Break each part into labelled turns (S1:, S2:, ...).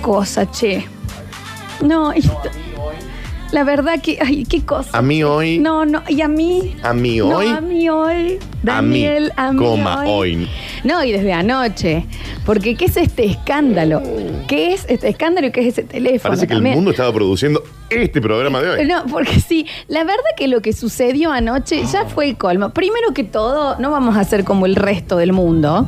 S1: cosa, che. No, y- la verdad que, ay, qué cosa.
S2: A mí hoy.
S1: No, no, y a mí.
S2: A mí
S1: No,
S2: hoy.
S1: a mí hoy.
S2: a mí,
S1: Daniel, a mí
S2: coma, hoy.
S1: No, y desde anoche. Porque, ¿qué es este escándalo? ¿Qué es este escándalo y qué es ese teléfono?
S2: Parece que el
S1: también?
S2: mundo estaba produciendo este programa de hoy.
S1: No, porque sí, la verdad que lo que sucedió anoche
S2: Ah.
S1: ya fue el colmo. Primero que todo, no vamos a ser como el resto del mundo,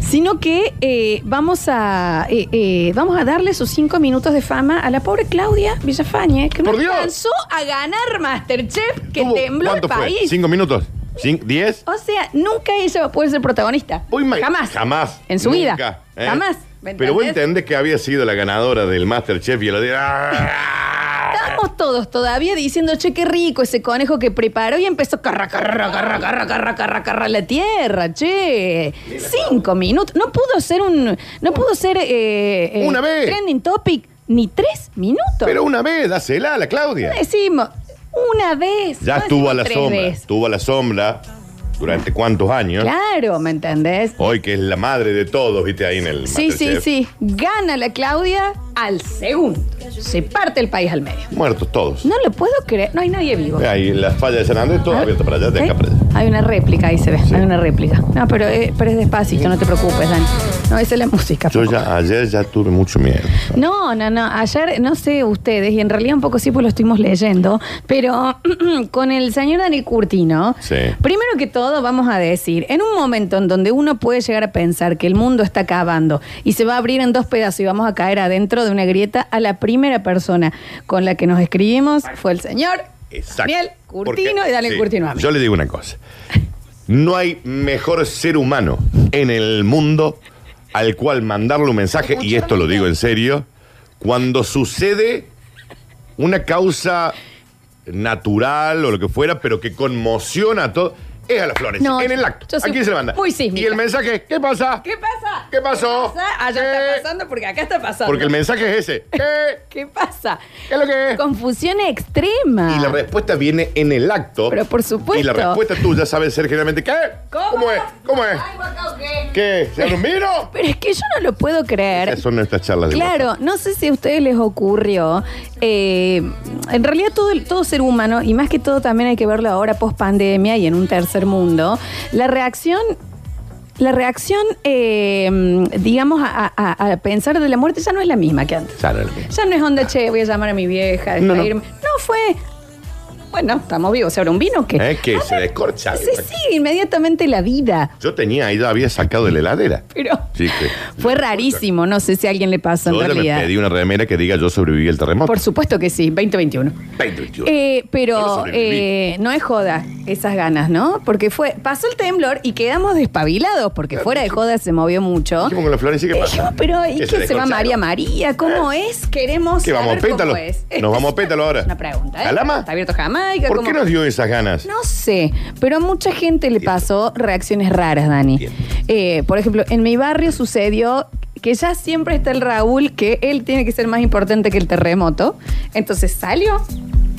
S1: sino que eh, vamos a eh, eh, vamos a darle sus cinco minutos de fama a la pobre Claudia Villafañe, que no
S2: ¡Por Dios!
S1: alcanzó a ganar Masterchef, que
S2: Tuvo-
S1: tembló el
S2: ¿Cuánto fue?
S1: país.
S2: ¿Cinco minutos? ¿Cin- ¿Diez?
S1: O sea, nunca ella va a poder ser protagonista.
S2: Hoy ma-
S1: jamás.
S2: Jamás.
S1: En su
S2: Nunca,
S1: vida.
S2: ¿eh?
S1: Jamás. ¿me
S2: Pero vos
S1: entendés?
S2: entendés que había sido la ganadora del Masterchef y el "Ah, de.
S1: Estamos todos todavía diciendo, che, qué rico ese conejo que preparó y empezó carra, carra, carra, carra, carra, carra, carra la tierra, che. Cinco minutos. No pudo ser un. No pudo ser. eh, eh,
S2: Una vez.
S1: Trending topic ni tres minutos.
S2: Pero una vez, dásela a la Claudia.
S1: Decimos, una vez.
S2: Ya
S1: no
S2: estuvo
S1: decimos
S2: a la
S1: tres
S2: sombra.
S1: veces.
S2: Estuvo a la sombra durante cuántos años.
S1: Claro, ¿me entendés?
S2: Hoy que es la madre de todos, viste, ahí en el
S1: Sí, sí,
S2: Masterchef.
S1: sí. Gana la Claudia al segundo. Se parte el país al medio.
S2: Muertos todos.
S1: No lo puedo creer. No hay nadie vivo.
S2: Ahí en la falla de San Andrés, todo
S1: A ver.
S2: abierto para allá, de acá
S1: ¿Eh?
S2: para allá.
S1: Hay una réplica, ahí se ve. Hay una réplica. No, pero, eh, pero es despacito, no te preocupes, Dani. No, esa es la música.
S2: Yo ya, ayer ya tuve mucho miedo.
S1: No, no, no. Ayer, no sé ustedes, y en realidad un poco sí, pues lo estuvimos leyendo, pero con el señor Dani Curtino,
S2: Sí.
S1: primero que todo vamos a decir, en un momento en donde uno puede llegar a pensar que el mundo está acabando y se va a abrir en dos pedazos y vamos a caer adentro de una grieta, a la primera persona con la que nos escribimos fue el señor Daniel Curtino
S2: Porque-
S1: y Daniel
S2: sí,
S1: Curtino a mí.
S2: Yo le digo una cosa. No hay mejor ser humano en el mundo al cual mandarle un mensaje, y esto lo digo en serio, cuando sucede una causa natural o lo que fuera, pero que conmociona a todo, es a la Florencia,
S1: No,
S2: en el acto.
S1: yo soy
S2: ¿A quién se le manda?
S1: muy sísmica.
S2: Y el mensaje, ¿qué pasa?
S1: ¿Qué pasa?
S2: ¿Qué pasó?
S1: ¿Qué pasa? Allá
S2: ¿Qué?
S1: está pasando porque acá está pasando.
S2: Porque el mensaje es ese. ¿Qué?
S1: ¿Qué pasa?
S2: ¿Qué es lo que es?
S1: Confusión extrema.
S2: Y la respuesta viene en el acto.
S1: Ah. Pero por supuesto.
S2: Y la respuesta tuya sabe ser generalmente ¿qué?
S1: ¿Cómo?
S2: es? ¿Cómo es? ¿Qué? ¿Se un vino?
S1: Pero es que yo no lo puedo creer.
S2: Esas son nuestras charlas de
S1: Claro, no sé si a ustedes les ocurrió. eh, en realidad, todo, el- todo ser humano, y más que todo también hay que verlo ahora post pandemia y en un tercer mundo, la reacción. La reacción, eh, digamos, a, a- a pensar de la muerte ya no es la misma que antes.
S2: WhatsApp. Claro.
S1: Ya no es onda, che, voy a llamar a mi vieja,
S2: No, no.
S1: despedirme. No, fue. Bueno, estamos vivos. ¿Se abre un vino o qué? Ah,
S2: ¿Eh? pues. Que se descorcha.
S1: Se sigue inmediatamente la vida.
S2: Yo tenía ahí, ya había sacado de la heladera.
S1: Pero
S2: Sí, que-
S1: fue rarísimo. No sé si a alguien le pasó
S2: Yo
S1: en
S2: ya me
S1: realidad.
S2: pedí una remera que diga yo sobreviví al terremoto.
S1: Por supuesto que sí, 2021.
S2: 2021.
S1: Eh,
S2: Yo
S1: pero
S2: sobreviví.
S1: eh, no es joda esas ganas, ¿no? Porque fue pasó el temblor y quedamos despabilados porque fuera de joda se movió mucho.
S2: Dijimos con la Florencia, ¿qué
S1: Dijimos,
S2: pasa?
S1: Eh, pero ¿y qué se va
S2: descorcharon?
S1: María María? ¿Cómo es? Queremos
S2: ¿Qué, vamos
S1: saber
S2: a pétalo?
S1: cómo es.
S2: ¿Nos vamos a pétalo ahora?
S1: Una pregunta, ¿eh?
S2: ¿Calama?
S1: ¿Está abierto Jamaica?
S2: ¿Por
S1: ¿Cómo?
S2: qué nos dio esas ganas?
S1: No sé, pero a mucha gente le
S2: Entiendo.
S1: pasó reacciones raras, Dani.
S2: Entiendo.
S1: Eh, por ejemplo, en mi barrio sucedió que ya siempre está el Raúl, que él tiene que ser más importante que el terremoto. Entonces salió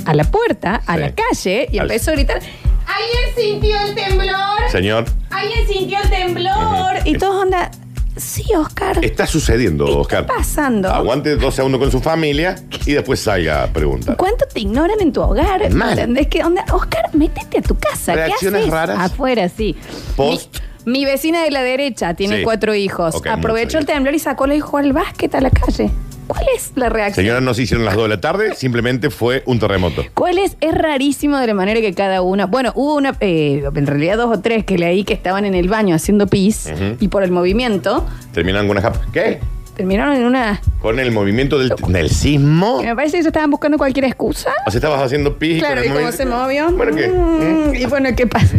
S1: a la puerta, a
S2: Sí.
S1: la calle, y
S2: Al-
S1: empezó a gritar. ¿Alguien sintió el temblor?
S2: Señor,
S1: ¿Alguien sintió el temblor?
S2: Ujú.
S1: Y todos onda, sí, Oscar.
S2: está sucediendo, Oscar.
S1: pasando?
S2: Aguante 12 a 1 con su familia y después salga a preguntar.
S1: ¿Cuánto te ignoran en tu hogar?
S2: Mal.
S1: ¿Entendés qué onda? Oscar, métete a tu casa.
S2: Reacciones
S1: ¿Qué haces?
S2: raras.
S1: Afuera, sí.
S2: Post.
S1: Mi, mi vecina de la derecha tiene
S2: Sí.
S1: cuatro hijos.
S2: Ok, mucho
S1: Aprovechó el
S2: bien.
S1: temblor y sacó los hijos al básquet a la calle. ¿Cuál es la reacción?
S2: Señora, no se hicieron las 2 de la tarde, simplemente fue un terremoto.
S1: ¿Cuál es? Es rarísimo de la manera que cada una. Bueno, hubo una, eh, en realidad dos o tres que leí que estaban en el baño haciendo pis
S2: Ujú.
S1: y por el movimiento
S2: Terminaron con una japa. ¿Qué?
S1: terminaron en una.
S2: Con el movimiento del, del sismo.
S1: que Me parece que ellos estaban buscando cualquier excusa.
S2: O sea, estabas haciendo pis.
S1: Claro,
S2: con el
S1: y cómo
S2: movimiento.
S1: se movió.
S2: Bueno, ¿qué? ¿Eh?
S1: Mm, y bueno, ¿qué pasa?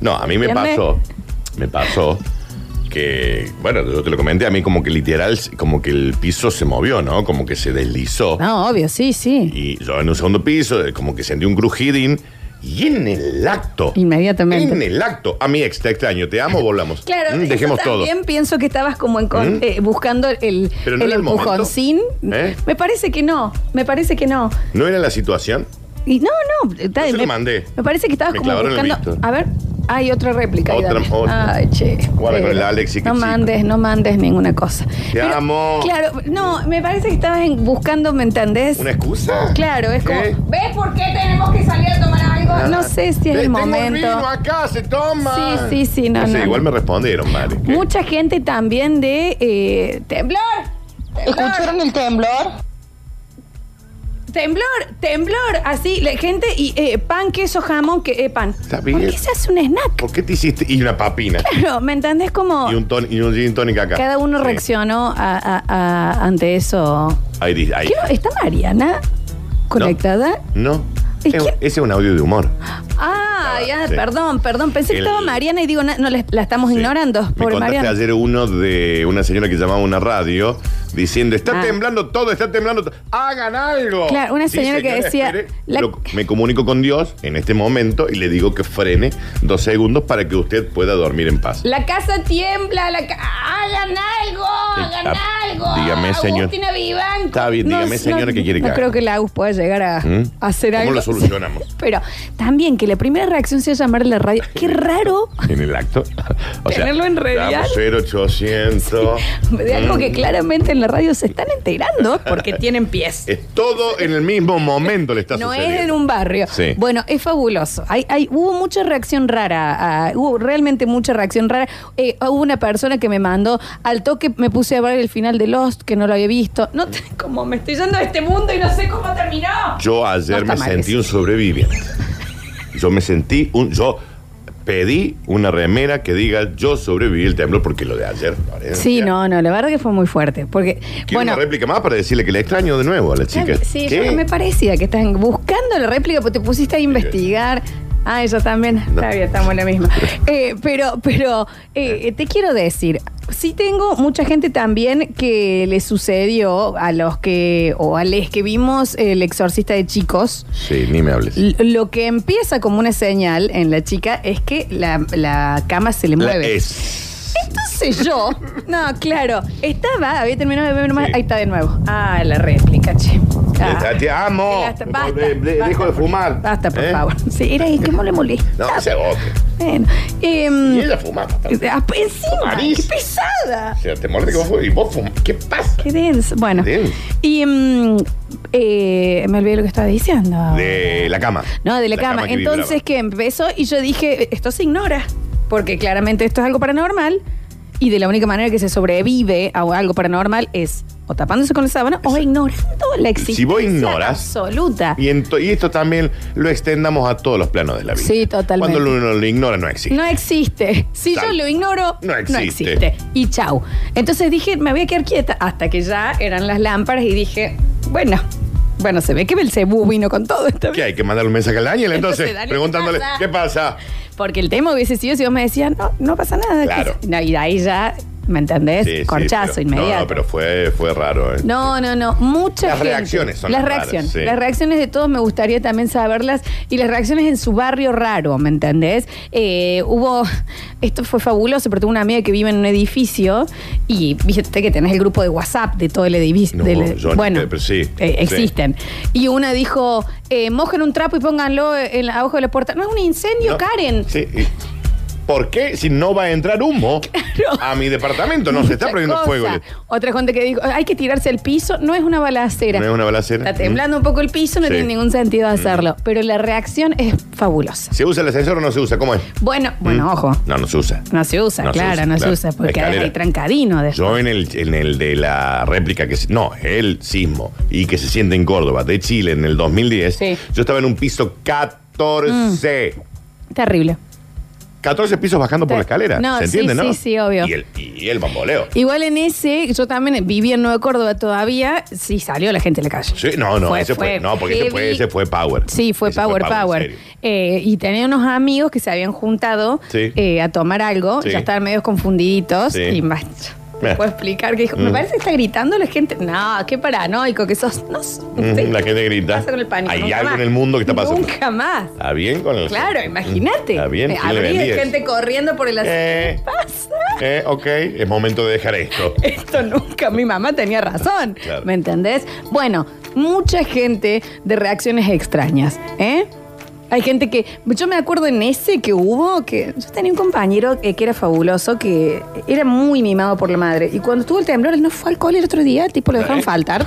S2: No, a mí me
S1: ¿Entiendes?
S2: pasó. Me pasó que, bueno, yo te lo comenté, a mí como que literal, como que el piso se movió, ¿no? Como que se deslizó.
S1: No, obvio, sí, sí.
S2: Y yo en un segundo piso, eh, como que sentí un crujidín. Y en el acto.
S1: Inmediatamente.
S2: En el acto. A mi ex, te extraño, te amo, volvamos.
S1: Claro,
S2: Mm,
S1: yo
S2: Dejemos todo.
S1: también pienso que estabas como en con-
S2: ¿Mm?
S1: eh, buscando el,
S2: Pero no
S1: el
S2: era el momento.
S1: empujoncín.
S2: ¿Eh?
S1: Me parece que no, me parece que no.
S2: ¿No era la situación?
S1: Y no, no, está-
S2: Yo se lo
S1: me,
S2: mandé.
S1: me parece que estabas
S2: Me
S1: como
S2: clavaron el
S1: buscando.
S2: visto.
S1: A ver, Hay otra réplica. ahí,
S2: Otra-
S1: Dani.
S2: otra.
S1: Ay, che.
S2: Guarda con
S1: pero
S2: el Alexi, que
S1: No
S2: chico.
S1: mandes, no mandes ninguna cosa.
S2: Te amo.
S1: Claro, no, me parece que estabas en- buscando, ¿me entendés?
S2: ¿Una excusa?
S1: Claro, es como.
S2: ¿Eh?
S1: ¿Ves por qué tenemos que salir a tomar algo? No sé si es
S2: Ve,
S1: el
S2: tengo
S1: momento.
S2: vino acá, se toma.
S1: Sí, sí, sí, no,
S2: sé,
S1: no,
S2: Igual
S1: no.
S2: me respondieron, Mari. ¿Qué?
S1: Mucha gente también de eh, temblor. Temblor,
S3: ¿Escucharon el temblor?
S1: temblor, temblor, así, la gente y eh, pan, queso, jamón, que eh, pan.
S2: Está
S1: ¿Por
S2: bien.
S1: qué se hace un snack?
S2: ¿Por qué te hiciste? Y una papina.
S1: Claro, ¿me entendés? Como
S2: Y un, ton, y un gin tonic acá.
S1: cada uno
S2: Sí.
S1: reaccionó a- a- a- ante eso.
S2: Ahí, di- ahí.
S1: ¿Qué- ¿Está Mariana conectada?
S2: No.
S1: ¿Y
S2: Es-
S1: quién?
S2: ese es un audio de humor.
S1: Ah, ya,
S2: sí.
S1: perdón, perdón. Pensé que
S2: El-
S1: estaba Mariana y digo, na- no, la, la estamos
S2: Sí.
S1: ignorando.
S2: Me
S1: Pobre
S2: contaste
S1: Mariana.
S2: ayer uno de una señora que llamaba a una radio diciendo, está
S1: Ah.
S2: temblando todo, está temblando todo, hagan algo.
S1: Claro, una señora que decía,
S2: espere,
S1: la-
S2: lo- me comunico con Dios en este momento y le digo que frene dos segundos para que usted pueda dormir en paz.
S1: La casa tiembla, la ca- hagan algo, hagan
S2: ah,
S1: algo.
S2: dígame, señor.
S1: Agustina Vivanco.
S2: Está bien, dígame, señora, ¿qué quiere
S1: No
S2: que haga?
S1: creo que la Agus pueda llegar a,
S2: ¿Mm?
S1: a hacer
S2: ¿Cómo
S1: algo.
S2: lo solucionamos?
S1: Pero también que la primera reacción sea llamar a la radio. Qué raro
S2: En el acto. O
S1: Tenerlo en radial.
S2: damos 0800.
S1: de algo
S2: Mm.
S1: que claramente en la radio se están enterando porque tienen pies.
S2: Es todo en el mismo momento le está
S1: No
S2: sucediendo.
S1: es en un barrio.
S2: Sí.
S1: Bueno, es fabuloso. Hay, hay, hubo mucha reacción rara. ah, hubo realmente mucha reacción rara. Eh, hubo una persona que me mandó al toque, me puse a ver el final de Lost, que no lo había visto. No te- como me estoy yendo de este mundo y no sé cómo terminó.
S2: Yo ayer
S1: No está
S2: me
S1: mal
S2: sentí
S1: eso.
S2: un sobreviviente. Yo me sentí un. Yo pedí una remera que diga yo sobreviví el temblor porque lo de ayer. Florencia.
S1: Sí, no, no, la verdad que fue muy fuerte. Porque,
S2: Quiero
S1: bueno.
S2: una réplica más para decirle que la extraño de nuevo a la chica.
S1: Sí,
S2: ¿Qué?
S1: yo no me parecía que están buscando la réplica porque te pusiste a investigar. Ah, yo también.
S2: No.
S1: Está bien, estamos en la misma. Eh, pero, pero eh, te quiero decir, sí tengo mucha gente también que le sucedió a los que, o a les que vimos el exorcista de chicos.
S2: Sí, ni me hables.
S1: L- Lo que empieza como una señal en la chica es que la, la cama se le
S2: La
S1: mueve.
S2: es.
S1: Entonces yo, no, claro, estaba, había terminado de beber nomás,
S2: Sí.
S1: ahí está de nuevo. Ah, la réplica, che. Ah.
S2: Está- Te amo.
S1: Basta, basta,
S2: De- de-
S1: basta,
S2: dejo de
S1: por-
S2: fumar.
S1: Basta, por
S2: ¿Eh?
S1: favor. Sí, era ahí, que no le molesta.
S2: No, ese es otro.
S1: Bueno,
S2: Y
S1: em,
S2: ella fumaba. también.
S1: ah, encima,
S2: Nariz.
S1: qué pesada.
S2: O sea, te molesta que vos fumes y vos fumas. ¿Qué pasa?
S1: Qué denso. Bueno,
S2: Qué denso.
S1: y em, eh, me olvidé lo que estaba diciendo.
S2: De la cama.
S1: No, de la, cama.
S2: que
S1: Entonces
S2: vibraba.
S1: que empezó y yo dije, esto se ignora, porque claramente esto es algo paranormal y de la única manera que se sobrevive a algo paranormal es o tapándose con la sábana o ignorando la existencia
S2: vos ignoras-
S1: absoluta.
S2: Y, ento- y esto también lo extendamos a todos los planos de la vida.
S1: Sí, totalmente.
S2: Cuando uno lo ignora, no existe.
S1: No existe. Si
S2: Tal.
S1: yo lo ignoro,
S2: No
S1: no
S2: existe.
S1: existe. Y chau. Entonces dije, me voy a quedar quieta hasta que ya eran las lámparas y dije, bueno, bueno, se ve que Belcebú vino con todo esta
S2: ¿Qué
S1: vez.
S2: hay que mandarle un mensaje al Daniel entonces?
S1: Entonces, Daniel,
S2: preguntándole, ¿qué
S1: ¿qué
S2: pasa?
S1: Porque el tema hubiese sido si vos me decías, no, no pasa nada.
S2: Claro.
S1: que- No, y de ahí ya, ¿me entendés?
S2: Sí, sí,
S1: Corchazo
S2: pero-
S1: inmediato.
S2: No, pero fue, fue raro. ¿eh?
S1: No, no, no. Mucha
S2: Las
S1: gente.
S2: reacciones son
S1: Las
S2: las raras,
S1: reacciones.
S2: sí.
S1: Las reacciones de todos me gustaría también saberlas. Y las reacciones en su barrio raro, ¿me entendés? Eh, hubo. Esto fue fabuloso, pero tengo una amiga que vive en un edificio y viste que tenés el grupo de WhatsApp de todo el edificio.
S2: No,
S1: del-
S2: yo ni-
S1: bueno,
S2: pero sí,
S1: eh,
S2: sí.
S1: existen. Y una dijo: eh, mojen un trapo y pónganlo en, abajo de la puerta. No es un incendio,
S2: No.
S1: Karen.
S2: Sí, y- ¿Por qué si no va a entrar humo a mi departamento? No, se está
S1: Otra
S2: prendiendo
S1: cosa.
S2: fuego.
S1: Otra gente que dijo, hay que tirarse al piso, no es una balacera.
S2: No es una balacera.
S1: Está temblando un poco el piso, no
S2: Sí.
S1: tiene ningún sentido hacerlo. Pero la reacción es fabulosa.
S2: ¿Se usa el ascensor o no se usa? ¿Cómo es? ¿Mm?
S1: Bueno, bueno, ojo.
S2: No, no se usa.
S1: No se usa,
S2: No se
S1: claro,
S2: usa,
S1: no
S2: claro.
S1: se usa, porque
S2: Escalera.
S1: hay trancadino después.
S2: Yo en el, en el de la réplica que... se- No, el sismo y que se siente en Córdoba, de Chile, en el 2010,
S1: Sí.
S2: yo estaba en un piso 14.
S1: Terrible.
S2: 14 pisos bajando por
S1: Te-
S2: la escalera.
S1: No,
S2: ¿Se
S1: sí,
S2: entiende, no?
S1: sí, sí, obvio.
S2: Y el, y el bamboleo.
S1: Igual en ese, yo también vivía en Nueva Córdoba todavía, sí salió la gente a la calle.
S2: Sí, no, no,
S1: Fue-
S2: ese fue,
S1: fue
S2: no, porque ese
S1: heavy.
S2: fue, ese fue Power.
S1: Sí, fue
S2: Ese
S1: Power
S2: en
S1: Power.
S2: serio.
S1: Eh, y tenía unos amigos que se habían juntado
S2: Sí.
S1: eh, a tomar algo.
S2: Sí.
S1: Ya estaban medios confundiditos.
S2: Sí.
S1: Y más.
S2: Eh.
S1: Te puedo explicar que dijo, me
S2: Mm.
S1: parece que está gritando la gente. No, qué paranoico que sos. No, sé.
S2: Mm, la gente grita.
S1: ¿Qué pasa con el pánico?
S2: Hay
S1: Nunca
S2: algo
S1: más.
S2: en el mundo que está pasando.
S1: Nunca más.
S2: ¿Está bien con el...
S1: Claro, imagínate.
S2: Está bien,
S1: Eh,
S2: ¿quién le
S1: habría
S2: vendía
S1: gente
S2: eso?
S1: corriendo por el asiento.
S2: Eh,
S1: ¿Qué pasa?
S2: eh, ok, es momento de dejar esto.
S1: Esto nunca, mi mamá tenía razón.
S2: Claro.
S1: ¿Me entendés? Bueno, mucha gente de reacciones extrañas, ¿eh? Hay gente que. Yo me acuerdo en ese que hubo, que yo tenía un compañero eh, que, que era fabuloso, que era muy mimado por la madre. Y cuando estuvo el temblor, él no fue al cole el otro día, tipo lo dejaron faltar.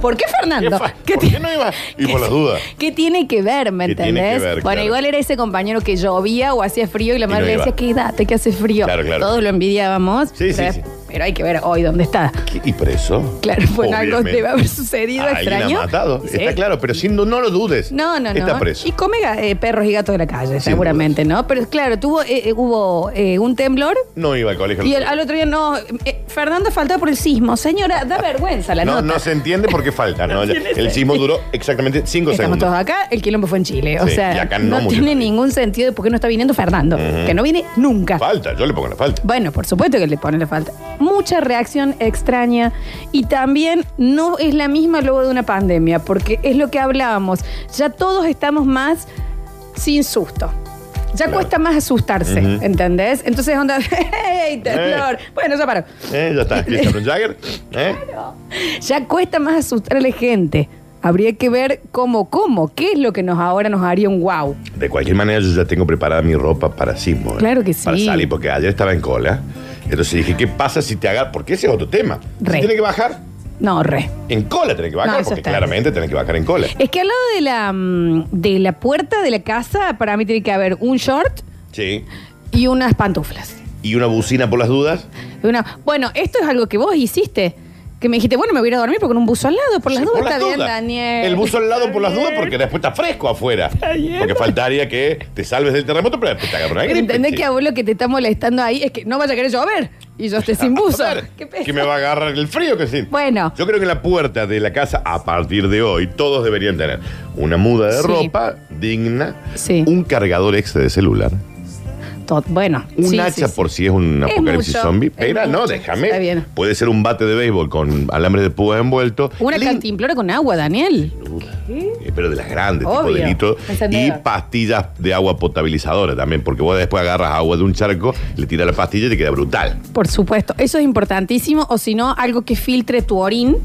S1: ¿Por qué Fernando?
S2: ¿Eh? ¿Qué, ¿Por
S1: ti-
S2: qué no iba? Y por las dudas.
S1: ¿Qué tiene que ver, me
S2: ¿Qué tiene que
S1: entendés?
S2: ver,
S1: bueno,
S2: claro.
S1: igual era ese compañero que llovía o hacía frío y la
S2: Y
S1: madre
S2: no
S1: le
S2: iba.
S1: decía, quédate, que hace frío.
S2: Claro, claro.
S1: Todos lo envidiábamos.
S2: Sí, sí,
S1: pero,
S2: sí.
S1: pero hay que ver hoy dónde está.
S2: ¿Qué- ¿Y preso?
S1: Claro, bueno, algo
S2: Obviamente.
S1: debe haber sucedido
S2: Alguien
S1: extraño.
S2: ha matado,
S1: Sí.
S2: está claro, pero sin, du- no lo dudes.
S1: No, no, no.
S2: Está preso.
S1: Y come ga- eh, perros y gatos de la calle,
S2: Sin
S1: seguramente, ¿no? Pero claro, tuvo, eh, eh, hubo eh, un temblor
S2: No iba al colegio.
S1: y el- al otro día no. eh, Fernando faltaba por el sismo. Señora, da vergüenza la
S2: no,
S1: nota.
S2: no se entiende porque falta. ¿no?
S1: tiene
S2: el sismo duró exactamente cinco
S1: Estamos
S2: segundos.
S1: todos acá, el quilombo fue en Chile. O
S2: Sí, y
S1: sea,
S2: acá no
S1: no,
S2: mucho
S1: tiene
S2: país.
S1: ningún sentido de por qué no está viniendo Fernando, que no viene nunca.
S2: Falta, yo le pongo la falta.
S1: Bueno, por supuesto que le pone la falta. Mucha reacción extraña y también no es la misma luego de una pandemia, porque es lo que hablábamos. Ya todos estamos más sin susto. Ya
S2: Claro.
S1: cuesta más asustarse,
S2: Ujú.
S1: ¿entendés? Entonces onda, ¡hey, temblor! Bueno, ya paró.
S2: Eh, ya está, Christian Jagger. ¿eh?
S1: Ya cuesta más asustar a la gente. Habría que ver cómo, cómo, qué es lo que nos ahora nos haría un wow.
S2: De cualquier manera, yo ya tengo preparada mi ropa para sismo. ¿eh?
S1: Claro que sí.
S2: Para salir, porque ayer estaba en cola. Entonces dije, ¿qué pasa si te haga? Porque ese es otro tema. Si
S1: Re.
S2: tiene que bajar,
S1: No, re.
S2: en cola tiene que bajar,
S1: No, eso
S2: porque
S1: está. Eh,
S2: claramente tiene que bajar en cola.
S1: Es que al lado de la, mm, de la puerta de la casa, para mí tiene que haber un short
S2: Sí.
S1: y unas pantuflas.
S2: Y una bucina por las dudas.
S1: Y una- bueno, esto es algo que vos hiciste. Que me dijiste, bueno, me voy a ir a dormir, pero con un buzo al lado. Por las
S2: Sí,
S1: dudas
S2: por las
S1: está bien,
S2: dudas.
S1: Daniel.
S2: El buzo al lado por las
S1: Está
S2: dudas
S1: bien.
S2: porque después está fresco afuera.
S1: bien.
S2: Porque faltaría que te salves del terremoto, pero después te agarra una gripe.
S1: Entendés
S2: che.
S1: que a vos lo que te está molestando ahí es que no vaya a querer llover y yo esté sin buzo.
S2: Ah, A ver,
S1: Qué pesado.
S2: que me va a agarrar el frío que sí.
S1: Bueno.
S2: Yo creo que en la puerta de la casa, a partir de hoy, todos deberían tener una muda de
S1: Sí.
S2: ropa digna,
S1: Sí.
S2: un cargador extra de celular,
S1: To- bueno,
S2: un
S1: sí,
S2: hacha
S1: sí, sí.
S2: por si es un
S1: Es
S2: apocalipsis
S1: mucho,
S2: zombie.
S1: es
S2: Pero
S1: mucho.
S2: no, déjame.
S1: Está bien.
S2: Puede ser un bate de béisbol con alambre de púa envuelto.
S1: Una
S2: Lin-
S1: cantimplora con agua, Daniel.
S2: Eh, Pero de las grandes, tipo
S1: Obvio.
S2: de litro. Y
S1: Encendedor.
S2: pastillas de agua potabilizadora también, porque vos después agarras agua de un charco, le tiras la pastilla y te queda brutal.
S1: Por supuesto, eso es importantísimo. O si no, algo que filtre tu orín.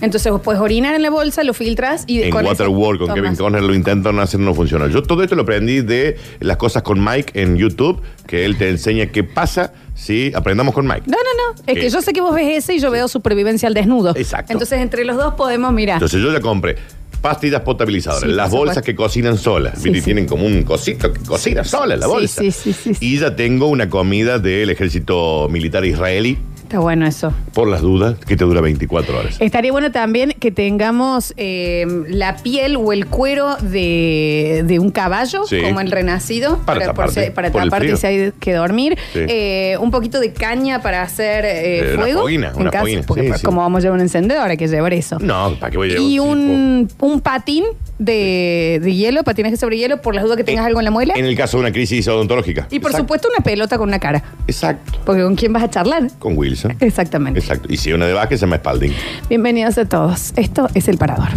S1: Entonces vos puedes orinar en la bolsa, lo filtras y
S2: en
S1: con eso
S2: Waterworld con
S1: tomas.
S2: Kevin Conner lo intentan hacer, no funciona. Yo todo esto lo aprendí de las cosas con Mike en YouTube, que él te enseña qué pasa si aprendamos con Mike.
S1: No, no, no. Es
S2: ¿Qué?
S1: que yo sé que vos ves ese y yo veo supervivencia al desnudo.
S2: Eh. Exacto.
S1: Entonces, entre los dos podemos mirar.
S2: Entonces yo ya compré pastillas potabilizadoras,
S1: Ah. Sí,
S2: las
S1: por
S2: bolsas
S1: supuesto.
S2: que cocinan solas,
S1: Sí,
S2: ¿viste? Y
S1: sí.
S2: tienen como un cosito que cocina sola la
S1: Sí,
S2: bolsa.
S1: sí, sí, sí, sí.
S2: Y ya tengo una comida del ejército militar israelí,
S1: Está bueno eso.
S2: por las dudas, que te dura 24 horas.
S1: Estaría bueno también que tengamos eh, la piel o el cuero de, de un caballo,
S2: Sí.
S1: como el renacido,
S2: Para
S1: por
S2: taparte,
S1: si- para
S2: por el
S1: taparte
S2: frío.
S1: si hay que dormir.
S2: Sí.
S1: Eh, un poquito de caña para hacer eh,
S2: Eh, una
S1: fuego.
S2: foguina,
S1: en
S2: una
S1: caso-
S2: foguina,
S1: Porque
S2: sí,
S1: pa-
S2: sí.
S1: como vamos a llevar un encendedor, hay que llevar eso.
S2: No, ¿para qué voy a llevar
S1: y
S2: un
S1: un, un patín de, de hielo, patinaje sobre hielo, por las dudas que tengas algo en la muela.
S2: En el caso de una crisis odontológica.
S1: y por
S2: Exacto,
S1: supuesto una pelota con una cara.
S2: Exacto.
S1: Porque ¿con quién vas a charlar?
S2: Con Wilson.
S1: Exactamente.
S2: Exacto. Y si una de Vázquez se llama Spalding.
S1: Bienvenidos a todos. Esto es El Parador.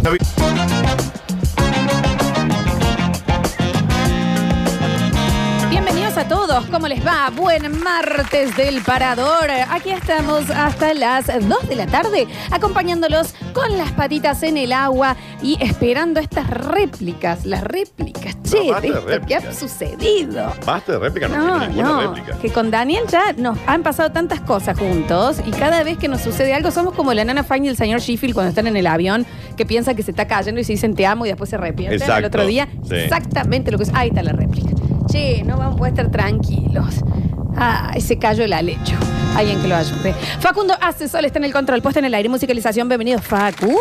S1: Bienvenidos a todos. ¿Cómo les va? Buen martes del Parador. Aquí estamos hasta las 2 de la tarde, acompañándolos con las patitas en el agua y esperando estas réplicas, las réplicas, che,
S2: basta
S1: de
S2: de
S1: esto que ha
S2: réplicas.
S1: sucedido.
S2: Basta de réplica, no,
S1: No,
S2: tiene ninguna
S1: no,
S2: réplica.
S1: que con Daniel ya nos han pasado tantas cosas juntos y cada vez que nos sucede algo somos como la nana Fang y el señor Sheffield cuando están en el avión que piensa que se está cayendo y se dicen te amo y después se arrepienten
S2: Exacto,
S1: al otro día.
S2: sí.
S1: Exactamente lo que es. Ahí está la réplica. Che, no vamos a poder estar tranquilos. Ay, se cayó el alecho. Alguien que lo ayude. Facundo Asesor está en el control, puesto en el aire, musicalización. Bienvenido, Facu.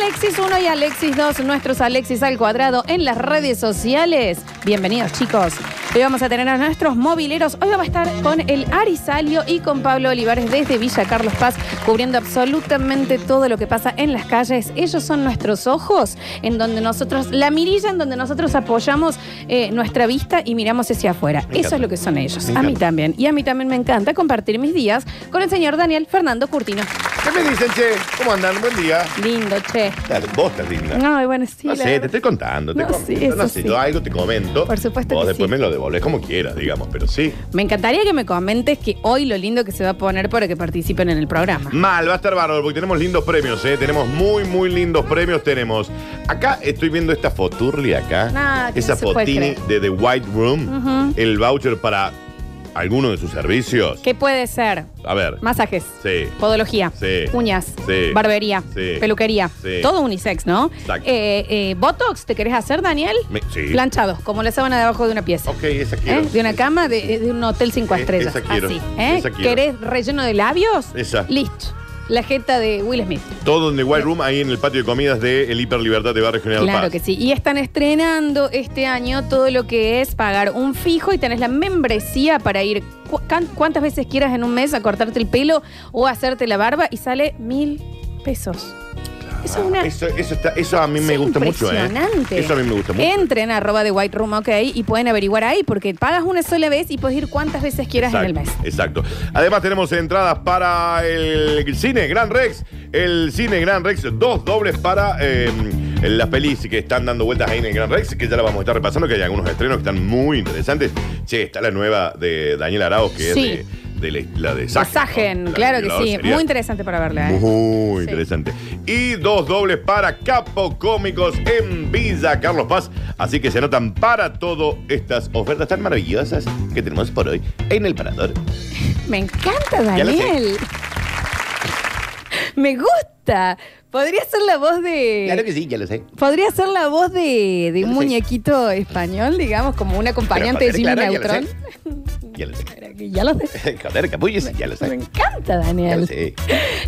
S1: Alexis 1 y Alexis 2, nuestros Alexis al cuadrado en las redes sociales. Bienvenidos, chicos. Hoy vamos a tener a nuestros mobileros. Hoy vamos a estar con el Arisalio y con Pablo Olivares desde Villa Carlos Paz, cubriendo absolutamente todo lo que pasa en las calles. Ellos son nuestros ojos, en donde nosotros, la mirilla en donde nosotros apoyamos eh, nuestra vista y miramos hacia afuera.
S2: Me
S1: Eso
S2: encanta.
S1: es lo que son ellos.
S2: Me
S1: A mí
S2: encanta.
S1: también. Y a mí también me encanta compartir mis días con el señor Daniel Fernando Curtino.
S2: ¿Qué me dicen, che? ¿Cómo andan? Buen día.
S1: Lindo, che.
S2: Dale, vos estás linda.
S1: No, y bueno, sí.
S2: No
S1: la-
S2: sé, te estoy contando, te
S1: No,
S2: comento.
S1: sí, eso
S2: no sé,
S1: sí.
S2: yo algo te comento.
S1: Por supuesto
S2: Vos
S1: que
S2: después
S1: sí.
S2: me lo devolvés como quieras, digamos, pero sí.
S1: Me encantaría que me comentes que hoy lo lindo que se va a poner para que participen en el programa.
S2: Mal, va a estar bárbaro porque tenemos lindos premios, ¿eh? Tenemos muy, muy lindos premios. Tenemos. Acá estoy viendo esta foturli acá.
S1: Nah, Ah, que
S2: esa
S1: no se puede
S2: fotini
S1: creer.
S2: de The White Room. El voucher para alguno de sus servicios.
S1: ¿Qué puede ser?
S2: A ver.
S1: Masajes.
S2: Sí.
S1: Podología.
S2: Sí.
S1: Uñas.
S2: Sí.
S1: Barbería.
S2: Sí.
S1: Peluquería.
S2: Sí.
S1: Todo unisex, ¿no?
S2: Exacto.
S1: Eh, eh, ¿Botox te querés hacer, Daniel?
S2: Me- sí.
S1: Planchado, como la sábana debajo de una pieza.
S2: Ok, esa quiero.
S1: ¿Eh? De una
S2: Esa-
S1: cama, de, de un hotel cinco
S2: Eh,
S1: estrellas.
S2: esa quiero.
S1: Así. ¿eh?
S2: Esa quiero.
S1: ¿Querés relleno de labios?
S2: Esa.
S1: Listo. La jeta de Will Smith.
S2: Todo en The White Room, ahí en el patio de comidas del el Hiper Libertad de Barrio General
S1: Claro
S2: Paz.
S1: que sí. Y están estrenando este año todo lo que es pagar un fijo y tenés la membresía para ir cu- can- cuántas veces quieras en un mes a cortarte el pelo o a hacerte la barba y sale mil pesos. Eso es una.
S2: Eso, eso está, eso a mí me
S1: es
S2: gusta mucho, ¿eh?
S1: impresionante.
S2: Eso a mí me gusta mucho.
S1: Entren a arroba de White Room, ok, y pueden averiguar ahí porque pagas una sola vez y puedes ir cuántas veces quieras en el mes.
S2: Exacto. Además tenemos entradas para el cine Gran Rex. El cine Gran Rex, dos dobles para eh, las pelis que están dando vueltas ahí en el Gran Rex, que ya la vamos a estar repasando, que hay algunos estrenos que están muy interesantes. Che, está la nueva de Daniel Arauz, que
S1: Sí.
S2: es de, de la, la de Sagen. ¿no?
S1: Sajen,
S2: La
S1: claro que
S2: violadora
S1: sí.
S2: serial.
S1: Muy interesante para verla, ¿eh?
S2: Muy
S1: Sí.
S2: interesante. Y dos dobles para Capo Cómicos en Villa Carlos Paz. Así que se anotan para todo estas ofertas tan maravillosas que tenemos por hoy en el Parador.
S1: Me encanta,
S2: Ya lo sé.
S1: Daniel. Me gusta. Podría ser la voz de.
S2: sí, ya lo sé.
S1: Podría ser la voz de, de
S2: Ya
S1: un
S2: lo sé.
S1: muñequito español, digamos, como un acompañante de
S2: Pero,
S1: Jimmy
S2: claro, ya lo
S1: Neutron.
S2: Ya lo sé.
S1: Pero que Ya lo sé.
S2: Joder, capullos, ya lo
S1: Me
S2: sé.
S1: encanta,
S2: Ya lo
S1: Daniel.
S2: sé.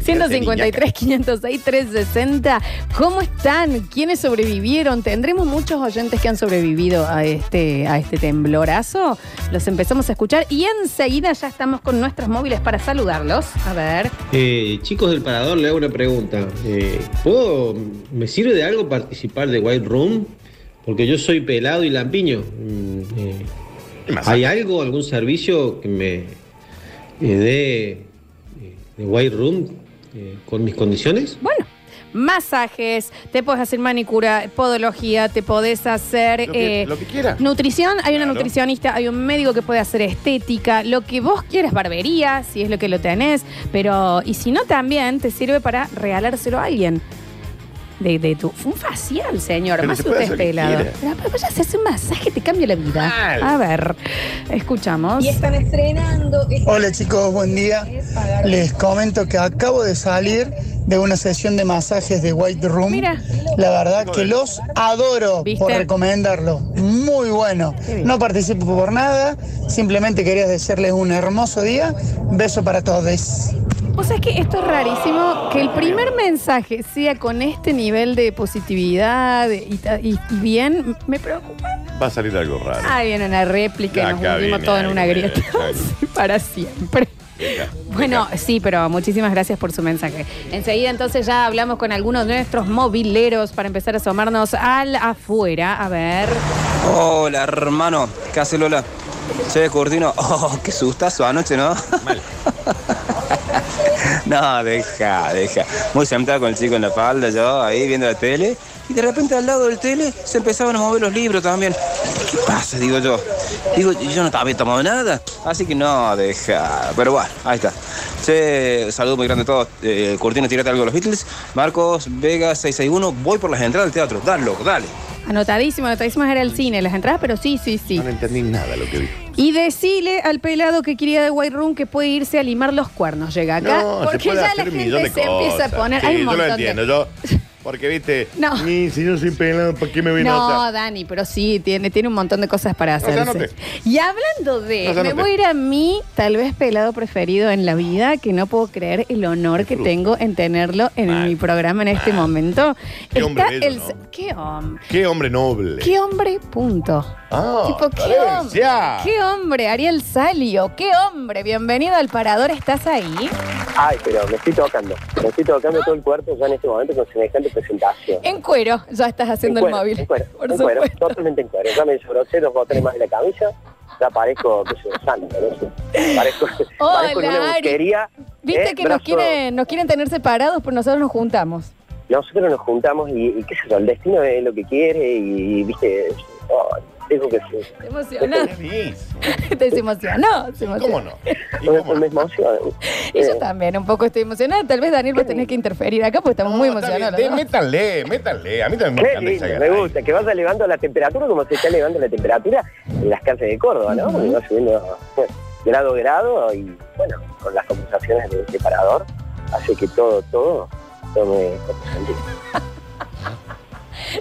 S1: 153, 506, 360. ¿Cómo están? ¿Quiénes sobrevivieron? Tendremos muchos oyentes que han sobrevivido a este, a este temblorazo. Los empezamos a escuchar y enseguida ya estamos con nuestros móviles para saludarlos. A ver.
S3: Eh, chicos del Parador, le hago una pregunta. Eh, ¿puedo, ¿Me sirve de algo participar de White Room? Porque yo soy pelado y lampiño. Mm, eh,
S2: Y más.
S3: ¿Hay algo, algún servicio que me eh, dé eh, de White Room eh, con mis condiciones?
S1: Bueno, masajes, te puedes hacer manicura, podología, te podés hacer
S2: Lo que,
S1: eh,
S2: lo que quiera.
S1: nutrición, hay una
S2: Claro.
S1: nutricionista, hay un médico que puede hacer estética, lo que vos quieras, barbería, si es lo que lo tenés, pero y si no también te sirve para regalárselo a alguien. De, de tu un facial, señor,
S2: Pero
S1: más
S2: se
S1: usted
S2: puede
S1: es
S2: hacer lo que
S1: pelado.
S2: quiera.
S1: Pero, pero ya se hace un masaje, te cambia la vida.
S2: Mal.
S1: A ver, escuchamos.
S4: Y están estrenando.
S5: Hola chicos, buen día. Les comento que acabo de salir de una sesión de masajes de White Room.
S1: Mira.
S5: La verdad que los adoro
S1: ¿Viste?
S5: por recomendarlo. Muy bueno. No participo por nada, simplemente quería decirles un hermoso día. Beso para todos.
S1: O sea, es que esto es rarísimo, que el primer mensaje sea con este nivel de positividad y, ta- y- y bien, me preocupa.
S2: Va a salir algo raro.
S1: Ah, viene una réplica y nos
S2: Acá
S1: hundimos
S2: viene
S1: todos en
S2: algo,
S1: una
S2: mira,
S1: grieta
S2: claro.
S1: Sí, para siempre.
S2: Venga,
S1: Bueno, sí, pero muchísimas gracias por su mensaje. Enseguida entonces ya hablamos con algunos de nuestros mobileros para empezar a asomarnos al afuera. A ver.
S6: Hola, hermano. ¿Qué hace Lola? Che, Curtino. Oh, qué sustazo anoche, ¿no?
S2: Mal.
S6: No, deja, deja. Muy sentado con el chico en la falda, yo ahí viendo la tele. Y de repente al lado del tele se empezaban a mover los libros también. ¿Qué pasa? Digo yo. Digo, yo no había tomado nada. Así que no, deja. Pero bueno, ahí está. Che, saludo muy grande a todos. Eh, Curtino, tírate algo de los Beatles. Marcos Vega 661, voy por las entradas del teatro. Dale, loco, dale.
S1: Anotadísimo, anotadísimo era el cine, las entradas, pero sí, sí, sí.
S2: No le entendí nada lo que dijo.
S1: Y decile al pelado que quería de White Room que puede irse a limar los cuernos. Llega acá.
S2: No,
S1: porque
S2: se puede
S1: ya
S2: hacer
S1: la
S2: un millón
S1: gente
S2: de
S1: se empieza a
S2: cosas.
S1: poner.
S2: Sí,
S1: hay un
S2: yo
S1: montón
S2: lo
S1: de-
S2: entiendo, yo. Porque viste,
S1: No.
S2: ni si yo soy pelado, ¿para qué me voy a
S1: No,
S2: notar?
S1: Dani, pero sí, tiene, tiene un montón de cosas para
S2: No,
S1: hacer.
S2: ya anoté.
S1: y hablando de,
S2: No, ya
S1: me
S2: anoté.
S1: voy a ir a mi tal vez pelado preferido en la vida, que no puedo creer el honor que
S2: Disfruta.
S1: tengo en tenerlo en
S2: Mal.
S1: mi programa en este momento.
S2: Qué hombre bello,
S1: el,
S2: ¿no?
S1: qué hombre.
S2: Qué hombre noble.
S1: Qué hombre, punto.
S2: Ah,
S1: Tipo, ¿qué,
S2: Florencia.
S1: hombre? ¿Qué hombre? Ariel Salio, qué hombre. Bienvenido al Parador, ¿estás ahí?
S7: Ay, pero me estoy tocando. Me estoy tocando todo el cuerpo ya en este momento con semejante presentación.
S1: En cuero, ya estás haciendo
S7: En cuero,
S1: el móvil.
S7: En cuero,
S1: por
S7: en cuero,
S1: supuesto.
S7: totalmente en cuero. Ya me desbrocé los botones más de la camisa. Ya parezco que soy santo, ¿no? sé. Parezco,
S1: Hola,
S7: parezco en una
S1: Ari.
S7: busquería
S1: Viste
S7: ¿Eh?
S1: que nos
S7: Brazo.
S1: quieren, nos quieren tener separados, pero nosotros nos juntamos.
S7: Nosotros nos juntamos y, y qué sé yo, el destino es lo que quiere y, viste, oh, dijo que sí.
S1: Te emocionó. Te emocionó. se emocionó.
S2: ¿Cómo no? ¿Y
S7: Una
S2: cómo no?
S7: misma emoción.
S1: Y
S7: Eh.
S1: yo también, un poco estoy emocionada. Tal vez, Daniel, vos tenés que interferir acá porque estamos muy
S2: No, está
S1: emocionados.
S2: bien,
S1: los
S2: de-
S1: dos.
S2: Métanle, métanle. A mí también me
S7: Qué
S2: encanta
S7: lindo,
S2: esa
S7: me gusta, que vaya elevando la temperatura como se está elevando la temperatura en las calles de Córdoba, ¿no? Porque va subiendo bueno, grado a grado y bueno, con las conversaciones de separador, hace que todo, todo tome otro sentido.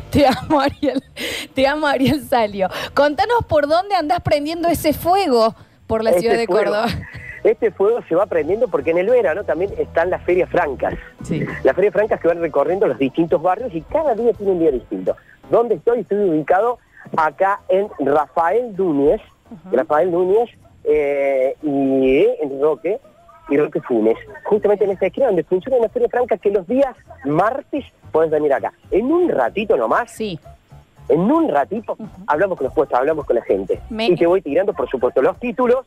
S1: Te amo, Ariel. Te amo, Ariel Salio. Contanos por dónde andás prendiendo ese fuego por la
S7: Este
S1: ciudad de
S7: fuego-
S1: Córdoba.
S7: Este fuego se va prendiendo porque en el verano también están las ferias francas.
S1: Sí.
S7: Las ferias francas que van recorriendo los distintos barrios y cada día tiene un día distinto. ¿Dónde estoy? Estoy ubicado acá en Rafael Núñez, Rafael Núñez eh, y en Roque, y Roque Funes. Justamente en esta esquina donde funciona una feria franca que los días martes puedes venir acá. En un ratito nomás,
S1: Sí.
S7: en un ratito hablamos con los puestos, hablamos con la gente.
S1: Me-
S7: Y te voy tirando, por supuesto, los títulos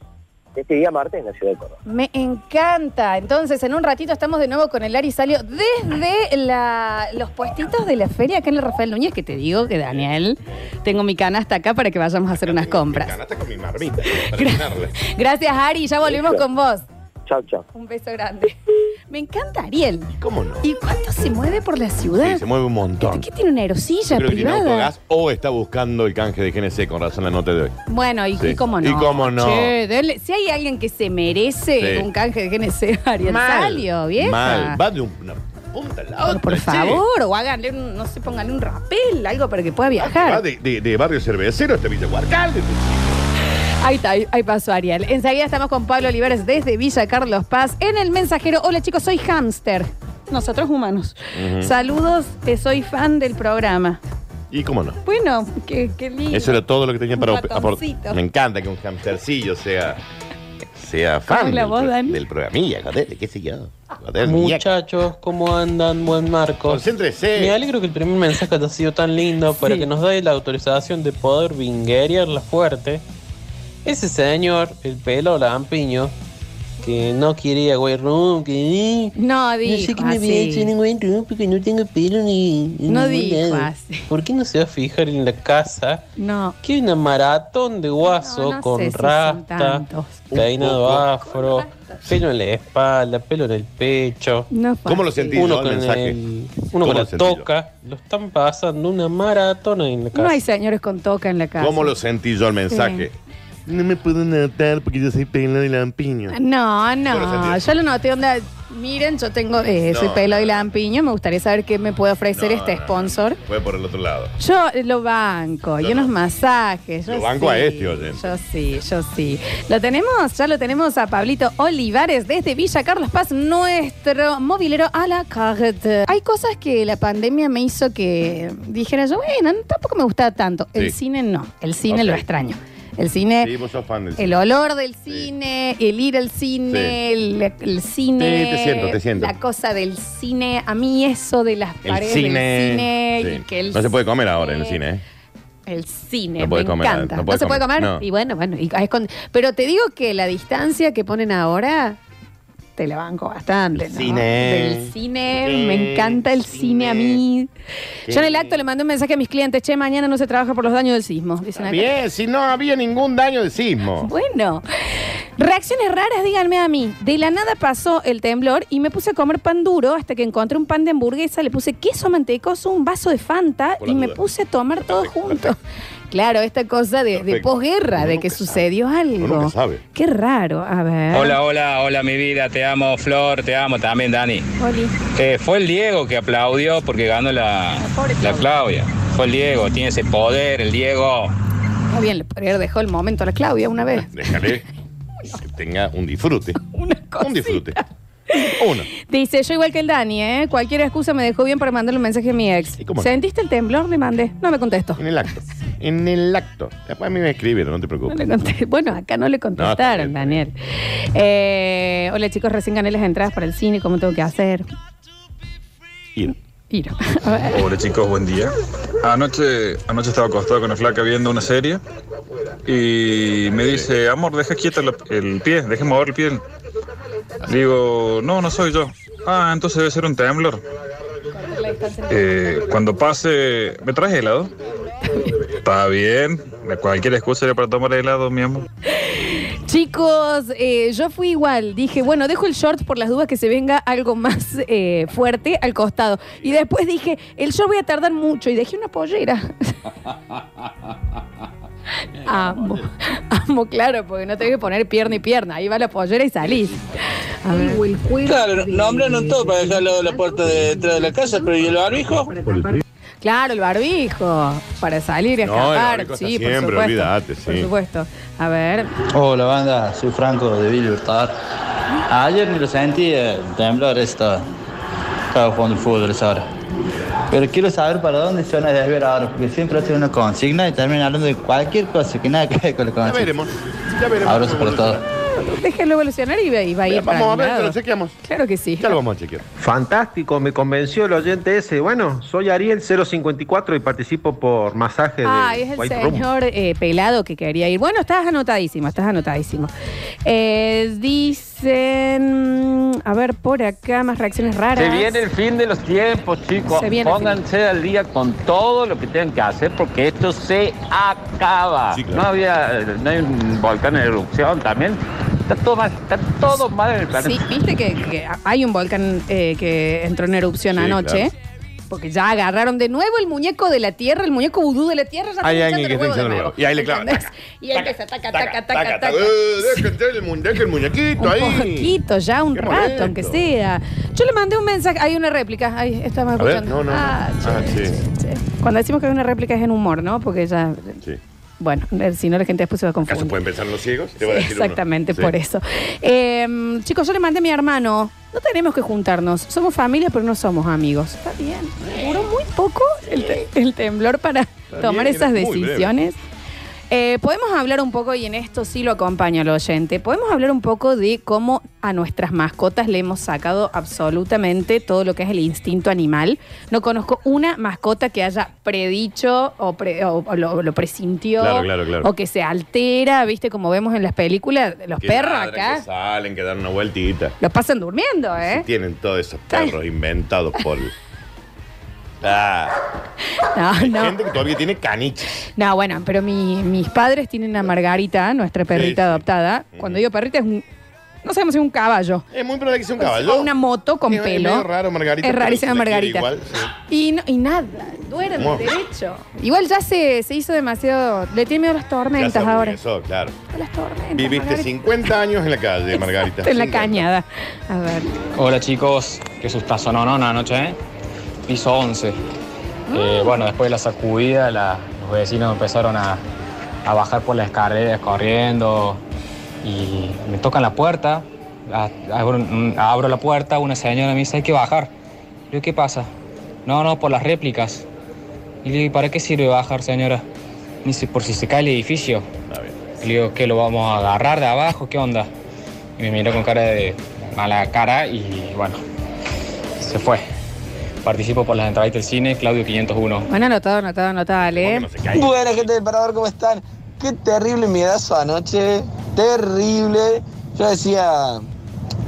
S7: de este día martes en la ciudad de Córdoba.
S1: Me encanta. Entonces, en un ratito estamos de nuevo con el Ari Salio desde la- los puestitos de la feria acá en el Rafael Núñez, que te digo que Daniel, tengo mi canasta acá para que vayamos a hacer unas compras.
S2: Ganaste con mi marmita. para llenarla.
S1: Gracias, Ari. Ya volvemos con vos.
S7: Chao, chao.
S1: Un beso grande. Me encanta, Ariel.
S2: ¿Y ¿Cómo no?
S1: ¿Y cuánto se mueve por la
S2: Sí,
S1: ciudad?
S2: se mueve un montón.
S1: ¿Qué tiene una aerosilla
S2: Creo que tiene
S1: privada?
S2: autogás o está buscando el canje de GNC con razón la nota de hoy.
S1: Bueno, y,
S2: Sí.
S1: y cómo no.
S2: Y cómo no.
S1: Che, denle- si hay alguien que se merece
S2: Sí.
S1: un canje de GNC, Ariel Salio, vieja.
S2: Mal. Va de una punta a la
S1: Pero
S2: otra.
S1: por
S2: che.
S1: favor, o háganle, un- no sé, pónganle un rapel, algo para que pueda
S2: Va
S1: viajar.
S2: de, de- de barrio cervecero hasta Villa Guarcalde.
S1: Ahí está, ahí, ahí pasó Ariel. Enseguida estamos con Pablo Olivares desde Villa Carlos Paz en El Mensajero. Hola chicos, soy hámster. Nosotros humanos.
S2: Mm.
S1: Saludos, te soy fan del programa.
S2: ¿Y cómo no?
S1: Bueno, qué, qué lindo.
S2: Eso era todo lo que tenía para op-
S1: Ratoncito.
S2: aportar. Me encanta que un hamstercillo sea, sea
S1: ¿Cómo
S2: fan
S1: es la
S2: del,
S1: voz,
S2: pro-
S1: Dani?
S2: del programilla, joder, qué sé yo. Joder, ñaca.
S4: Muchachos, ¿cómo andan? Buen Marcos.
S2: Concéntrese.
S4: Me alegro que el primer mensaje haya sido tan lindo para
S1: Sí.
S4: que nos dé la autorización de poder vinguerearla fuerte. Ese señor, el pelo lampiño, que no quería güey room, que...
S1: No
S4: No sé
S1: dijo
S4: qué me había hecho en
S1: así.
S4: el güey room porque no tengo pelo ni... en
S1: No
S4: ningún
S1: dijo
S4: lado".
S1: así.
S4: ¿Por qué no se va a fijar en la casa?
S1: No.
S4: Que hay una maratón de guaso
S1: No, no sé
S4: con
S1: si son
S4: rasta,
S1: tantos.
S4: peinado
S2: Un poco.
S4: afro, pelo en la espalda, pelo en el pecho.
S1: No fue
S2: ¿Cómo lo
S1: así.
S2: sentís?
S4: Uno
S2: ¿no? El
S4: con,
S2: mensaje.
S4: el-
S2: ¿Cómo
S4: uno con
S2: lo
S4: la
S2: sentís?
S4: toca. Lo están pasando una maratona en la casa.
S1: No hay señores con toca en la casa.
S2: ¿Cómo lo sentí yo el mensaje? No me puedo notar porque yo soy pelo de lampiño.
S1: No,
S2: ¿Cómo lo
S1: no,
S2: sentís?
S1: yo lo noté, onda, miren, yo tengo, eh, soy
S2: No,
S1: pelo
S2: no.
S1: y lampiño, me gustaría saber qué me puede ofrecer
S2: No,
S1: este
S2: no,
S1: sponsor.
S2: Fue por el otro lado.
S1: Yo lo banco,
S2: Yo
S1: y unos
S2: no.
S1: masajes. yo
S2: Lo banco
S1: sí,
S2: a este oyente.
S1: Yo sí, yo sí. Lo tenemos, ya lo tenemos a Pablito Olivares desde Villa Carlos Paz, nuestro movilero a la carte. Hay cosas que la pandemia me hizo que dijera yo, bueno, tampoco me gustaba tanto. El
S2: Sí.
S1: cine no, el cine
S2: Ok.
S1: lo extraño. El cine...
S2: Sí, vos sos fan del
S1: El
S2: cine.
S1: olor del cine, el ir al cine, el, el cine.
S2: Sí, te siento, te siento.
S1: La cosa del cine, a mí eso de las
S2: El
S1: paredes del
S2: cine.
S1: cine.
S2: Sí.
S1: y que el
S2: no se puede comer
S1: cine-
S2: ahora en el cine, ¿eh?
S1: El cine,
S2: No puede
S1: me
S2: comer,
S1: encanta.
S2: no
S1: No,
S2: puede
S1: se puede
S2: comer,
S1: comer.
S2: no.
S1: Y bueno, bueno, y es con- pero te digo que la distancia que ponen ahora te la banco bastante. ¿no?
S2: Cine.
S1: Del cine,
S2: Sí,
S1: me encanta el cine, a mí.
S2: Sí.
S1: Yo en el acto le mandé un mensaje a mis clientes, che, mañana no se trabaja por los daños del sismo. Dicen acá.
S2: Bien, si no había ningún daño de sismo.
S1: Bueno, reacciones raras, díganme a mí. De la nada pasó el temblor y me puse a comer pan duro hasta que encontré un pan de hamburguesa, le puse queso mantecoso, un vaso de Fanta
S2: Por
S1: y
S2: las
S1: me
S2: dudas.
S1: puse a tomar todo
S2: Perfecto,
S1: junto. Claro, esta cosa de, de
S2: Perfecto.
S1: posguerra,
S2: Uno
S1: de
S2: nunca
S1: que
S2: sabe.
S1: sucedió algo.
S2: Uno nunca sabe.
S1: Qué raro, a ver.
S8: Hola, hola, hola mi vida, te amo Flor, te amo también Dani.
S1: Oli.
S8: Eh, fue el Diego que aplaudió porque ganó la,
S1: Pobre
S8: la Claudia. Fue el Diego, tiene ese poder, el Diego.
S1: Muy bien, le podría haber dejado el momento a la Claudia una vez.
S2: Déjale que tenga un disfrute.
S1: Una cosa.
S2: Un disfrute. Uno.
S1: Dice, yo igual que el Dani, ¿eh? Cualquier excusa me dejó bien para mandarle un mensaje a mi ex.
S2: ¿Y cómo no?
S1: ¿Sentiste el temblor? Le mandé. No me contestó.
S2: En el acto. En el acto. Después a mí me escribieron, no te preocupes.
S1: No le conté- Bueno, acá no le contestaron,
S2: No, está bien,
S1: Daniel. Eh, hola chicos, recién gané las entradas para el cine, ¿cómo tengo que hacer?
S2: Ir.
S1: Ir. A ver.
S9: Hola chicos, buen día. Anoche, anoche estaba acostado con la flaca viendo una serie y me dice, amor, deja quieto la- el pie, deja mover el pie.
S10: Digo, no, no soy yo. Ah, entonces debe ser un temblor. Eh, cuando pase, ¿me traes helado? Está bien. Cualquier excusa era para tomar helado, mi amor.
S1: Chicos, eh, yo fui igual. Dije, bueno, dejo el short por las dudas que se venga algo más eh, fuerte al costado. Y después dije, el short voy a tardar mucho. Y dejé una pollera.
S2: Eh,
S1: amo, amo, claro, porque no tengo que poner pierna y pierna. Ahí va la pollera y salís. A ver.
S5: Claro, nombraron todo para dejar al lado de la puerta de detrás de la casa, pero ¿y el barbijo?
S1: Claro, el barbijo. Para salir y
S2: No, el
S1: escapar.
S2: barbijo está
S1: sí, por
S2: siempre,
S1: supuesto.
S2: olvídate, sí.
S1: Por supuesto. A ver.
S9: Hola banda, soy Franco de Villa Libertad. Ayer ni lo sentí, eh, temblor estaba. Estaba jugando al fútbol esa hora. Pero quiero saber para dónde se van a desviar ahora, porque siempre hacen una consigna y terminan hablando de cualquier cosa que nada que ver con la
S2: Ya
S9: consigna.
S2: veremos. Ya veremos.
S9: Abrazo para todos.
S1: Déjenlo evolucionar y va, y va a ir
S2: Vamos
S1: para
S2: a ver,
S1: algún
S2: pero
S1: lado.
S2: chequeamos.
S1: Claro que sí.
S2: Ya lo vamos a chequear.
S11: Fantástico, me convenció el oyente ese. Bueno, soy Ariel 054 y participo por masaje
S1: Ah,
S11: de
S1: es el
S11: White Room.
S1: señor eh, pelado que quería ir. Bueno, estás anotadísimo, estás anotadísimo. Eh, dicen, a ver, por acá, más reacciones raras.
S12: Se viene el fin de los tiempos, chicos.
S1: Se viene el
S12: Pónganse al día con todo lo que tengan que hacer porque esto se acaba. No había, eh, no hay un volcán en erupción también. Está todo mal, está todo mal en el planeta.
S1: Sí, viste que, que hay un volcán eh, que entró en erupción
S12: Sí,
S1: anoche. Porque ya agarraron de nuevo el muñeco de la tierra, el muñeco vudú de la tierra. Ya
S2: Hay
S1: está
S2: alguien que está
S1: hinchando los
S2: hinchando
S1: huevos de
S2: el huevo. Y ahí le clavan.
S1: ¿Entendés? Y empieza, taca, taca, taca,
S2: Taca, taca.
S1: taca.
S2: Eh, Deja entrar el, mu- deja el muñequito
S1: Un
S2: ahí.
S1: poquito, ya un
S2: Qué
S1: rato,
S2: molesto.
S1: aunque sea. Yo le mandé un mensaje, hay una réplica. Ay, estaba
S2: A
S1: escuchando.
S2: ver, no, no. no.
S1: Ah,
S2: Ah, sí.
S1: Cuando decimos que hay una réplica es en humor, ¿no? Porque ya.
S2: Sí.
S1: Bueno, eh, si no la gente después se va a
S2: ¿Acaso
S1: confundir.
S2: pueden pensar los ciegos? Te voy a decir uno.
S1: Exactamente,
S2: Sí.
S1: por eso. Eh, chicos, yo le mandé a mi hermano. No tenemos que juntarnos. Somos familia, pero no somos amigos. Está bien. Duró muy poco el, te- el temblor para
S13: bien,
S1: tomar
S13: era
S1: esas
S13: muy breve.
S1: decisiones. Eh, podemos hablar un poco, y en esto sí lo acompaña al oyente, podemos hablar un poco de cómo a nuestras mascotas le hemos sacado absolutamente todo lo que es el instinto animal. No conozco una mascota que haya predicho o, pre- o- o lo, lo presintió
S2: Claro, claro, claro.
S1: o que se altera, viste, como vemos en las películas, los
S2: Que
S1: perros
S2: ladran,
S1: acá
S2: que salen, que dan una vueltita.
S1: los pasan durmiendo, ¿eh?
S2: Tienen todos esos perros inventados por. Ah,
S1: No,
S2: hay
S1: no.
S2: gente que todavía tiene caniches.
S1: No, bueno, pero mi- mis padres tienen a Margarita, nuestra perrita adoptada. Cuando digo perrita es un... No sabemos si es un caballo.
S2: Es muy probable que sea un
S1: O
S2: caballo.
S1: una moto con
S2: Es- es
S1: pelo.
S2: medio raro, Margarita,
S1: Es
S2: pero
S1: rarísima
S2: se la quiere
S1: Margarita.
S2: igual,
S1: y, no- y nada, duerme
S2: Bueno.
S1: derecho. Igual ya se, se hizo demasiado... Le tiene miedo a las
S2: Ya se
S1: tormentas ahora.
S2: aburguesó, claro.
S1: Las tormentas.
S2: Viviste
S1: Margarita.
S2: 50 años en la calle, Margarita.
S1: En la cañada. A ver.
S14: Hola chicos, qué sustazo no, no, anoche, ¿eh? Piso 11.
S1: Ah.
S14: Eh, bueno, después de la sacudida, la- los vecinos empezaron a, a bajar por las escaleras corriendo y me tocan la puerta. A- abro, mm, abro la puerta, una señora me dice, hay que bajar. Le digo, ¿qué pasa? No, no, por las réplicas. Y le digo, "¿Y ¿para qué sirve bajar, señora? Me dice, por si se cae el edificio. Le digo, ¿qué lo vamos a agarrar de abajo? ¿Qué onda? Y me miró con cara de mala cara y bueno, se fue. Participo por las entradas del cine, Claudio 501.
S1: Bueno, anotado, anotado, anotado, Ale.
S5: Buena gente del parador, ¿cómo están? Qué terrible miedazo anoche, terrible. Yo decía,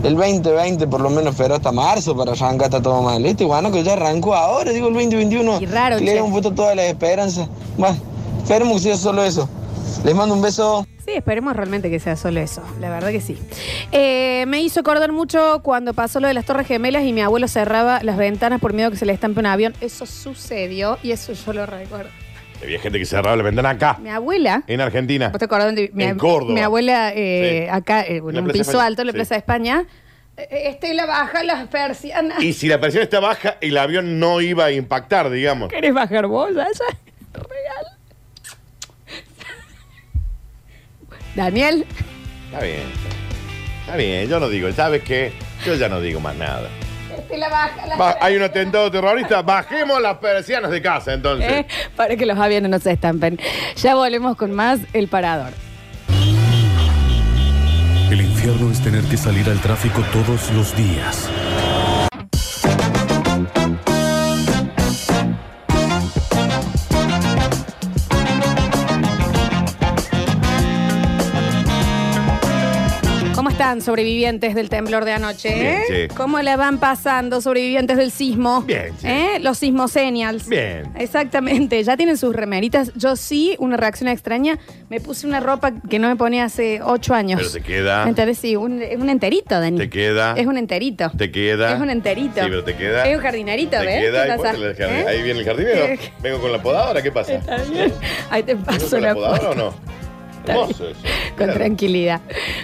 S5: el 2020 por lo menos, pero hasta marzo para arrancar está todo mal. Este guano que ya arrancó ahora, digo el 2021. Y raro, Le dieron puesto todas las esperanzas. Bueno, esperemos que sea solo eso. Les mando un beso.
S1: Sí, esperemos realmente que sea solo eso. La verdad que sí. Eh, me hizo acordar mucho cuando pasó lo de las Torres Gemelas y mi abuelo cerraba las ventanas por miedo que se le estampe un avión. Eso sucedió y eso yo lo recuerdo.
S2: Había gente que cerraba la ventana acá,
S1: Mi abuela.
S2: en Argentina.
S1: ¿Vos te acordás dónde- mi,
S2: En Córdoba.
S1: mi abuela eh, acá, eh, en
S2: la
S1: un
S2: Plaza
S1: piso
S2: España,
S1: alto, en la
S2: sí.
S1: Plaza de España? Eh, eh, Estela baja las persianas.
S2: Y si la presión está baja, el avión no iba a impactar, digamos.
S1: ¿Querés bajar vos, Yaya? Real. Daniel.
S2: Está bien. Está bien, yo no digo. ¿Sabes qué? Yo ya no digo más nada.
S1: Estela baja las
S2: Ba- hay un atentado terrorista. Bajemos las persianas de casa, entonces.
S1: Eh, para que los aviones no se estampen. Ya volvemos con más El Parador.
S15: El infierno es tener que salir al tráfico todos los días.
S1: ¿Cómo están? están sobrevivientes del temblor de anoche?
S2: Bien,
S1: eh?
S2: sí.
S1: ¿Cómo la van pasando sobrevivientes del sismo?
S2: Bien, sí.
S1: ¿Eh? Los sismosenials.
S2: Bien.
S1: Exactamente, ya tienen sus remeritas. Yo sí, una reacción extraña, me puse una ropa que no me ponía hace ocho años.
S2: Pero te queda.
S1: ¿Me entendés? Sí, un- es un enterito, Dani.
S2: Te queda.
S1: Es un enterito.
S2: Te queda.
S1: Es un enterito.
S2: Sí, pero te queda.
S1: Es un jardinerito,
S2: Te
S1: ¿ves?
S2: queda.
S1: ¿Qué
S2: y
S1: pasa?
S2: ponte el jardín.
S1: ¿Eh?
S2: Ahí viene el jardinero.
S1: Eh.
S2: Vengo con la podadora, ¿qué pasa?
S1: Está bien. Ahí te
S2: ¿Vengo
S1: paso
S2: con
S1: la
S2: la podadora o
S1: foto.
S2: no? Hermoso eso.
S1: Con
S2: Claro.
S1: tranquilidad.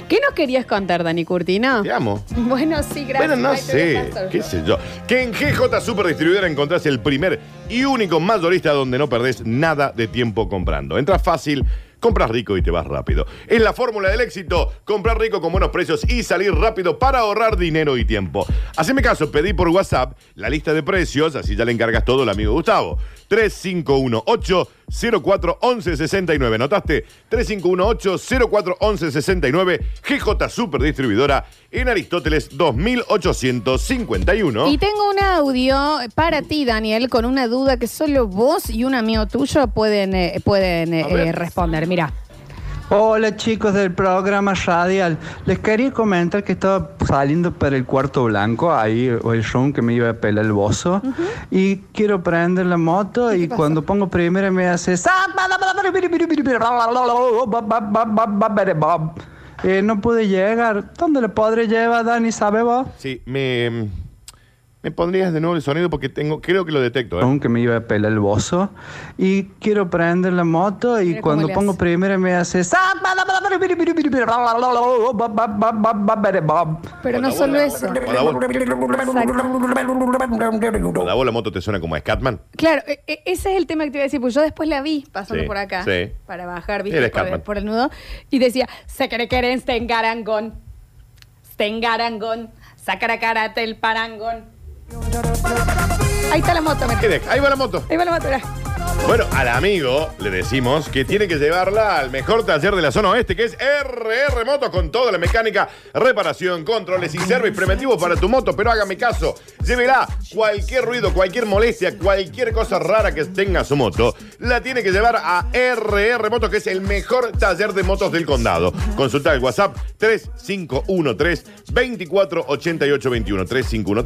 S1: ¿Qué nos querías contar, Dani Curtino?
S2: Te amo.
S1: Bueno, sí, gracias.
S2: Bueno, no
S1: Ay, te lo
S2: sé,
S1: paso.
S2: qué sé yo. Que en GJ Superdistribuidora encontrás el primer y único mayorista donde no perdés nada de tiempo comprando. Entras fácil, compras rico y te vas rápido. Es la fórmula del éxito, comprar rico con buenos precios y salir rápido para ahorrar dinero y tiempo. Haceme caso, pedí por WhatsApp la lista de precios, así ya le encargas todo al amigo Gustavo. 3518 04 11 69. ¿Notaste? 3518 04 11 69. GJ Superdistribuidora en Aristóteles 2851.
S1: Y tengo un audio para ti, Daniel, con una duda que solo vos y un amigo tuyo pueden, eh, pueden eh, eh, responder. Mira.
S16: Hola chicos del programa radial. Les quería comentar que estaba saliendo para el cuarto blanco, ahí o el room que me iba a pelar el bozo. Y quiero prender la moto y cuando pongo primero me hace. Eh, no pude llegar. ¿Dónde lo podré llevar, Dani? ¿Sabe vos?
S2: Sí, me. ¿Me pondrías de nuevo el sonido? Porque tengo, creo que lo detecto. ¿eh?
S16: Aunque me iba a pelar el bozo. Y quiero prender la moto y
S1: Mira cómo
S16: cuando
S1: le
S16: pongo
S1: hace.
S16: primero me hace.
S1: Pero no solo eso. Exacto.
S2: Cuando a vos la moto te suena como a Scatman.
S1: Claro, e- e- ese es el tema que te iba a decir, porque yo después la vi pasando
S2: Sí,
S1: por acá,
S2: sí.
S1: para bajar,
S2: Era
S1: ¿viste? Por,
S2: Scatman.
S1: por el nudo, y decía, Sacarecaren, Stengarangón, Stengarangón, Sacaracarate, el Parangón. Ahí está la moto, mira.
S2: ¿Qué deja? Ahí va la moto.
S1: Ahí va la moto, mirá.
S2: Bueno, al amigo le decimos que tiene que llevarla al mejor taller de la zona oeste, que es RR Motos, con toda la mecánica, reparación, controles y service preventivo para tu moto. Pero hágame caso, llévela. Cualquier ruido, cualquier molestia, cualquier cosa rara que tenga su moto, la tiene que llevar a RR Motos, que es el mejor taller de motos del condado. Consulta el WhatsApp 3513-248821.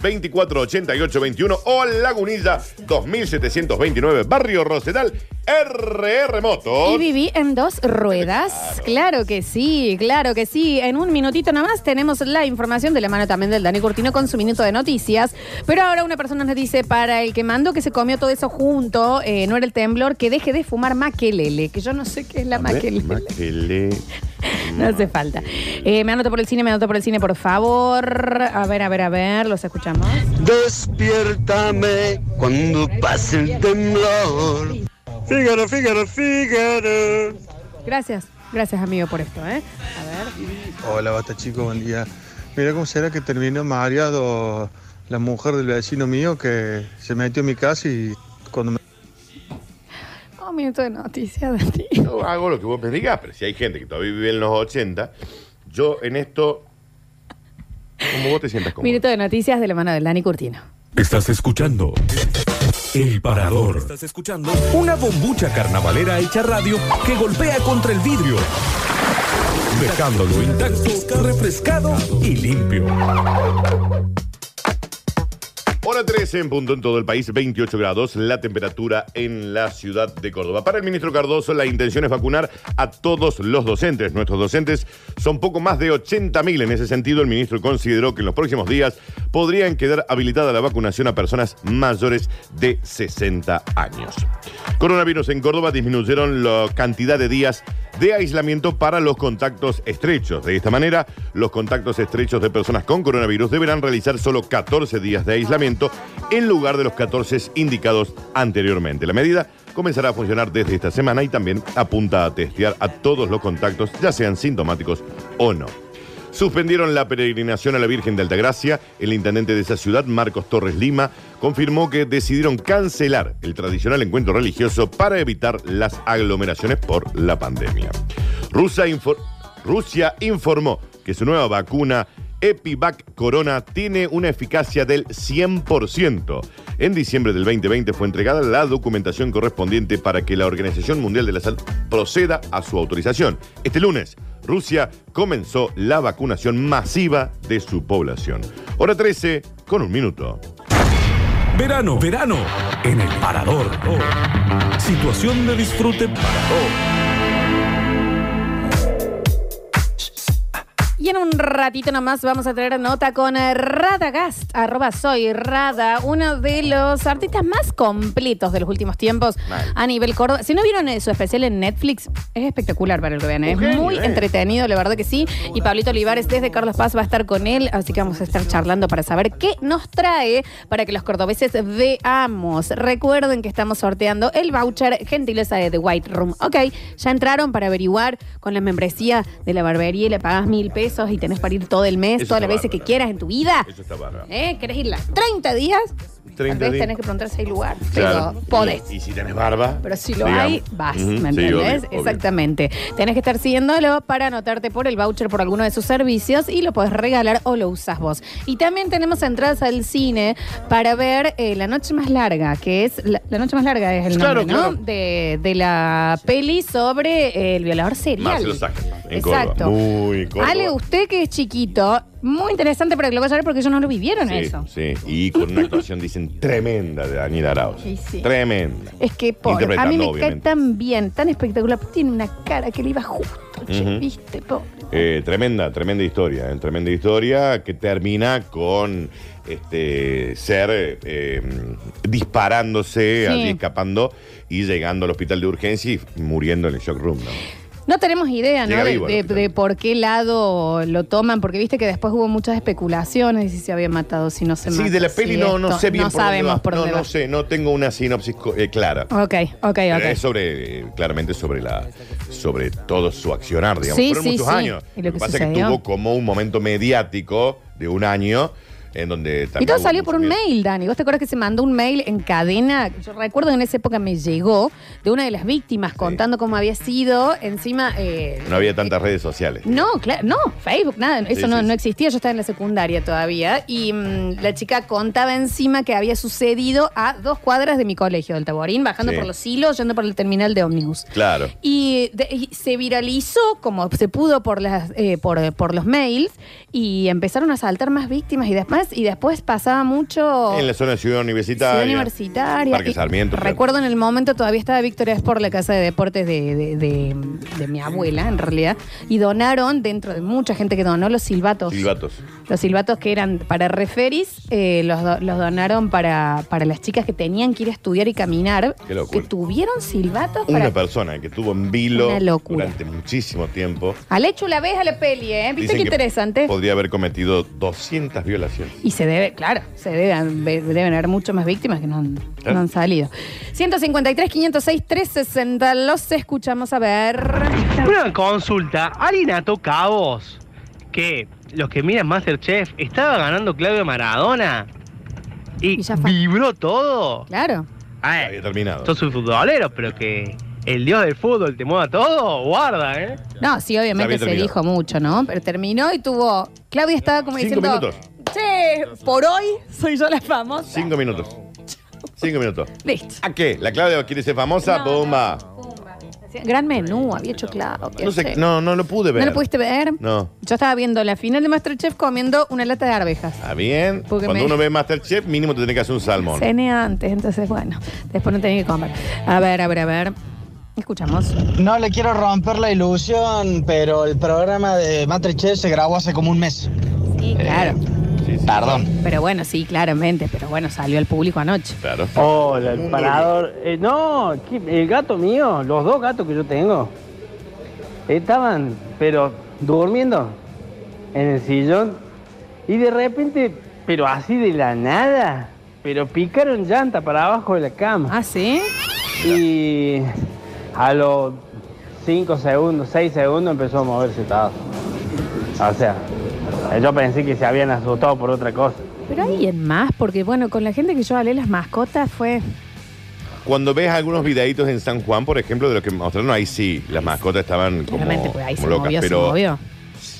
S2: 3513-248821 o Lagunilla 2729, Barrio Rosedal, RR Motos.
S1: Y viví en dos ruedas. Claro. que sí, claro que sí. En un minutito nada más tenemos la información de la mano también del Dani Curtino con su minuto de noticias. Pero ahora una persona nos dice, para el que mandó que se comió todo eso junto, eh, no era el temblor, que deje de fumar maquelele, que yo no sé qué es
S2: ¿Eh?
S1: la maquelele.
S2: Maquelele.
S1: No hace falta. Eh, me anoto por el cine, me anoto por el cine, por favor. A ver, a ver, a ver, los escuchamos.
S17: Despiértame cuando pase el temblor. Fígaro, Fígaro, Fígaro.
S1: Gracias, gracias amigo por esto, ¿eh? A ver.
S18: Hola, basta chicos, buen día. Mira cómo será que terminó mareado la mujer del vecino mío que se metió en mi casa y cuando me...
S1: Un minuto de noticias, Dani.
S2: Yo hago lo que vos me digas, pero si hay gente que todavía vive en los 80, yo en esto, como vos te sientas cómodo.
S1: Minuto de noticias de la mano del Dani Curtino.
S19: Estás escuchando El Parador.
S10: Estás escuchando una bombucha carnavalera hecha radio que golpea contra el vidrio, dejándolo intacto, refrescado y limpio.
S2: Hora 13 en punto en todo el país, 28 grados, la temperatura en la ciudad de Córdoba. Para el ministro Cardoso, la intención es vacunar a todos los docentes. Nuestros docentes son poco más de 80.000. En ese sentido, el ministro consideró que en los próximos días podrían quedar habilitada la vacunación a personas mayores de 60 años. Coronavirus en Córdoba disminuyeron la cantidad de días de aislamiento para los contactos estrechos. De esta manera, los contactos estrechos de personas con coronavirus deberán realizar solo 14 días de aislamiento en lugar de los 14 indicados anteriormente. La medida comenzará a funcionar desde esta semana y también apunta a testear a todos los contactos, ya sean sintomáticos o no. Suspendieron la peregrinación a la Virgen de Altagracia. El intendente de esa ciudad, Marcos Torres Lima, confirmó que decidieron cancelar el tradicional encuentro religioso para evitar las aglomeraciones por la pandemia. Rusia, infor- Rusia informó que su nueva vacuna Epivac Corona tiene una eficacia del 100%. En diciembre del 2020 fue entregada la documentación correspondiente para que la Organización Mundial de la Salud proceda a su autorización. Este lunes, Rusia comenzó la vacunación masiva de su población. Hora 13, con un minuto.
S10: Verano, verano, en el parador. Situación de disfrute para todos.
S1: Y en un ratito nomás vamos a traer nota con eh, Radagast, arroba soy Rada, uno de los artistas más completos de los últimos tiempos a nivel Córdoba. Si no vieron eh, su especial en Netflix, es espectacular para el que vean, eh. es
S20: genio,
S1: muy
S20: eh.
S1: entretenido, la verdad que sí. Y Pablito Olivares desde Carlos Paz va a estar con él, así que vamos a estar charlando para saber qué nos trae para que los cordobeses veamos. Recuerden que estamos sorteando el voucher gentileza de The White Room. Ok, ya entraron para averiguar con la membresía de la barbería y le pagas mil pesos y tenés para ir todo el mes,
S2: Eso
S1: todas las
S2: está
S1: veces que quieras en tu vida.
S2: Eso está bárbaro.
S1: ¿Eh? ¿Querés ir las 30 días? Tal
S2: 30
S1: vez
S2: días.
S1: tenés que preguntar si hay lugar,
S2: Claro.
S1: pero podés.
S2: Y, y si tenés barba.
S1: Pero si lo
S2: digamos.
S1: hay, vas,
S2: Ujú,
S1: ¿me
S2: sí,
S1: entiendes?
S2: obvio, obvio.
S1: Exactamente. Tenés que estar siguiéndolo para anotarte por el voucher por alguno de sus servicios y lo podés regalar o lo usás vos. Y también tenemos entradas al cine para ver eh, La Noche Más Larga, que es... La, La Noche Más Larga es el
S20: Claro,
S1: nombre, ¿no?
S20: claro.
S1: De, de la peli sobre eh, el violador serial.
S2: Marcelo Saca. En
S1: Exacto.
S2: Córdoba. Muy en Córdoba.
S1: Ale, usted que es chiquito, muy interesante para que lo vaya a ver porque ellos no lo vivieron
S2: sí,
S1: eso.
S2: sí. Y con una actuación, dicen, tremenda de Daniel Arauz.
S1: Y sí.
S2: Tremenda.
S1: Es que pobre, a
S2: Interpretando,
S1: mí me cae
S2: obviamente.
S1: tan bien, tan espectacular, pero tiene una cara que le iba justo, che,
S2: Ujú.
S1: viste, pobre.
S2: Eh, tremenda, tremenda historia, eh, tremenda historia que termina con este ser eh, eh,
S1: Sí.
S2: disparándose, así escapando y llegando al hospital de urgencia y muriendo en el shock room. ¿no?
S1: No tenemos idea, ¿no?
S2: Llega
S1: De,
S2: vivo al
S1: de- de por qué lado lo toman, porque viste que después hubo muchas especulaciones si se había matado, si no se mató.
S2: Sí, de la
S1: si
S2: peli no, no
S1: esto.
S2: sé bien
S1: No
S2: por dónde
S1: sabemos
S2: va.
S1: por
S2: no,
S1: dónde
S2: no
S1: va.
S2: sé, no tengo una sinopsis co- eh, clara.
S1: Ok, ok,
S2: Pero
S1: ok.
S2: Es sobre, eh, claramente sobre la, sobre todo su accionar, digamos.
S1: Sí,
S2: Fueron
S1: sí,
S2: muchos
S1: sí.
S2: años.
S1: Y lo que
S2: pasa es que
S1: sucedió.
S2: tuvo como un momento mediático de un año en donde
S1: Y
S2: también
S1: todo
S2: hubo
S1: salió
S2: mucho
S1: por un
S2: miedo.
S1: mail, Dani. ¿Vos te acuerdas que se mandó un mail en cadena? Yo recuerdo que en esa época me llegó de una de las víctimas contando cómo había sido. Encima, eh,
S2: No había tantas redes sociales.
S1: No, claro, no, Facebook, nada, eso
S2: Sí,
S1: no,
S2: sí,
S1: no existía, yo estaba en la secundaria todavía y mm, la chica contaba encima que había sucedido a dos cuadras de mi colegio, del Taborín, bajando
S2: Sí.
S1: por los hilos, yendo por el terminal de ómnibus.
S2: Claro.
S1: Y, de- y se viralizó como se pudo por las eh, por, por los mails y empezaron a saltar más víctimas y después y después pasaba mucho
S2: En la zona
S1: Oh.
S2: de Ciudad
S1: Ciudad
S2: Universitaria.
S1: universitaria.
S2: Parque
S1: Y
S2: Sarmiento. claro.
S1: Recuerdo en el momento todavía estaba Victoria Sport, la casa de deportes de, de- de- de mi abuela, en realidad, y donaron, dentro de mucha gente que donó, los silbatos.
S2: Silbatos.
S1: Los silbatos que eran para referis, eh, los, do- los donaron para, para las chicas que tenían que ir a estudiar y caminar,
S2: Qué
S1: que
S2: locura.
S1: tuvieron silbatos
S2: Una
S1: para...
S2: persona que tuvo en vilo
S1: Una locura.
S2: durante muchísimo tiempo.
S1: Al hecho la vez a la peli, ¿eh? ¿Viste
S2: Dicen
S1: qué
S2: que
S1: interesante?
S2: Podría haber cometido 200 violaciones.
S1: Y se debe, claro, se deben, ve- deben haber mucho más víctimas que no han,
S2: Claro.
S1: no han salido. 153, 506, 360, los escuchamos a ver.
S21: Una consulta, ¿alguien ha tocado vos que los que miran Masterchef estaba ganando Claudio Maradona? Y, vibró todo.
S1: Claro.
S21: Había
S2: terminado.
S21: Yo soy futbolero, pero que el dios del fútbol te mueva todo, guarda, ¿eh?
S1: No, sí,
S21: Ya
S1: obviamente
S21: había
S1: se
S21: terminado.
S1: dijo mucho, ¿no? Pero terminó y tuvo. Claudia estaba como
S2: Cinco
S1: diciendo.
S2: minutos.
S1: Che, por hoy soy yo la famosa.
S2: Cinco minutos. Cinco minutos.
S1: Listo.
S2: ¿A qué? ¿La Claudia quiere ser famosa? Bomba.
S1: Gran menú, había hecho Claudia.
S2: No, sé, no, no lo pude ver.
S1: ¿No lo pudiste ver?
S2: No.
S1: Yo estaba viendo la final de Masterchef comiendo una lata de arvejas.
S2: Está Ah, bien.
S1: Porque
S2: Cuando
S1: me-
S2: uno ve Masterchef, mínimo te tenés que hacer un salmón.
S1: Cené antes, entonces bueno, después no tenía que comer. A ver, a ver, a ver. Escuchamos.
S5: No le quiero romper la ilusión, pero el programa de Masterchef se grabó hace como un mes.
S2: Eh.
S1: Sí, claro.
S5: Perdón.
S1: Pero bueno, sí, claramente. Pero bueno, salió al público anoche.
S2: Claro.
S5: Oh.
S22: Hola, Oh, el parador. Eh, no, ¿qué- el gato mío, los dos gatos que yo tengo, estaban, pero durmiendo en el sillón. Y de repente, pero así de la nada, pero picaron llanta para abajo de la cama.
S1: ¿Ah, sí?
S22: Y a los 5 segundos, 6 segundos empezó a moverse todo. O sea, yo pensé que se habían asustado por otra cosa.
S1: Pero alguien más, porque bueno, con la gente que yo hablé, las mascotas fue.
S2: Cuando ves algunos videitos en San Juan, por ejemplo, de lo que mostraron, ahí sí, las mascotas estaban como,
S1: Claramente, pues ahí
S2: como
S1: se
S2: locas.
S1: movió, se
S2: pero
S1: movió.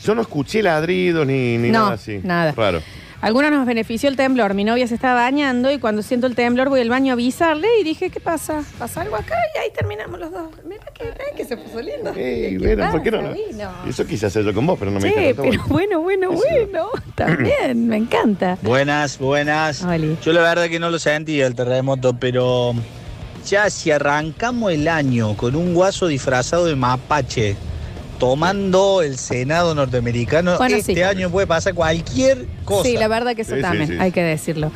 S2: yo no escuché ladridos ni, ni
S1: No,
S2: nada así.
S1: nada.
S2: Raro.
S1: Algunos nos benefició el temblor. Mi novia se estaba bañando y cuando siento el temblor voy al baño a avisarle y dije, ¿qué pasa? ¿Pasa algo acá? Y ahí terminamos los dos. Mira que, mira que se puso lindo.
S2: Ey,
S1: ¿Qué
S2: bueno,
S1: pasa,
S2: ¿por qué no?
S1: Vino?
S2: Eso quise hacer yo con vos, pero no me
S1: Sí,
S2: dijiste.
S1: pero bueno, bueno, bueno. También, me encanta.
S3: Buenas, buenas. Yo la verdad que no lo sentí el terremoto, pero ya si arrancamos el año con un guaso disfrazado de mapache tomando el Senado norteamericano,
S1: Bueno,
S3: este
S1: sí.
S3: año puede pasar cualquier cosa.
S1: Sí, la verdad que eso también, hay que decirlo.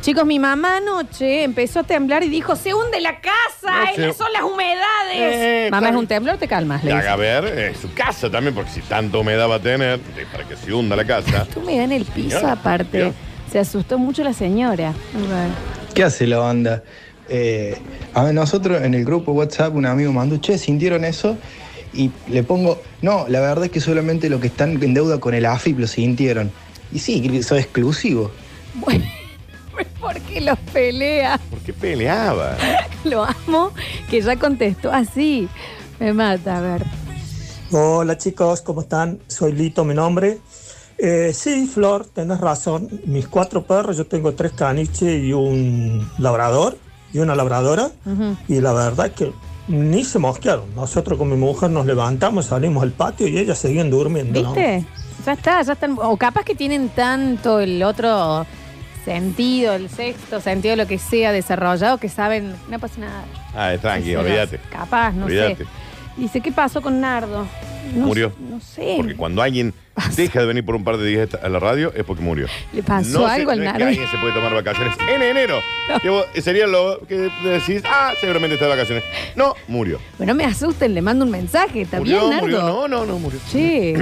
S1: Chicos, mi mamá anoche empezó a temblar y dijo, se hunde la casa,
S2: No,
S1: eh,
S2: se-
S1: son las humedades.
S2: Eh,
S1: mamá,
S2: está
S1: es un temblor, te calmas.
S2: Le
S1: Le
S2: haga ver eh, su casa también, porque si tanta humedad va a tener, eh, para que se hunda la casa.
S1: Tú me en el piso
S2: Señora,
S1: aparte.
S2: señora.
S1: Se asustó mucho la señora.
S20: ¿Qué hace la onda? Eh, a ver, nosotros en el grupo WhatsApp un amigo mandó, che, ¿sintieron eso? Y le pongo, no, la verdad es que solamente los que están en deuda con el AFIP lo sintieron. Y sí, eso es exclusivo.
S1: pues, Porque los pelea.
S2: ¿Por qué peleaba?
S1: Lo amo, que ya contestó así. Me mata, a ver.
S23: Hola chicos, ¿cómo están? Soy Lito, mi nombre. Eh, sí, Flor, tenés razón. Mis cuatro perros, yo tengo tres caniches y un labrador y una labradora.
S1: Ujú.
S23: Y la verdad que ni se mosquearon. Nosotros con mi mujer nos levantamos, salimos al patio y ellas seguían durmiendo. ¿no?
S1: ¿Viste? Ya está, ya están. O capaz que tienen tanto el otro sentido, el sexto sentido, lo que sea desarrollado, que saben, no pasa nada.
S2: Ah, es tranqui, olvídate.
S1: Capaz, no
S2: Olvídate.
S1: sé. Dice, ¿qué pasó con Nardo? No
S2: Murió.
S1: sé, No sé.
S2: Porque cuando alguien deja de venir por un par de días a la radio, es porque murió.
S1: ¿Le pasó
S2: No sé,
S1: algo al
S2: no es que
S1: Nardo?
S2: alguien se puede tomar vacaciones en enero. Que vos- sería lo que decís, ah, seguramente está de vacaciones. No, murió.
S1: Bueno, me asusten, le mando un mensaje. ¿Está bien, Nardo?
S2: murió, no, no, no, murió.
S1: Sí.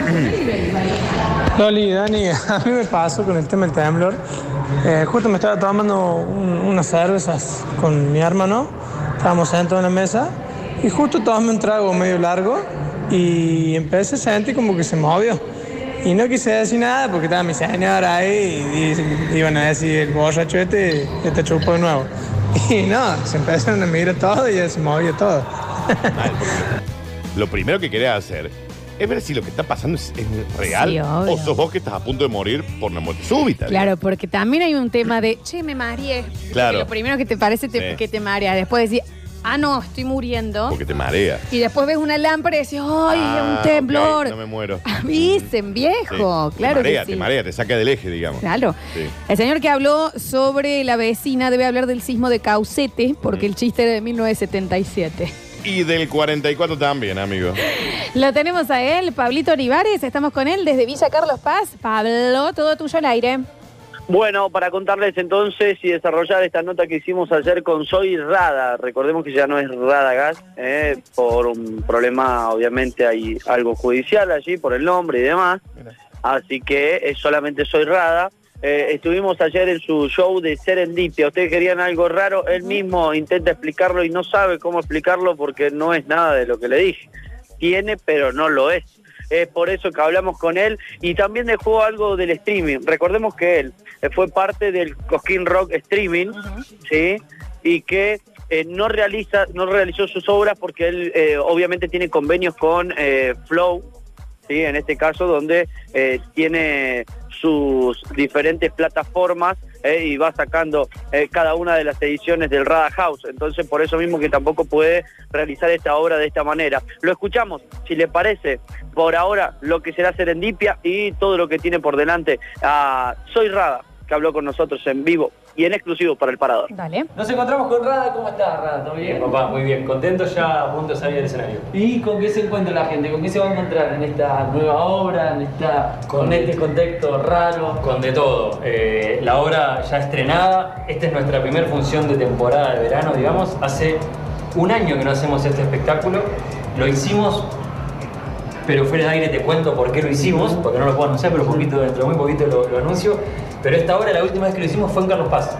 S23: Loli, Dani, a mí me pasó con el tema del temblor. Eh, justo me estaba tomando un- unas cervezas con mi hermano. Estábamos sentados en la mesa y justo tomé un trago medio largo y empecé a sentir como que se movió. Y no quise decir nada porque estaba mi señora ahí y, y iban a decir el borracho este, este chupó de nuevo. Y no, se empezaron a mirar todo y ya se movió todo.
S2: Lo primero que querés hacer es ver si lo que está pasando es, es real
S1: Sí, obvio.
S2: o sos vos que estás a punto de morir por una muerte súbita.
S1: Claro, porque también hay un tema de, che, me mareé.
S2: Claro.
S1: Que Lo primero que te parece te-
S2: Sí.
S1: que te marea. Después decís, ah, no, estoy muriendo.
S2: Porque te marea.
S1: Y después ves una lámpara y decís, ¡ay,
S2: Ah,
S1: un temblor!
S2: ok, no me muero.
S1: Avisen, viejo.
S2: Sí.
S1: Claro
S2: te marea,
S1: que sí.
S2: te marea, te saca del eje, digamos.
S1: Claro.
S2: Sí.
S1: El señor que habló sobre la vecina debe hablar del sismo de Caucete, porque el chiste era de 1977.
S2: Y del 44 también, amigo.
S1: Lo tenemos a él, Pablito Olivares. Estamos con él desde Villa Carlos Paz. Pablo, todo tuyo al aire.
S24: Bueno, para contarles entonces y desarrollar esta nota que hicimos ayer con Soy Rada, recordemos que ya no es Rada Gas, eh, por un problema, obviamente hay algo judicial allí, por el nombre y demás, así que es solamente Soy Rada. Eh, estuvimos ayer en su show de Serendipia, ustedes querían algo raro, él mismo intenta explicarlo y no sabe cómo explicarlo porque no es nada de lo que le dije. Tiene, pero no lo es. Es por eso que hablamos con él y también dejó algo del streaming. Recordemos que él eh, fue parte del Cosquín Rock Streaming, ¿sí? Y que eh, no realiza, no realizó sus obras porque él eh, obviamente tiene convenios con eh, Flow, ¿sí? En este caso donde eh, tiene sus diferentes plataformas eh, y va sacando eh, cada una de las ediciones del Rada House. Entonces por eso mismo que tampoco puede realizar esta obra de esta manera. Lo escuchamos, si le parece, por ahora lo que será Serendipia y todo lo que tiene por delante a Soy Rada, que habló con nosotros en vivo y en exclusivo para el Parador.
S1: Dale.
S25: Nos encontramos con Rada, ¿cómo estás, Rada? ¿Todo bien?
S12: papá, muy bien, contento ya a punto de salir del escenario.
S25: ¿Y con qué se encuentra la gente? ¿Con qué se va a encontrar en esta nueva obra, en, esta,
S12: Con-
S25: con este contexto raro?
S12: Con de todo, eh, la obra ya estrenada, esta es nuestra primera función de temporada de verano, digamos, hace un año que no hacemos este espectáculo, lo hicimos, pero fuera de aire te cuento por qué lo hicimos, porque no lo puedo anunciar, pero poquito, dentro de muy poquito lo, lo anuncio, pero esta obra la última vez que lo hicimos fue en Carlos Paz.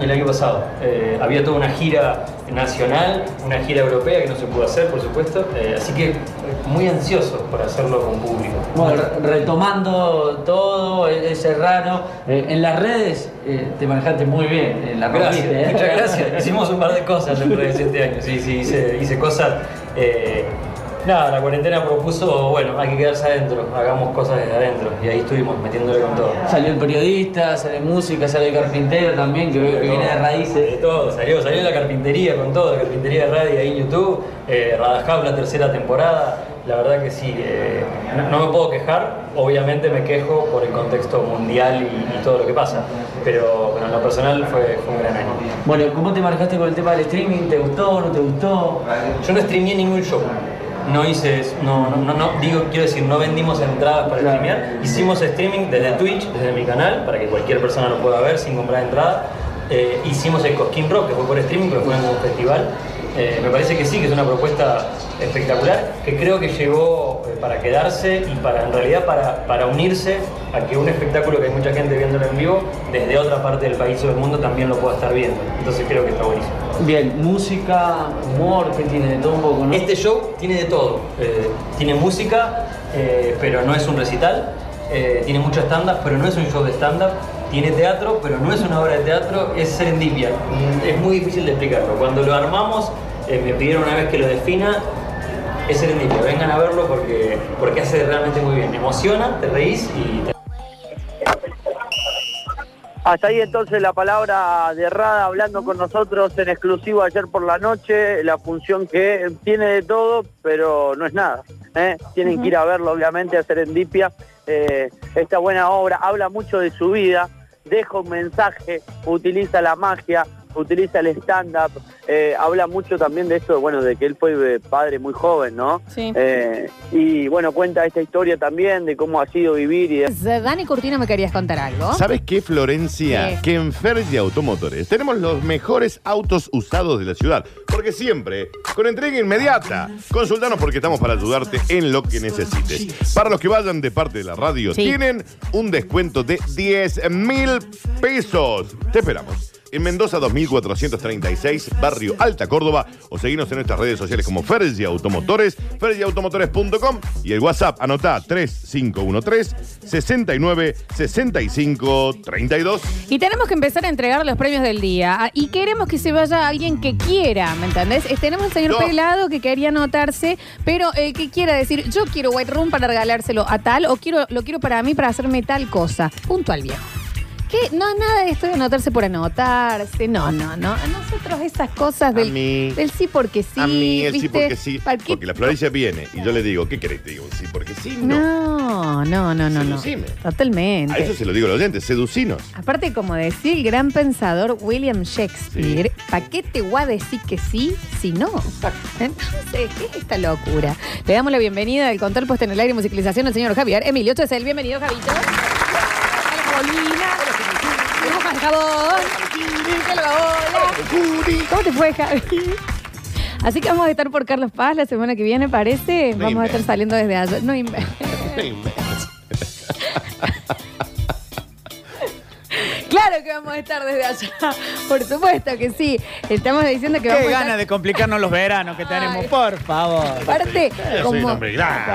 S12: El año pasado Eh, había toda una gira nacional, una gira europea que no se pudo hacer, por supuesto, eh, así que eh, muy ansioso por hacerlo con público.
S25: Bueno, re- retomando todo e- ese raro, eh, en las redes eh, te manejaste muy bien, en la
S12: Gracias,
S25: rompiste, ¿eh?
S12: muchas gracias. Hicimos un par de cosas en redes este año, sí, sí, hice, hice cosas eh, Nada, la cuarentena propuso, bueno, hay que quedarse adentro, hagamos cosas desde adentro. Y ahí estuvimos metiéndole con todo.
S9: Salió el periodista, salió música, salió el carpintero también, que veo que viene de raíces.
S12: De todo, salió, salió la carpintería con todo, la carpintería de radio ahí en YouTube, eh, Radajab, la tercera temporada. La verdad que sí, eh, no, no me puedo quejar, obviamente me quejo por el contexto mundial y, y todo lo que pasa, pero bueno, en lo personal fue, fue un gran año.
S9: Bueno, ¿cómo te manejaste con el tema del streaming? ¿Te gustó? ¿No te gustó?
S12: Yo no streameé ningún show. No hice, eso, no, no, no, no, digo, quiero decir, no vendimos entradas para streamear. Hicimos streaming desde Twitch, desde mi canal, para que cualquier persona lo pueda ver sin comprar entrada. Eh, hicimos el Cosquín Rock, que fue por streaming, pero fue en un festival. Eh, me parece que sí, que es una propuesta espectacular, que creo que llegó eh, para quedarse y para, en realidad, para, para unirse a que un espectáculo que hay mucha gente viéndolo en vivo, desde otra parte del país o del mundo también lo pueda estar viendo. Entonces creo que está buenísimo.
S9: Bien, música, humor, ¿qué tiene de todo un poco, no?
S12: Este show tiene de todo. Eh, tiene música, eh, pero no es un recital. Eh, tiene mucho stand-up, pero no es un show de stand-up. Tiene teatro, pero no es una obra de teatro. Es serendipia. Mm, Es muy difícil de explicarlo. Cuando lo armamos, eh, me pidieron una vez que lo defina. Es serendipia. Vengan a verlo porque, porque hace realmente muy bien. Emociona, te reís y te...
S24: Hasta ahí entonces la palabra de Rada hablando con nosotros en exclusivo ayer por la noche, la función que tiene de todo, pero no es nada. ¿eh? Tienen que ir a verlo, obviamente, a Serendipia. eh, esta buena obra habla mucho de su vida, deja un mensaje, utiliza la magia, utiliza el stand-up, eh, habla mucho también de esto, bueno, de que él fue eh, padre muy joven, ¿no?
S1: Sí.
S24: Eh, y bueno, cuenta esta historia también de cómo ha sido vivir y de-
S1: Dani Curtino, me querías contar algo.
S2: ¿Sabes qué, Florencia?
S1: ¿Qué?
S2: Que en Ferdi Automotores tenemos los mejores autos usados de la ciudad. Porque siempre, con entrega inmediata, consultanos porque estamos para ayudarte en lo que necesites. Para los que vayan de parte de la radio,
S1: Sí.
S2: tienen un descuento de 10 mil pesos. Te esperamos. En Mendoza 2436, barrio Alta Córdoba, o seguinos en nuestras redes sociales como Ferdi Automotores, ferdiautomotores.com y el WhatsApp anotá 3513 69 65 32.
S1: Y tenemos que empezar a entregar los premios del día. Ah, Y queremos que se vaya alguien que quiera, ¿me entendés? Es- Tenemos al señor
S2: No.
S1: Pelado que quería anotarse, pero el que quiera decir, yo quiero White Room para regalárselo a tal o quiero, lo quiero para mí para hacerme tal cosa. Punto al viejo. Que no nada de esto de anotarse por anotarse. No, no, no. A nosotros esas cosas del,
S2: mí.
S1: del sí porque sí.
S2: a mí el sí
S1: ¿viste?
S2: porque sí.
S1: ¿Para qué?
S2: Porque la Florencia viene y yo le digo, ¿qué querés? Te digo, un sí porque sí. No.
S1: No, no, no, no. no.
S2: Seducime.
S1: Totalmente.
S2: A eso se lo digo a los oyentes, seducinos.
S1: Aparte, como decía el gran pensador William Shakespeare, ¿para qué te voy a decir que sí si no? Entonces, ¿qué es esta locura? Le damos la bienvenida al control puesto en el aire y musicalización al señor Javier Emilio Chesel. Bienvenido, Javito. Vamos al jabón. Díselo, hola. ¿Cómo te fue, Javi? Así que vamos a estar por Carlos Paz la semana que viene, parece.
S2: No
S1: Vamos a estar
S2: inventes.
S1: saliendo desde ayer. No inventes. Claro que vamos a estar desde allá. Por supuesto que sí. Estamos diciendo que
S6: Qué
S1: vamos a estar.
S6: ganas de complicarnos los veranos que tenemos, por favor.
S1: Aparte,
S6: soy un
S1: como
S6: hombre grande.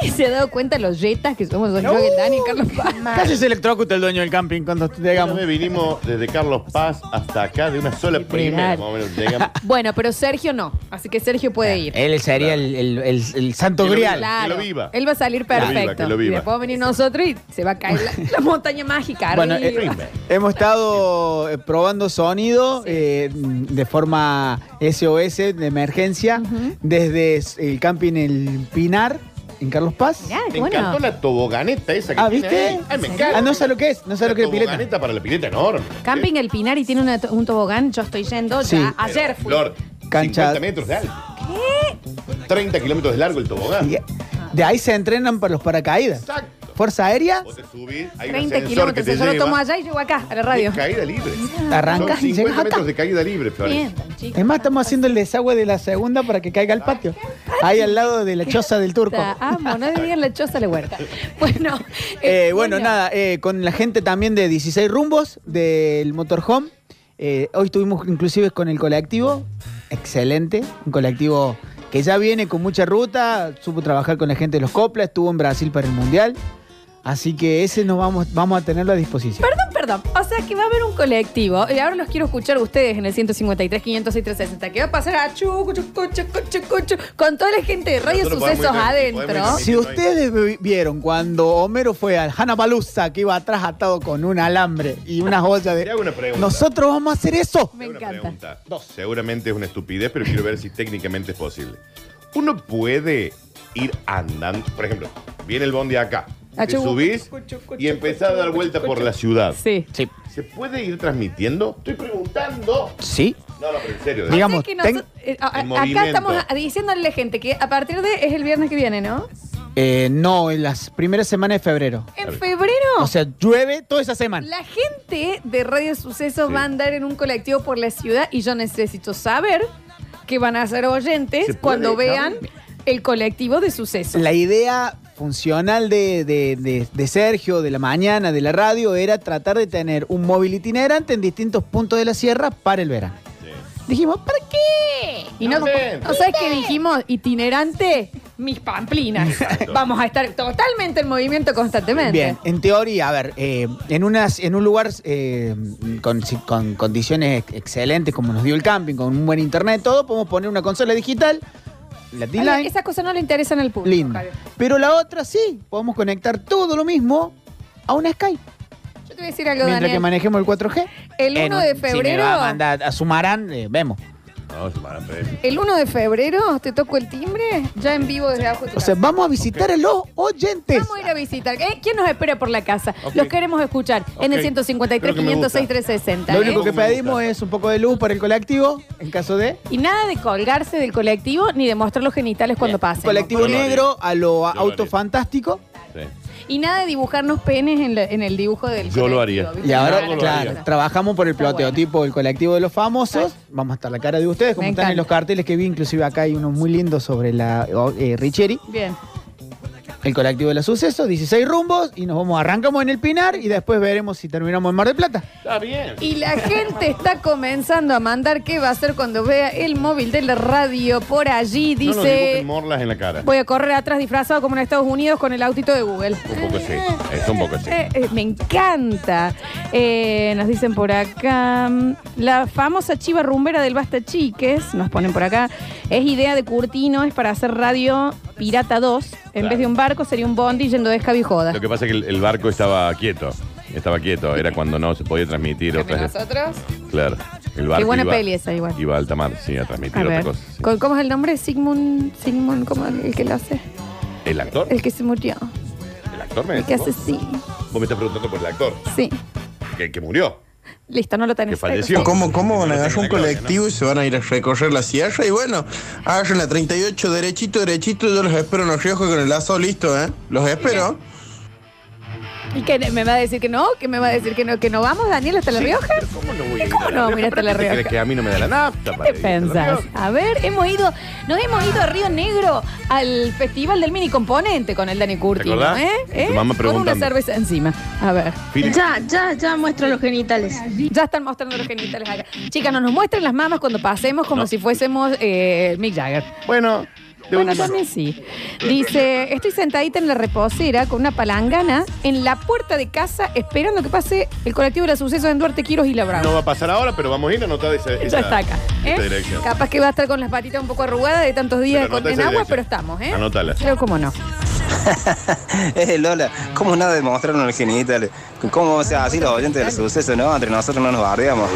S1: Ay, se ha dado cuenta los yetas que somos yo, que Dani y Carlos Paz.
S6: Casi se electrocuta el dueño del camping cuando llegamos.
S2: vinimos desde Carlos Paz hasta acá de una sola
S1: primera, más Bueno, pero Sergio no. Así que Sergio puede ir.
S6: Él sería el, el- el- el santo grial.
S1: Claro. Él va a salir perfecto.
S6: Que lo viva, que lo viva.
S1: Y después vamos a venir nosotros y se va a caer la, la montaña mágica.
S6: Bueno,
S1: arriba.
S6: eh, hemos estado eh, probando sonido eh, de forma SOS, de emergencia, desde s- el camping El Pinar, en Carlos Paz.
S2: Me encantó la toboganeta esa que
S6: Ah,
S2: tiene
S6: ¿viste?
S2: ahí. Ay, me encanta.
S6: Ah, no sé lo que es, no sé lo que es pileta.
S2: Toboganeta para la pileta enorme.
S1: Camping El Pinar y tiene una to- un tobogán. Yo estoy yendo
S6: Sí.
S1: ya. Ayer fui.
S2: Flor,
S6: Cancha-
S2: 50 metros de alto. ¿Qué? 30 kilómetros de largo el tobogán.
S1: Ah.
S6: De ahí se entrenan para los paracaídas. Fuerza Aérea.
S2: Vos te subís, hay un
S1: 30
S2: ascensor que
S1: kilómetros.
S2: te
S1: Yo lo
S2: lleva.
S1: tomo allá y llego acá, a la radio.
S2: De caída libre.
S6: Arrancas
S2: Son
S6: y
S2: 50
S6: llegas acá.
S2: metros de caída libre, Flores.
S1: Bien, chicos.
S6: Es más, estamos haciendo el desagüe de la segunda para que caiga al patio. Ahí al lado de la choza del turco.
S1: Está, Amo, no digan la choza a la huerta. Bueno,
S6: Eh, bueno, nada, eh, con la gente también de 16 rumbos del Motorhome. Eh, hoy estuvimos inclusive con el colectivo, excelente, un colectivo que ya viene con mucha ruta, supo trabajar con la gente de los Coplas, estuvo en Brasil para el Mundial. Así que ese nos vamos, vamos a tenerlo a disposición.
S1: Perdón, perdón. O sea que va a haber un colectivo, y ahora los quiero escuchar ustedes en el 153, 506, 360, que va a pasar a chucu, chucu, chucu, chucu, chu, con toda la gente de Radio
S6: Nosotros
S1: Sucesos
S6: podemos ir tranqui-
S1: adentro.
S6: Si ustedes vi- vieron cuando Homero fue al Hanapalooza que iba atrás atado con un alambre y unas ollas de.
S2: pregunta.
S6: Nosotros vamos a hacer eso.
S1: Me encanta.
S2: Pregunta. Seguramente es una estupidez, pero quiero ver si técnicamente es posible. Uno puede ir andando, por ejemplo, viene el bondi acá, te
S1: Achú.
S2: subís y empezás a dar vuelta por la ciudad.
S1: Sí.
S2: ¿Se puede ir transmitiendo? Estoy preguntando.
S6: Sí.
S2: No, no, pero en serio.
S1: O sea que nosotros- eh, a- a- acá
S2: en movimiento.
S1: estamos a- diciéndole a la gente que a partir de es el viernes que viene, ¿no?
S6: Eh, no, en las primeras semanas de febrero.
S1: En febrero.
S6: O sea, llueve toda esa semana.
S1: La gente de Radio Sucesos va a andar en un colectivo por la ciudad y yo necesito saber que van a ser
S6: ¿Se
S1: oyentes
S6: puede,
S1: cuando
S6: Cami?
S1: vean el colectivo de sucesos.
S6: La idea funcional de, de- de- de Sergio, de la mañana, de la radio, era tratar de tener un móvil itinerante en distintos puntos de la sierra para el verano. Dijimos, ¿para qué?
S1: Y no, ¿no sabes qué dijimos? Itinerante, mis pamplinas. Vamos a estar totalmente en movimiento constantemente.
S6: Bien, en teoría, a ver, eh, en, unas, en un lugar eh, con, con condiciones ex- excelentes como nos dio el camping, con un buen internet, todo, podemos poner una consola digital, la
S1: Oye,
S6: D-Line,
S1: esas cosas no le interesan al público.
S6: linda.
S1: Javier.
S6: Pero la otra sí, podemos conectar todo lo mismo a una Skype.
S1: Yo te voy a decir algo,
S6: Mientras que
S1: Daniel.
S6: manejemos el 4G.
S1: El
S6: En
S1: 1
S6: un-
S1: de
S6: Si me
S1: febrero.
S6: va a mandar a Sumarán, eh, vemos.
S2: No, Sumarán,
S1: El 1 de febrero te toco el timbre ya en vivo desde abajo. de tu
S6: O sea,
S1: casa.
S6: vamos a visitar a los oyentes.
S1: Vamos a ir a visitar. ¿Eh? ¿Quién nos espera por la casa? Los queremos escuchar en el
S6: Ok.
S1: 153,
S6: Creo que me
S1: 506,
S6: gusta.
S1: 360.
S6: Lo
S1: ¿eh?
S6: único que pedimos es un poco de luz para el colectivo, en caso de...
S1: Y nada de colgarse del colectivo ni de mostrar los genitales cuando pasen.
S6: Colectivo
S1: Por favor.
S6: negro a lo auto fantástico.
S1: Y nada de dibujarnos penes en, la- en el dibujo del
S6: Yo lo haría.
S1: colectivo, ¿viste?
S6: Y ahora,
S1: No, no lo
S6: claro,
S1: haría.
S6: trabajamos por el plateotipo del colectivo de los famosos. Vamos a estar la cara de ustedes, como
S1: Me
S6: están en
S1: encanta.
S6: los carteles que vi, inclusive acá hay uno muy lindo sobre la oh, eh, Richeri.
S1: Bien.
S6: El colectivo de los sucesos, 16 rumbos, y nos vamos, arrancamos en el Pinar y después veremos si terminamos en Mar del Plata.
S2: Está bien.
S1: Y la gente está comenzando a mandar qué va a hacer cuando vea el móvil de la radio por allí.
S2: No nos dibujen
S1: Dice,
S2: morlas en la cara.
S1: voy a correr atrás disfrazado como en Estados Unidos con el autito de Google.
S2: Un poco sí. Es un poco sí.
S1: Eh, eh, me encanta. Eh, nos dicen por acá. mm, La famosa chiva rumbera del Basta Chiques, nos ponen por acá. Es idea de Curtino, es para hacer radio Pirata 2. En
S2: Claro.
S1: vez de un barco sería un bondi yendo de escabijoda.
S2: Lo que pasa es que el, el barco estaba quieto. Estaba quieto. Era cuando no se podía transmitir otras.
S1: Nosotros.
S2: Claro. El barco
S1: Qué buena
S2: iba,
S1: peli esa igual.
S2: iba a alta mar, sí, a transmitir
S1: A
S2: otra
S1: ver.
S2: cosa.
S1: ¿Cómo cómo es el nombre? Sigmund, Sigmund, ¿cómo el que lo hace?
S2: ¿El actor?
S1: El que se murió.
S2: ¿El actor me
S1: El que
S2: decís
S1: hace
S2: vos?
S1: sí.
S2: Vos me estás preguntando por el actor.
S1: Sí.
S2: Que, que murió.
S1: Listo, no lo tenés.
S2: Que falleció.
S17: ¿Cómo, cómo van a agarrar un colectivo y se van a ir a recorrer la sierra? Y bueno, agarren la 38 derechito, derechito, yo los espero en los riojos con el lazo listo, ¿eh? Los espero.
S1: ¿Y que me va a decir que no? ¿Que me va a decir que no? ¿Que no vamos, Daniel, hasta La Rioja?
S2: ¿Cómo no voy a ir
S1: ¿Cómo
S2: a
S1: no?
S2: La Rioja?
S1: Mira, hasta La
S2: ¿Para qué te
S1: Rioja.
S2: crees que a mí no me da la nafta? para
S1: ¿Qué
S2: ir a La
S1: pensás?
S2: Rioja?
S1: A ver, hemos ido, nos hemos ido a Río Negro al festival del mini componente con el Dani Curti,
S2: acordás?
S1: ¿eh?
S2: Tu
S1: ¿Eh?
S2: mamá
S1: Con una
S2: preguntando.
S1: cerveza encima. A ver.
S2: Philip.
S1: Ya, ya, ya muestro los genitales. Ya están mostrando los genitales acá. Chicas, no nos muestren las mamas cuando pasemos como si fuésemos eh, Mick Jagger.
S2: Bueno.
S1: Bueno, también sí. Dice, estoy sentadita en la reposera con una palangana en la puerta de casa esperando que pase el colectivo de los sucesos en Duarte, Quiros y La Bravo.
S2: No va a pasar ahora, pero vamos a ir a anotar esa,
S1: Ya
S2: esa-
S1: está acá. ¿eh?
S2: esta dirección.
S1: Capaz que va a estar con las patitas un poco arrugadas de tantos días
S2: Pero anota
S1: con- en
S2: esa
S1: agua,
S2: dirección.
S1: pero estamos, ¿eh?
S2: Anótala.
S1: Pero cómo no.
S7: Eh, Lola, ¿cómo nada de mostrarnos los genitales? ¿Cómo o sea así los oyentes del suceso, no? Entre nosotros no nos bardeamos.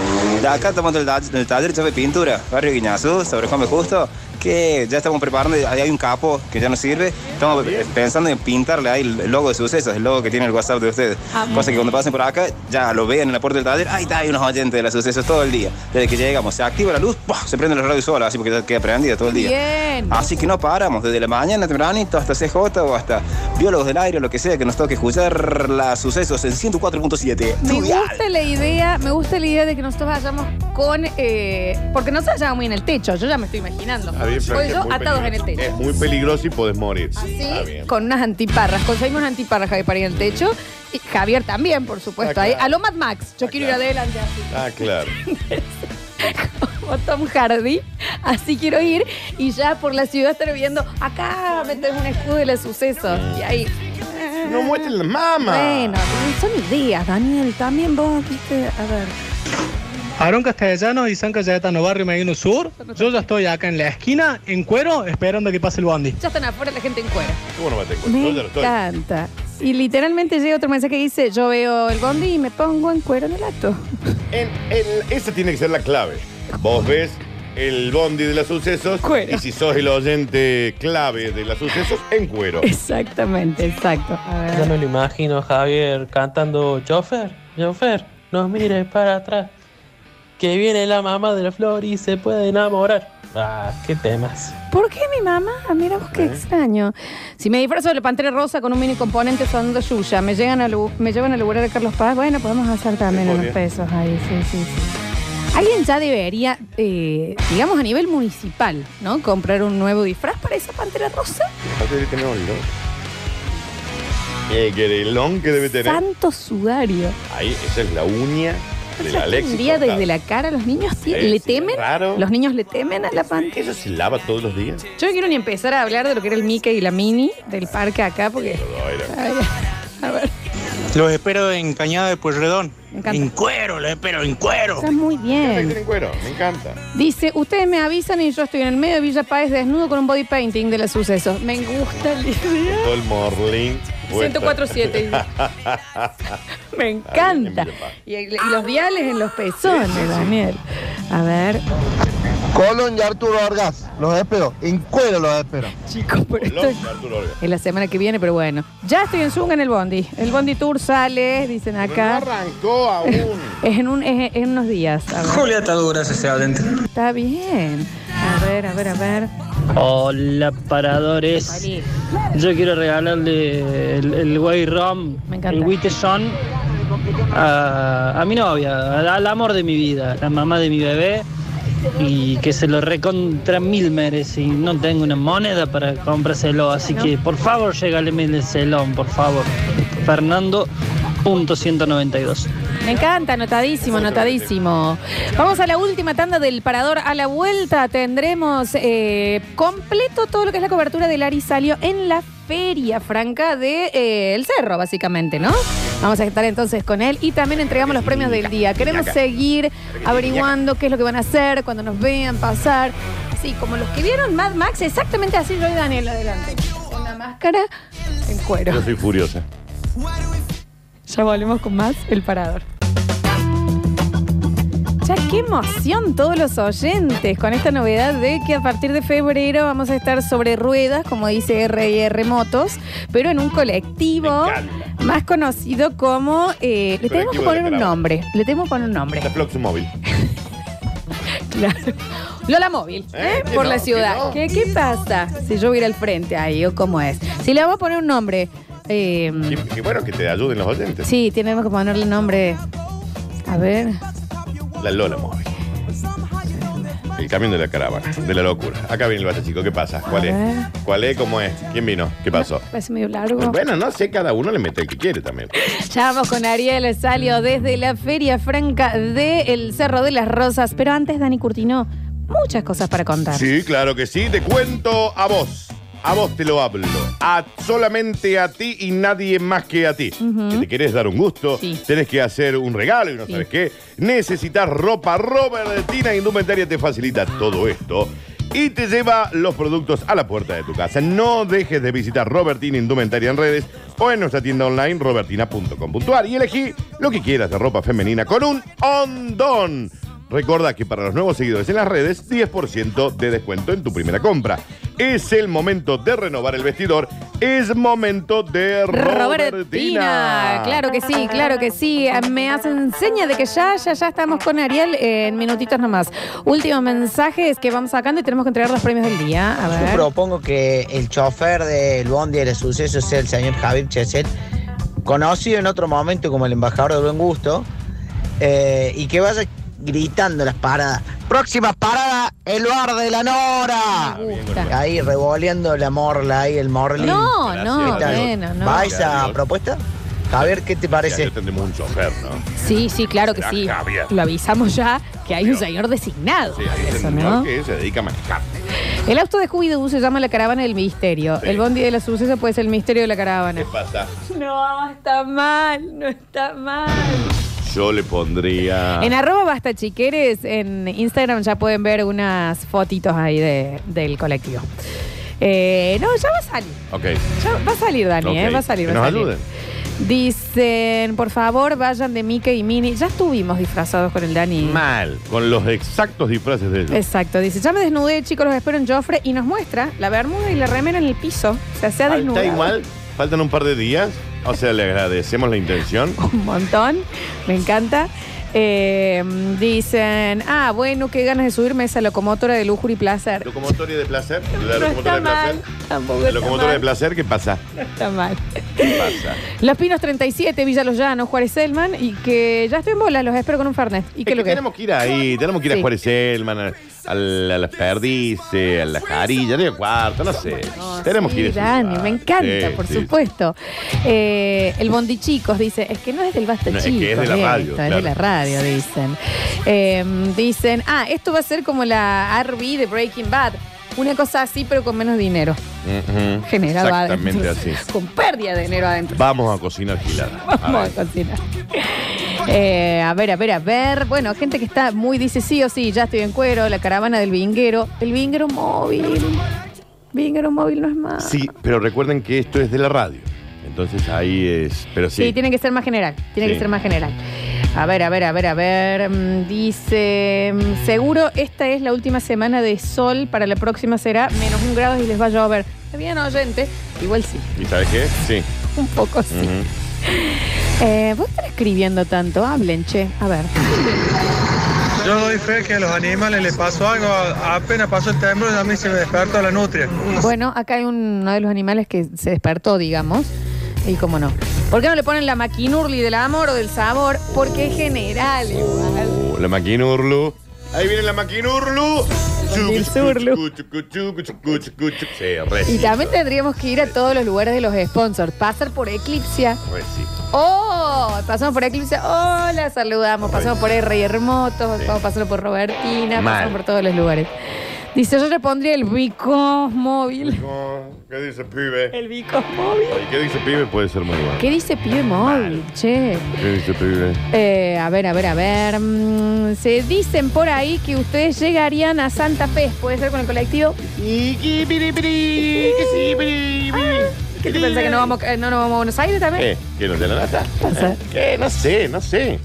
S7: De acá estamos del ta- del taller sobre pintura, barrio Guiñazú, sobre Juan B. Justo, que ya estamos preparando, ahí hay un capo que ya no sirve. Estamos eh, pensando en pintarle ahí el logo de sucesos, el logo que tiene el WhatsApp de ustedes.
S8: Amo.
S7: Cosa que cuando pasen por acá, ya lo vean en la puerta del taller, ahí está, hay unos oyentes de los sucesos todo el día. Desde que llegamos, se activa la luz, ¡pah! se prende la radio sola, así porque ya queda prendida todo el día.
S1: Bien.
S7: Así que no paramos, desde la mañana tempranito hasta CJ o hasta Biólogos del Aire, lo que sea que nos toque escuchar las sucesos en 104.7.
S1: Me gusta la idea, me gusta la idea de que nosotros vayamos con. eh, porque no se vayamos muy en el techo, yo ya me estoy imaginando.
S2: Está Ah, bien, pero
S1: Voy
S2: es que
S1: yo
S2: es muy
S1: atados en el techo.
S2: peligroso. Es muy peligroso y podés morir. Está
S1: ¿Ah, Sí,
S2: bien.
S1: con unas antiparras. Conseguimos unas antiparras, Javier, para ir al techo. Y Javier también, por supuesto.
S2: Ah,
S1: ahí.
S2: claro.
S1: A lo Mad Max. Yo quiero ir adelante así.
S2: Ah, claro.
S1: Como Tom Hardy. Así quiero ir. Y ya por la ciudad estar viendo, acá meter un escudo de los sucesos. Y ahí. eh,
S2: No muestren la mama.
S1: Bueno, son ideas, Daniel. También vos, viste, a ver.
S8: Aarón Castellanos y San Cayetano, Barrio Medino Sur. Yo ya estoy acá en la esquina, en cuero, esperando que pase el bondi.
S4: Ya están afuera la gente en cuero.
S2: ¿Cómo no va a tener cuerpo?
S1: Me
S2: Yo ya lo estoy.
S1: encanta. Y literalmente llega otro mensaje que dice, yo veo el bondi y me pongo en cuero en el acto.
S2: En- en- esa tiene que ser la clave. Vos ves el bondi de los sucesos
S1: Cuero.
S2: y si sos el oyente clave de los sucesos, en cuero.
S1: Exactamente, exacto. A
S9: Ya
S1: ver.
S9: me lo imagino, Javier, cantando Chofer, chofer, no mires para atrás. Que viene la mamá de la flor y se puede enamorar. Ah, qué temas.
S1: ¿Por qué mi mamá? Ah, Mira vos
S2: Eh.
S1: qué extraño. Si me disfrazo de la pantera rosa con un mini componente sonando Yuya, me llegan a lu- me llevan a lugar de Carlos Paz, bueno, podemos hacer también
S4: Sí,
S1: unos
S4: podría.
S1: pesos ahí, sí, sí, sí. Alguien ya debería, eh, digamos a nivel municipal, ¿no? Comprar un nuevo disfraz para esa pantera rosa.
S2: Aparte debe tener olor. Y el grelón que debe tener.
S1: Santo sudario.
S2: Ahí, esa es la uña de la
S1: Un día
S2: Alexis.
S1: desde la cara los niños ti-
S2: Sí,
S1: le
S2: sí,
S1: temen,
S2: raro.
S1: los niños le temen a la pantera.
S2: ¿Eso se lava todos los días?
S1: Yo no quiero ni empezar a hablar de lo que era el Mickey y la Mini del parque acá, porque. Ay, a ver,
S26: Los espero en Cañada de Pueyrredón.
S1: encanta.
S26: En cuero, los espero, en cuero.
S1: está muy bien.
S2: En cuero, me encanta.
S1: Dice, ustedes me avisan y yo estoy en el medio de Villa Páez desnudo con un body painting de los sucesos. Me gusta el idea.
S2: Todo el morlín. puesto.
S1: 104.7. Me encanta. Y, y los diales en los pezones, Daniel. A ver.
S27: Colón y Arturo Orgaz, los espero, en cuero los espero.
S1: Chicos, pero esto
S2: Colón
S1: es-
S2: y Arturo Orgaz.
S1: es la semana que viene, pero bueno. Ya estoy en Zunga en el Bondi. El Bondi Tour sale, dicen acá.
S2: Pero no arrancó aún.
S1: es, en un, es en unos días. A ver.
S26: Julieta Duras ese adentro.
S1: Está bien. A ver, a ver, a ver.
S9: Hola, paradores. Yo quiero regalarle el, el Way Rom, el Witteson, a, a mi novia, al, al amor de mi vida, la mamá de mi bebé, y que se lo recontra mil merece. Y no tengo una moneda para comprárselo, así que por favor, regáleme el celón, por favor. Fernando, punto 192.
S1: Me encanta, anotadísimo, anotadísimo. Vamos a la última tanda del parador. A la vuelta tendremos eh, completo todo lo que es la cobertura del Arisalio en la Feria Franca de eh, El Cerro, básicamente, ¿no? Vamos a estar entonces con él y también entregamos los premios del día. Queremos seguir averiguando qué es lo que van a hacer cuando nos vean pasar. Así como los que vieron Mad Max, exactamente así yo y Daniel adelante. Con la máscara en cuero.
S2: Yo soy furiosa.
S1: Ya volvemos con más El Parador. Ya qué emoción todos los oyentes con esta novedad de que a partir de febrero vamos a estar sobre ruedas, como dice R&R Motos, pero en un colectivo más conocido como... eh, le tenemos que
S2: Colectivo
S1: poner
S2: de
S1: un
S2: Calabaza.
S1: nombre, le tenemos que poner un nombre.
S2: La Flox móvil.
S1: Claro. Lola Móvil, ¿eh?
S4: que
S1: por
S4: no,
S1: la
S4: que
S1: ciudad.
S4: no.
S1: ¿Qué, qué pasa si yo voy a ir al frente ahí o cómo es? Si le vamos a poner un nombre... eh,
S2: Y, y bueno, que te ayuden los oyentes.
S1: Sí, tenemos que ponerle nombre. A ver.
S2: La Lola móvil. El camión de la caravana, de la locura. Acá viene el bate chico, ¿qué pasa? ¿Cuál es? ¿Cuál es? ¿Cómo es? ¿Quién vino? ¿Qué pasó?
S1: Parece medio largo.
S2: Bueno, no sé, cada uno le mete el que quiere también.
S1: Ya vamos con Ariel Salio desde la Feria Franca del Cerro de las Rosas. Pero antes, Dani Curtino, muchas cosas para contar.
S2: Sí, claro que sí. Te cuento a vos. A vos te lo hablo. A solamente a ti y nadie más que a ti.
S28: Ujú.
S2: Si te querés dar un gusto, tenés que hacer un regalo y no sabes qué. Necesitas ropa, ropa latina, indumentaria te facilita todo esto. Y te lleva los productos a la puerta de tu casa. No dejes de visitar Robertina Indumentaria en redes o en nuestra tienda online robertina.com.ar y elegí lo que quieras de ropa femenina con un ondón. Recuerda que para los nuevos seguidores en las redes, 10% de descuento en tu primera compra. Es el momento de renovar el vestidor. Es momento de Robertina.
S1: Robertina, claro que sí, claro que sí. Me hacen seña de que ya, ya, ya estamos con Ariel eh, en minutitos nomás. Últimos mensajes que vamos sacando y tenemos que entregar los premios del día. A
S14: Yo
S1: ver.
S14: propongo que el chofer del Bondi de los sucesos sea el señor Javier Cheset, conocido en otro momento como el embajador de buen gusto, eh, y que vaya gritando las paradas. Próxima parada, el bar de la
S1: Ah,
S14: Nora. Ahí revoleando la morla, ahí el morlín.
S1: No, no,
S14: Gritando.
S1: bueno, no.
S14: ¿Va esa propuesta? Javier, ¿qué te parece?
S2: Tendremos un chofer, ¿no?
S1: Sí, sí, claro que sí.
S14: Javier.
S1: Lo avisamos ya que hay un señor designado.
S2: Sí, hay un
S1: Eso,
S2: señor
S1: ¿no?
S2: que se dedica a manejar.
S1: El auto de Scooby-Doo se llama la caravana del misterio. El bondi de la suceso puede ser el misterio de la caravana.
S2: ¿Qué pasa?
S1: No, está mal, no está mal.
S2: Yo le pondría.
S1: En arroba basta chiqueres, en Instagram ya pueden ver unas fotitos ahí de- del colectivo. Eh, no, ya va a salir.
S2: Ok.
S1: Ya va a salir, Dani,
S2: Ok.
S1: eh, va a salir.
S2: Que
S1: va a
S2: nos
S1: salir.
S2: ayuden.
S1: Dicen, por favor, vayan de Mickey y Minnie. Ya estuvimos disfrazados con el Dani.
S2: Mal. Con los exactos disfraces de ellos.
S1: Exacto, dice, ya me desnudé, chicos, los espero en Joffre y nos muestra la bermuda y la remera en el piso. O sea, se ha desnudado.
S2: Ah, Está igual, faltan un par de días. O sea, le agradecemos la intención.
S1: Un montón, me encanta. Eh, dicen, ah, bueno, qué ganas de subirme a esa locomotora de lujuria y placer.
S2: Locomotoria de placer. La
S1: No
S2: locomotora
S1: está
S2: de placer.
S1: mal, tampoco
S2: La
S1: está
S2: locomotora de
S1: mal.
S2: placer, ¿qué pasa?
S1: No está mal.
S2: ¿Qué pasa?
S1: Los Pinos 37, Villa Los Llanos, Juárez Selman, y que ya estoy en bola, los espero con un Fernet. ¿Y qué
S2: Es
S1: lo
S2: que
S1: que?
S2: tenemos que ir ahí, tenemos que ir
S1: Sí.
S2: a Juárez Selman, a, a la- a las perdices, a las carillas, de cuarto, no sé. tenemos que ir. a
S1: Sí,
S2: esos
S1: Dani, me encanta,
S2: Sí,
S1: por
S2: sí,
S1: supuesto. Eh, el Bondi Chicos dice, es que no es del Basta
S2: No, es que
S1: Chicos,
S2: es de la
S1: esto,
S2: radio,
S1: es de
S2: claro.
S1: la radio, dicen. Eh, dicen, ah, esto va a ser como la RB de Breaking Bad. Una cosa así, pero con menos dinero.
S2: Ujú.
S1: Generado
S2: Exactamente
S1: adentro.
S2: así.
S1: Con pérdida de dinero adentro.
S2: Vamos a cocinar gilada. A
S1: Vamos a
S2: ver.
S1: cocinar. Eh, a ver, a ver, a ver. Bueno, gente que está muy dice sí o sí, ya estoy en cuero, la caravana del vinguero. El vinguero móvil. Vinguero móvil no es más.
S2: Sí, pero recuerden que esto es de la radio. Entonces ahí es. Pero
S1: Sí,
S2: sí.
S1: tiene que ser más general. Tiene
S2: Sí.
S1: que ser más general. A ver, a ver, a ver, a ver. Mm, Dice, mm, seguro esta es la última semana de sol, para la próxima será menos un grado y les va a llover. Está bien, oyente. Igual sí,
S2: ¿Y sabes qué? Sí.
S1: un poco sí.
S2: Ujú.
S1: Eh, ¿Vos estás escribiendo tanto? Hablen, che. A ver.
S17: Yo doy fe que a los animales les pasó algo, a- apenas pasó el temblor, a mí se me despertó la nutria.
S1: Bueno, acá hay uno de los animales que se despertó, digamos. Y cómo no. ¿Por qué no le ponen la maquinurli del amor o del sabor? Porque es general igual.
S2: Oh, La maquinurlu. Ahí viene la maquinurlu. Churlu. Sí, re
S1: Y
S2: sí.
S1: también tendríamos que ir a todos los lugares de los sponsors. Pasar por Eclipsia.
S2: Re sí.
S1: ¡Oh! Pasamos por Eclipsia. ¡Hola! Saludamos. Pasamos por R Hermoso. Estamos pasando por Robertina.
S2: Mal.
S1: Pasamos por todos los lugares. Dice, yo le pondría el Bicos móvil.
S2: ¿Qué dice pibe?
S1: El Bicos móvil.
S2: Ay, ¿Qué dice pibe? Puede ser muy bueno.
S1: ¿Qué dice pibe móvil? Che.
S2: ¿Qué dice pibe?
S1: Eh, a ver, a ver, a ver. Mm, se dicen por ahí que ustedes llegarían a Santa Fe. ¿Puede ser con el colectivo? ¿Qué te pensás Ah, que no, vamos, eh, no nos vamos a Buenos Aires también?
S2: ¿Qué? Eh, ¿Qué no te la nata? ¿Qué? No sé, no sé.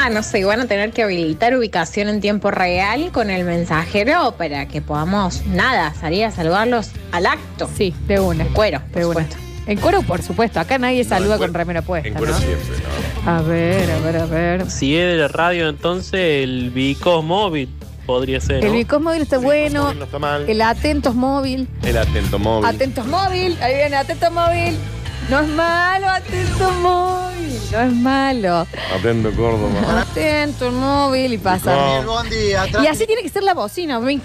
S29: Ah, no sé, van a tener que habilitar ubicación en tiempo real con el mensajero para que podamos, nada, salir a saludarlos al acto.
S1: Sí, de una.
S29: cuero, por supuesto.
S1: En cuero, por supuesto. Acá nadie saluda con remera puesta, ¿no? A ver, a ver, a ver.
S4: Si es de la radio, entonces el Vicos móvil podría ser.
S1: El
S4: ¿no?
S1: Bicos móvil está bueno.
S4: no está mal.
S1: El Atentos móvil.
S2: El atento móvil.
S1: Atentos móvil. Ahí viene, Atentos móvil. No es malo, Atentos móvil. No es malo.
S2: Atento Córdoba.
S1: Atentos móvil y pasa.
S2: Bicos.
S1: Y así tiene que ser la bocina. Bicos,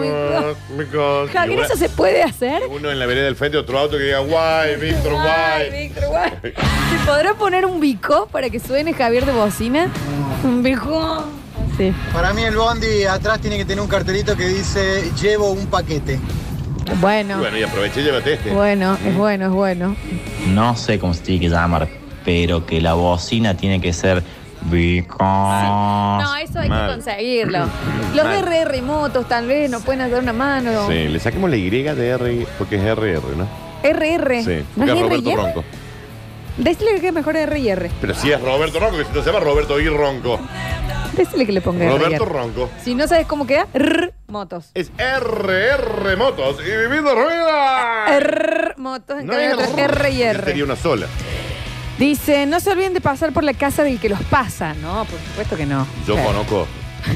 S1: Bicos.
S2: Because,
S1: Javier, Ah. ¿eso se puede hacer?
S2: Uno en la vereda del frente, otro auto que diga, guay, Víctor,
S1: Ay,
S2: guay.
S1: Víctor, guay. ¿Se podrá poner un bico para que suene Javier de bocina? Un bico. Sí.
S30: Para mí el bondi atrás tiene que tener un cartelito que dice llevo un paquete.
S1: Bueno,
S30: Y
S2: Bueno, y aproveché y llévate este.
S1: bueno, es bueno, es bueno.
S5: No sé cómo se tiene que llamar, pero que la bocina tiene que ser Because.
S1: No, eso hay que conseguirlo. Los
S2: Mal.
S1: de RR Motos tal vez no pueden hacer una mano.
S2: Sí, le saquemos la Y de R, porque es RR, ¿no?
S1: RR.
S2: Sí,
S1: Eh, ¿No
S2: porque es
S1: es
S2: Roberto
S1: RR?
S2: Ronco.
S1: Decirle que es mejor RR.
S2: Pero si es Roberto Ronco, que si no se llama Roberto y Ronco.
S1: Decirle que le ponga
S2: Roberto
S1: RR.
S2: Ronco.
S1: Si no sabes cómo queda, RR Motos.
S2: Es RR Motos y viviendo rueda.
S1: RR Motos en
S2: No
S1: cambio
S2: es
S1: otra es RR.
S2: Sería una sola.
S1: Dice, no se olviden de pasar por la casa del que los pasa. No, por supuesto que no.
S2: Yo
S1: Claro.
S2: conozco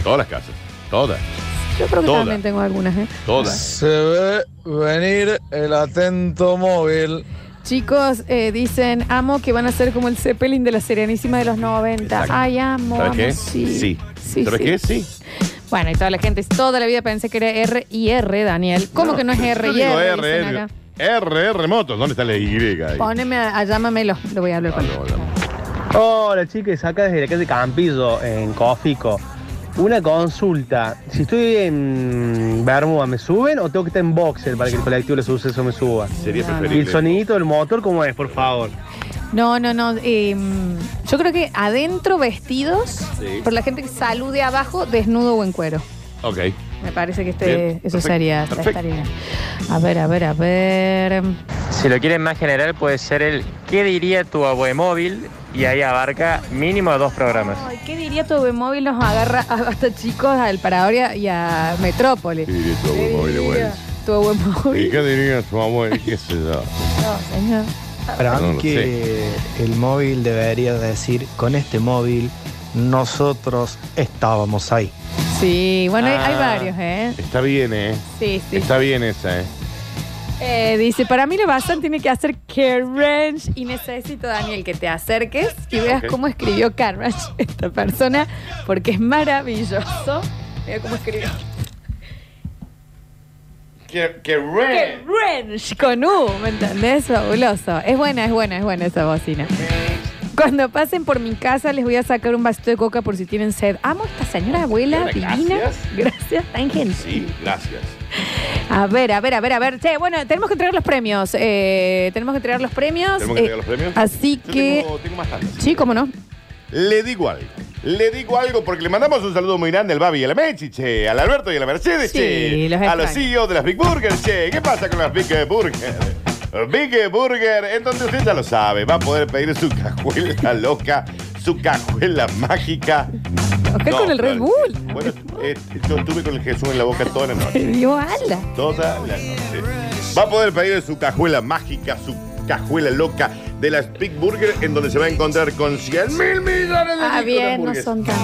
S2: todas las casas. Todas.
S1: Yo creo que
S2: Todas.
S1: también tengo algunas, ¿eh?
S2: Todas.
S31: Se ve Eh, venir el atento móvil.
S1: Chicos, eh, dicen, amo que van a ser como el Zeppelin de la Serenísima de los 90. Ay, amo,
S2: ¿Sabes
S1: amo,
S2: qué?
S1: sí.
S2: Sí.
S1: Sí,
S2: ¿Sabes
S1: sí.
S2: qué? Sí.
S1: Bueno, y toda la gente, toda la vida pensé que era R y R, Daniel. ¿Cómo que no es R
S2: Yo
S1: y
S2: digo
S1: R? dicen
S2: RR.
S1: acá?
S2: RR Motos. ¿Dónde está la Y ahí?
S1: Poneme a, a llámamelo, lo voy a hablar con él.
S32: Hola chicas, acá desde la calle Campillo, en Cofico.
S5: Una consulta. Si estoy en Bermuda, ¿me suben o tengo que estar en boxer para que el colectivo de suceso me suba?
S2: Sería
S5: ¿Y el
S2: preferible.
S5: sonidito del motor cómo es, por favor?
S1: No, no, no. eh, yo creo que adentro vestidos,
S2: Sí.
S1: por la gente que salude abajo, desnudo o en cuero.
S2: Ok.
S1: Me parece que este,
S2: Bien,
S1: eso
S2: perfecto,
S1: sería.
S2: perfecto.
S1: estaría. A ver, a ver, a ver.
S33: Si lo quieren más general, puede ser el ¿Qué diría tu abue móvil? Y ahí abarca mínimo dos programas.
S1: Ay, ¿Qué diría tu móvil nos agarra a- hasta chicos al Parador y a- y a Metrópolis?
S2: ¿Qué diría tu
S1: ¿Qué
S2: móvil,
S1: diría
S2: bueno?
S1: tu móvil?
S2: ¿Y qué diría tu abuelo? ¿Qué sé yo?
S1: No, señor.
S20: Para
S2: No
S20: mí
S2: lo
S20: que el móvil debería decir, con este móvil nosotros estábamos ahí.
S1: Sí, bueno, hay- hay
S2: Ah.
S1: varios, ¿eh?
S2: Está bien, ¿eh?
S1: Sí, sí.
S2: Está bien esa, ¿eh?
S1: Eh, dice, para mí Levazán tiene que hacer Carrange y necesito, Daniel, que te acerques y veas
S2: Ok.
S1: cómo escribió Carrange esta persona, porque es maravilloso. Mira cómo escribió.
S2: Que, que re.
S1: Carrange con U, ¿me entendés? Fabuloso. Es buena, es buena, es buena esa bocina. Cuando pasen por mi casa les voy a sacar un vasito de coca por si tienen sed. Amo a esta señora abuela
S2: Señora,
S1: divina.
S2: gracias.
S1: Gracias, tan gentil.
S2: Sí, gracias.
S1: A ver, a ver, a ver, a ver. Che, bueno, tenemos que entregar los premios. eh, tenemos que entregar los premios.
S2: ¿Tenemos que
S1: eh,
S2: entregar los premios?
S1: Así
S2: Yo
S1: que.
S2: tengo- tengo más tarde.
S1: Sí, cómo no.
S2: Le digo algo. Le digo algo porque le mandamos un saludo muy grande al Babi y a la Mechi, che, al Alberto y a la Mercedes,
S1: Sí,
S2: che,
S1: los
S2: a los
S1: extraño.
S2: CEO de las Big Burgers, che. ¿Qué pasa con las Big Burgers? Big Burger, entonces usted ya lo sabe, va a poder pedir su cajuela loca, su cajuela mágica.
S1: Ojalá
S2: No,
S1: con el Red
S2: Flor.
S1: Bull.
S2: Bueno, eh, yo estuve con el Jesús en la boca toda la noche.
S1: Te dio ala.
S2: Toda la noche. Va a poder pedir su cajuela mágica, su cajuela loca de las Big Burger, en donde se va a encontrar con 100 mil millones de
S1: Ah,
S2: discos de
S1: bien, no
S2: hamburguesas.
S1: son tan.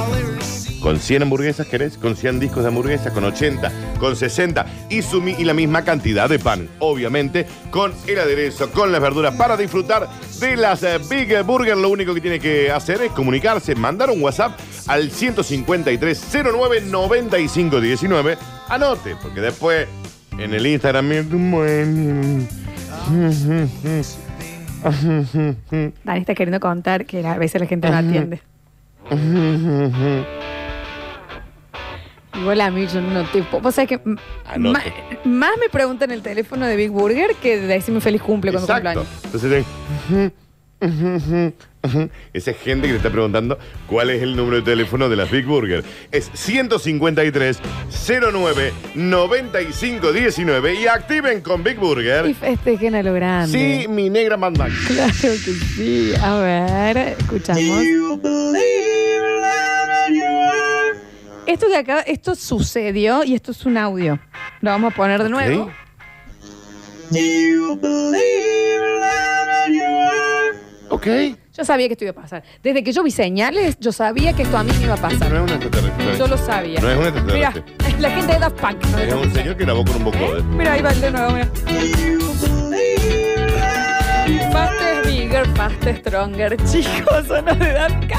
S2: Con 100 hamburguesas, ¿querés? Con 100 discos de hamburguesas, con 80, con 60 y, sumi- y la misma cantidad de pan, obviamente, con el aderezo, con las verduras, para disfrutar de las eh, Big Burger. Lo único que tiene que hacer es comunicarse, mandar un WhatsApp al 153 09 95 19. Anote, porque después en el Instagram...
S1: Dani está queriendo contar que a veces la gente no atiende. Igual a mí yo no te puedo. Vos sabés que m-
S2: Anoto.
S1: ma- más me preguntan el teléfono de Big Burger que de decirme feliz cumple cuando cumplo
S2: Exacto.
S1: años.
S2: Entonces, esa es gente que te está preguntando cuál es el número de teléfono de las Big Burger. Es 153 09 95 19 y activen con Big
S1: Y
S2: Burger.
S1: festejen a lo grande.
S2: Sí, mi negra manda.
S1: Claro que sí. A ver, escuchamos. Esto que acá, esto sucedió y esto es un audio. Lo vamos a poner de nuevo.
S2: Ok.
S1: Yo sabía que esto iba a pasar. Desde que yo vi señales, yo sabía que esto a mí me iba a pasar.
S2: No es un extraterrestre.
S1: Yo lo sabía.
S2: No es un
S1: Mira,
S2: extraterrestre.
S1: la gente de Daft Punk.
S2: Es un señor que grabó con un vocoder.
S1: Mira, ahí va el de nuevo. Mira. Faster, bigger, faster, stronger. Chicos, son los de Daft Punk.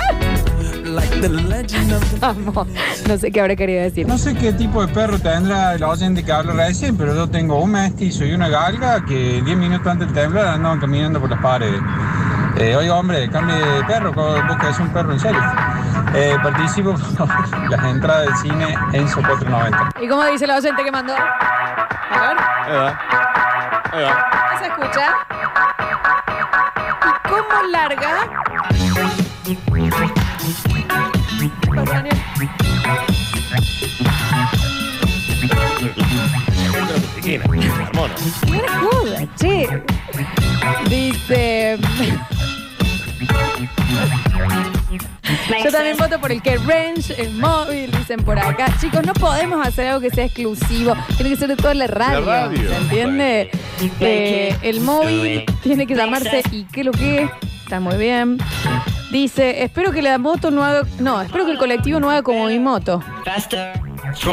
S1: Vamos. No sé qué habrá querido decir.
S18: No sé qué tipo de perro tendrá el oyente que habló recién, pero yo tengo un mestizo y una galga que 10 minutos antes del temblar andaban caminando por las paredes. Eh, oiga, hombre, cambie de perro, co- vos que es un perro en serio. Eh, participo por las entradas del cine en su 490.
S1: ¿Y cómo dice la docente que mandó? A ver. ¿Se escucha? ¿Y cómo larga? No era joda, che. Dice. Yo también voto por el que range, el móvil, dicen por acá. Chicos, no podemos hacer algo que sea exclusivo. Tiene que ser de toda la radio.
S34: radio.
S1: ¿Se entiende? Eh, el móvil
S34: Sí.
S1: tiene que llamarse ¿Y qué lo que? es? Está muy bien. Dice, espero que la moto no haga. No, espero que el colectivo no haga como mi moto. ¿Se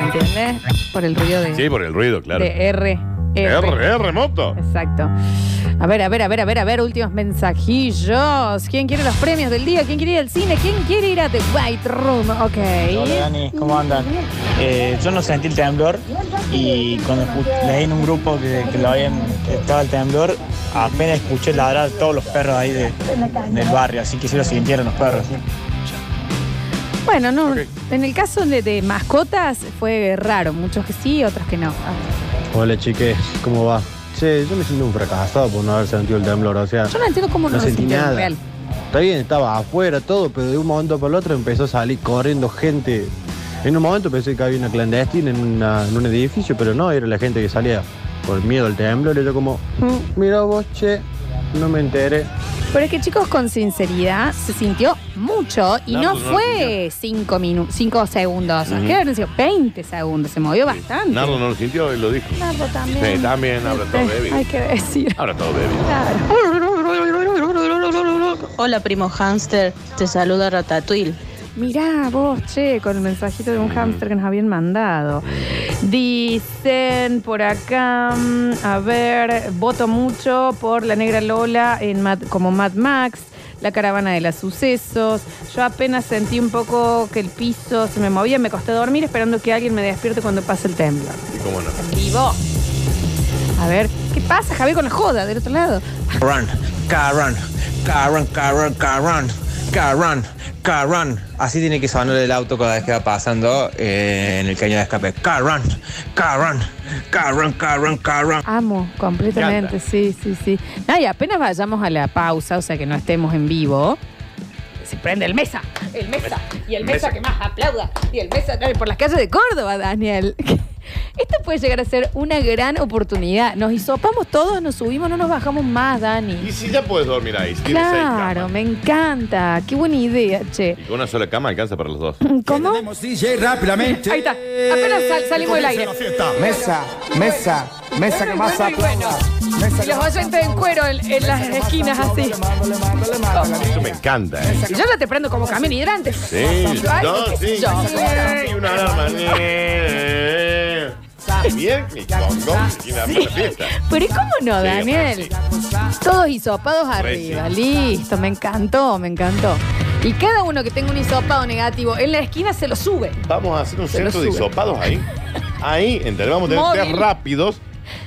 S1: entiende? Por el ruido de,
S2: Sí, por el ruido, claro.
S1: de R.
S2: R,
S1: Eh,
S2: R, moto.
S1: Exacto. A ver, a ver, a ver, a ver, a ver, últimos mensajillos. ¿Quién quiere los premios del día? ¿Quién quiere ir al cine? ¿Quién quiere ir a The White Room?
S18: Hola
S1: Ok.
S18: Dani, ¿cómo andan? Eh, yo no sentí el temblor y cuando escu- leí en un grupo que, que lo habían estaba el temblor, apenas escuché ladrar a todos los perros ahí de- del barrio, así que sí lo sintieron los perros.
S1: Bueno, no. En el caso de, de mascotas fue raro. Muchos que sí, otros que no. Ah.
S5: Hola chiques, ¿cómo va? Che, yo me siento un fracasado por no haber sentido el temblor, o sea.
S1: Yo no entiendo cómo no,
S5: no
S1: lo
S5: sentí
S1: sintieron
S5: nada.
S1: real.
S5: Está bien, estaba afuera todo, pero de un momento para el otro empezó a salir corriendo gente. En un momento pensé que había una clandestina en, una- en un edificio, pero no, era la gente que salía por miedo al temblor. Y yo como, "Mm, mira vos, che, no me enteré.
S1: Pero es que chicos, con sinceridad, se sintió mucho y
S5: No,
S1: no,
S5: pues no lo
S1: fue 5 minutos, 5 segundos.
S2: Ujú.
S1: ¿Qué habrán sido? 20 segundos. Se movió bastante.
S2: Nardo no lo sintió y lo dijo.
S1: Nardo también.
S2: Sí, también habla todo
S1: Este,
S2: débil.
S1: Hay que decir.
S2: Habla todo débil.
S35: Hola, primo hamster. Te saluda Ratatouille.
S1: Mirá vos, che, con el mensajito de un hámster que nos habían mandado. Dicen por acá, mm, a ver, voto mucho por la negra Lola en Mad- como Mad Max, la caravana de los sucesos. Yo apenas sentí un poco que el piso se me movía, me costé dormir esperando que alguien me despierte cuando pase el temblor.
S2: ¿Y cómo no?
S1: Vivo. A ver, ¿qué pasa, Javier, con la joda del otro lado?
S36: Run, carrun, carrun, carrun, carrun, carrun, carrun. Así tiene que sonar el auto cada vez que va pasando eh, en el caño de escape. Carrun, carrun, carrun, carrun, carrun.
S1: Amo, completamente, sí, sí, sí. Nada, y apenas vayamos a la pausa, o sea que no estemos en vivo, se prende el mesa, el mesa, y el mesa,
S6: Mesa.
S1: que más aplauda, y el mesa dale, por las calles de Córdoba, Daniel. Esto puede llegar a ser una gran oportunidad. Nos hisopamos todos, nos subimos, no nos bajamos más, Dani.
S2: Y si ya puedes dormir ahí, si tienes seis camas.
S1: Claro, me encanta. Qué buena idea, che.
S2: Y con una sola cama alcanza para los dos.
S1: ¿Cómo?
S20: DJ rápidamente.
S1: Ahí está. Apenas sal- salimos del aire.
S20: Mesa, mesa, mesa que más
S1: Bueno, y bueno. Y los oyentes en cuero en, en las esquinas así.
S2: Eso me encanta, ¿eh?
S1: Y Yo ya te prendo como camión hidrante.
S2: Sí,
S1: Ay,
S2: no,
S1: qué sé
S2: sí.
S1: yo.
S2: Sí, una dama. eh. Bien, mi congo. Y la la fiesta.
S1: Pero ¿y cómo no, Daniel? Todos hisopados arriba.
S2: sí.
S1: Listo, me encantó, me encantó. Y cada uno que tenga un hisopado negativo en la esquina se lo sube.
S2: Vamos a hacer un
S1: Se lo
S2: centro de
S1: sube.
S2: hisopados ahí. Ahí, entonces vamos a tener
S1: Móvil.
S2: test rápidos,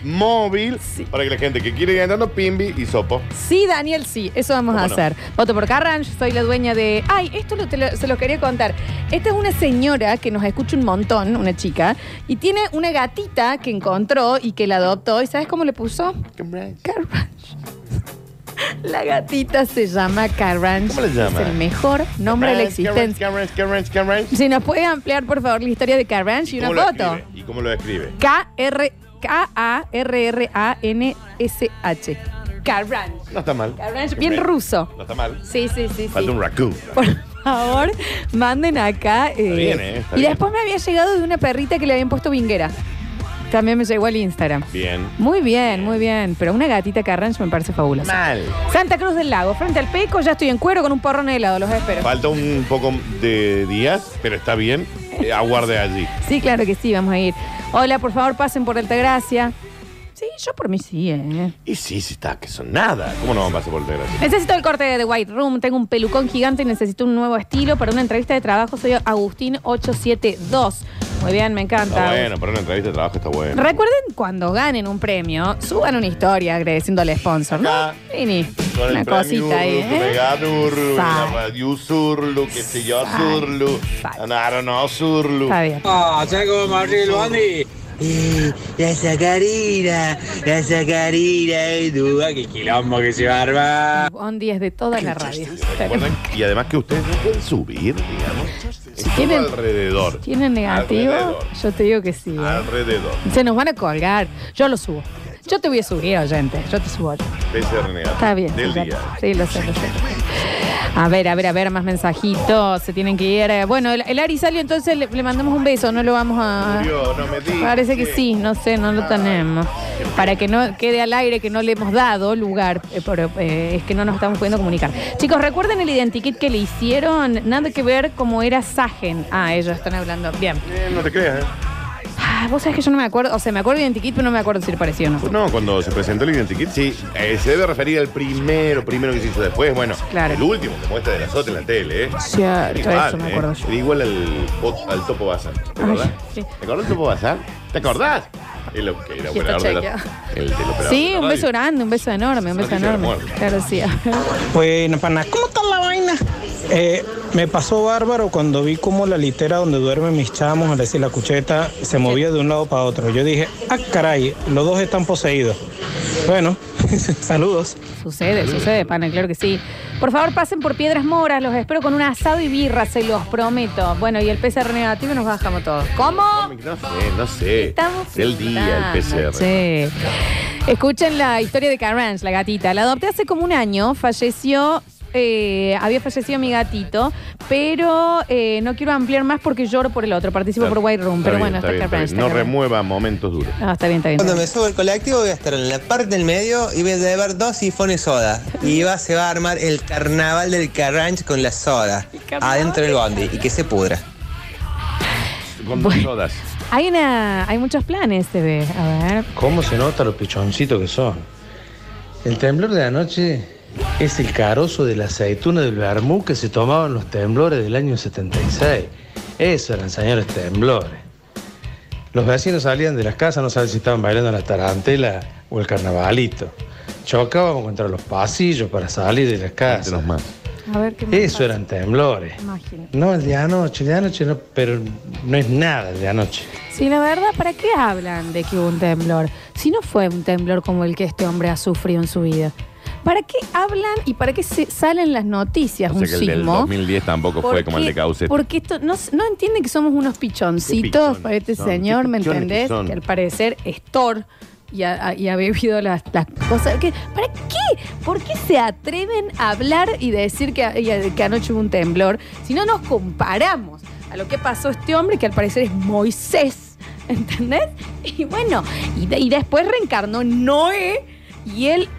S2: móvil, para que la gente que quiere ir andando, pimbi y sopo.
S1: Sí, Daniel, sí, eso vamos a
S2: no?
S1: hacer. Voto por Carrange, soy la dueña de. Ay, esto lo- te lo- se los quería contar. Esta es una señora que nos escucha un montón, una chica, y tiene una gatita que encontró y que la adoptó. ¿Y sabes cómo le puso?
S2: Carrange.
S1: La gatita se llama Carrange.
S2: ¿Cómo le llama?
S1: Es el mejor nombre de la
S2: Carrange,
S1: existencia.
S2: Carrange, Carrange, Carrange.
S1: Si nos puede ampliar, por favor, la historia de Carrange y una
S2: ¿Cómo lo
S1: foto.
S2: escribe? ¿Y cómo lo escribe?
S1: K-R- K-A-R-R-A-N-S-H. Carrange.
S2: No está mal.
S1: Carrange, bien ruso.
S2: No está mal.
S1: Sí, sí, sí. sí.
S2: Falta un raccoon.
S1: Por favor, manden acá. eh.
S2: bien, eh, está
S1: y
S2: bien.
S1: después me había llegado de una perrita que le habían puesto vinguera. También me llegó al Instagram.
S2: Bien.
S1: Muy bien, muy bien. Pero una gatita Carrange me parece fabulosa.
S2: Mal.
S1: Santa Cruz del Lago, frente al Peco, ya estoy en cuero con un porrón de helado, los espero.
S2: Falta un poco de días, pero está bien. Eh, aguarde allí.
S1: Sí, claro que sí, vamos a ir. Hola, por favor, pasen por Altagracia. Sí, yo por mí sí, eh.
S2: Y sí, sí está, que son nada. ¿Cómo no vamos a pasar por el desgracia?
S1: Necesito el corte de The White Room, tengo un pelucón gigante y necesito un nuevo estilo para una entrevista de trabajo. Soy Agustín 872. Muy bien, me encanta.
S2: Está bueno, para una entrevista de trabajo está bueno.
S1: Recuerden cuando ganen un premio, suban una historia agradeciendo al sponsor, ¿no? Vini,
S2: Con el
S1: una
S2: premio
S1: cosita ahí,
S2: Urlu,
S1: ¿eh?
S2: Vegano Urlu,
S1: Sal.
S2: la Radio Surlu, qué sé yo, Surlu, Narano Surlu.
S1: Está bien.
S36: Ah, Chaco, Marril, Andy.
S37: La sacarina, la sacarina, hay duda que quilombo que se barba.
S1: Bon días de toda la radio.
S2: Recuerden, y además que ustedes no pueden subir, digamos. Es todo
S1: tienen-
S2: alrededor.
S1: ¿Tienen negativo?
S2: Alrededor.
S1: Yo te digo que sí. ¿eh?
S2: Alrededor.
S1: Se nos van a colgar. Yo lo subo. Yo te voy a subir, oyente. Yo te subo.
S2: PCR negativo.
S1: Está bien.
S2: Del
S1: ya-
S2: día.
S1: Sí, lo sé, lo sé. A ver, a ver, a ver, más mensajitos. Se tienen que ir. Eh, Bueno, el, el Ari salió, entonces le, le mandamos un beso. No lo vamos a.
S2: Murió, no me Ah, digas.
S1: Parece que sí, no sé, no lo tenemos. Para que no quede al aire que no le hemos dado lugar, eh, pero, eh, es que no nos estamos pudiendo comunicar. Chicos, recuerden el identikit que le hicieron, nada que ver cómo era Sagen. Ah, ellos están hablando. Bien.
S2: Eh, no te creas, ¿eh?
S1: Ah, Vos sabés que yo no me acuerdo, o sea, me acuerdo de identikit, pero no me acuerdo si le pareció o no.
S2: No, cuando se presentó el Identikit, sí. Eh, se debe referir al primero, primero que se hizo después. Bueno,
S1: Claro.
S2: el último que muestra de la sota en la tele, ¿eh?
S1: Cierto,
S2: Igual,
S1: eso me
S2: ¿eh?
S1: acuerdo
S2: Era igual al, al Topo Bazar. ¿Te acordás?
S1: sí.
S2: ¿Te acordás del Topo Bazar? ¿Te acordás? El, que
S1: Está
S2: era operador de la-
S1: chequeado.
S2: el del operador de
S1: Sí,
S2: la
S1: un beso
S2: radio.
S1: grande, un beso enorme, un beso
S2: Noticia de
S1: enorme.
S2: muerte.
S1: Claro, sí.
S36: Bueno, pana, ¿cómo está la vaina?
S38: Eh, me pasó bárbaro cuando vi cómo la litera donde duermen mis chamos, es decir, la cucheta, se movía de un lado para otro. Yo dije, ah, caray, los dos están poseídos. Bueno, saludos.
S1: Sucede, sucede, pana, claro que sí. Por favor, pasen por Piedras Moras, los espero con un asado y birra, se los prometo. Bueno, y el PCR negativo nos bajamos todos. ¿Cómo?
S2: No sé, no sé.
S1: Estamos
S2: Del día el
S1: pintando,
S2: PCR.
S1: che. Escuchen la historia de Carrange, la gatita. La adopté hace como un año, falleció. eh, había fallecido mi gatito, pero eh, no quiero ampliar más porque lloro por el otro. Participo por White Room,
S2: Está
S1: pero
S2: bien,
S1: bueno,
S2: está
S1: está,
S2: bien, está
S1: Carrange.
S2: bien. No
S1: está Carrange.
S2: remueva momentos duros.
S1: No, está bien, está bien.
S39: Cuando me subo al colectivo voy a estar en la parte del medio y voy a llevar dos sifones soda. Y va, se va a armar el carnaval del Carranch con la soda. Adentro del bondi y que se pudra.
S2: Con sodas.
S1: Hay, una, hay muchos planes, se ve. A ver.
S5: ¿Cómo se nota los pichoncitos que son? El temblor de anoche es el carozo de la aceituna del vermú que se tomaban los temblores del año 76. Eso eran señores temblores. Los vecinos salían de las casas, no sabían si estaban bailando la tarantela o el carnavalito. Chocábamos contra los pasillos para salir de las casas.
S1: A ver qué más
S5: Eso eran temblores.
S1: pasa. Imagino.
S5: No, el de anoche, el de anoche no, pero no es nada el de anoche.
S1: Sí, la verdad, ¿para qué hablan de que hubo un temblor? Si no fue un temblor como el que este hombre ha sufrido en su vida. ¿Para qué hablan y para qué se salen las noticias
S2: O
S1: un
S2: sea que el del
S1: sismo?
S2: 2010 tampoco fue
S1: Porque-
S2: como el de este. Cauce.
S1: Porque esto no, no entienden que somos unos pichoncitos para este
S2: son?
S1: señor,
S2: ¿Qué
S1: ¿me
S2: pichones
S1: entendés?
S2: que son?
S1: Que al parecer es Thor y ha, ha- y ha bebido las, las cosas. que- ¿Para qué? ¿Por qué se atreven a hablar y decir que, y- que anoche hubo un temblor? Si no nos comparamos a lo que pasó este hombre, que al parecer es Moisés, ¿entendés? Y bueno, y, de- y después reencarnó Noé y él,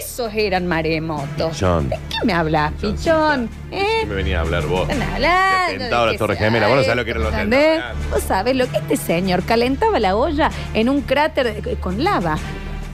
S1: esos eran maremotos.
S2: Pichón.
S1: ¿De qué me hablas, pichón? ¿Eh?
S2: ¿Qué me venía a hablar vos?
S1: Están hablando
S2: De atentado
S1: de
S2: a la
S1: que
S2: Torre
S1: se-
S2: Gemela. Vos no
S1: Ay,
S2: sabés lo que eran los
S1: ¿entendés?
S2: atentados.
S1: Vos sabés lo que este señor calentaba la olla en un cráter de- con lava.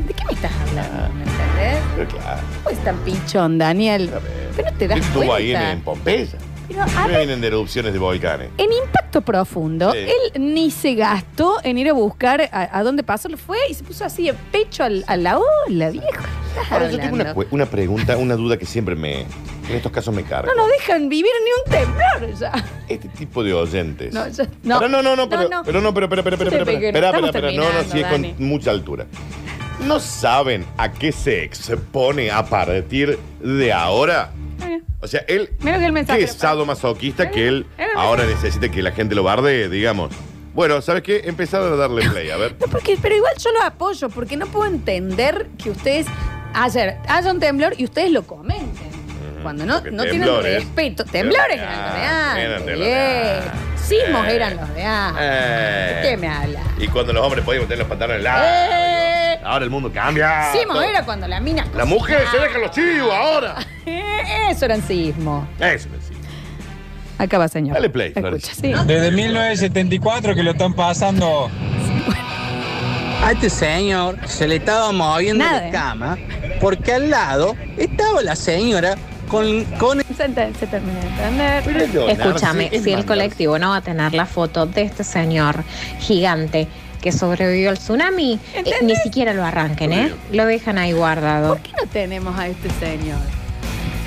S1: ¿De qué me estás hablando? ¿Me entendés?
S2: Pero claro.
S1: Vos tan pichón, Daniel. Pero no te das
S2: Estuvo
S1: cuenta.
S2: ahí en, en Pompeya.
S1: Pero, a
S2: Me
S1: ver,
S2: vienen de erupciones de volcanes.
S1: en impacto profundo,
S2: Sí.
S1: él ni se gastó en ir a buscar a, a dónde pasó, lo fue y se puso así de pecho al- a la ola, viejo. ¿Qué estás
S2: Ahora yo tengo una,
S1: hablando?
S2: cu- una pregunta, una duda que siempre me. En estos casos me carga.
S1: No nos dejan vivir ni un temblor ya.
S2: Este tipo de oyentes.
S1: No, ya- no.
S2: Ahora, no, no, no, pero,
S1: no.
S2: pero no, pero, pero, pero, pero,
S1: Yo
S2: pero,
S1: te
S2: pero,
S1: pegué,
S2: espera, espera,
S1: estamos
S2: espera, no, no,
S1: terminando,
S2: sí, es con
S1: Dani.
S2: mucha altura. ¿No saben a qué se expone a partir de ahora? O sea, él
S1: Mira que el mensaje.
S2: que es sadomasoquista que él ahora necesita que la gente lo barde, digamos. Bueno, ¿sabes qué? Empezar a darle play, a ver.
S1: Porque- pero igual yo lo apoyo, porque no puedo entender que ustedes ayer haya un temblor y ustedes lo comenten. Cuando no,
S2: porque
S1: no tienen
S2: temblores-
S1: respeto. Temblores
S2: Pero-
S1: eran los
S2: Ah,
S1: de
S2: eran de
S1: antes.
S2: los de
S1: bien. Sismos
S2: Eh.
S1: eran los de antes. ¿De qué me habla?
S2: Y cuando los hombres podían tener los pantalones largos.
S1: Eh,
S2: Ahora el mundo cambia.
S1: Sismos
S2: Ah, Todo.
S1: era Ah. cuando la mina.
S2: La mujer se deja los chivos ahora.
S1: Eh, Eso eran sismos.
S2: Eso es así.
S1: Acá va, señor.
S2: Dale play,
S1: Escucha, sí.
S18: Desde 1974 que lo están pasando.
S40: A este señor se le estaba moviendo
S1: Nada,
S40: la
S1: ¿eh?
S40: cama porque al lado estaba la señora con, con
S1: Se, ent- se termina de entender.
S41: Escúchame, si el colectivo no va a tener la foto de este señor gigante que sobrevivió al tsunami, eh, ni siquiera lo arranquen, ¿eh? Lo dejan ahí guardado.
S1: ¿Por qué no tenemos a este señor?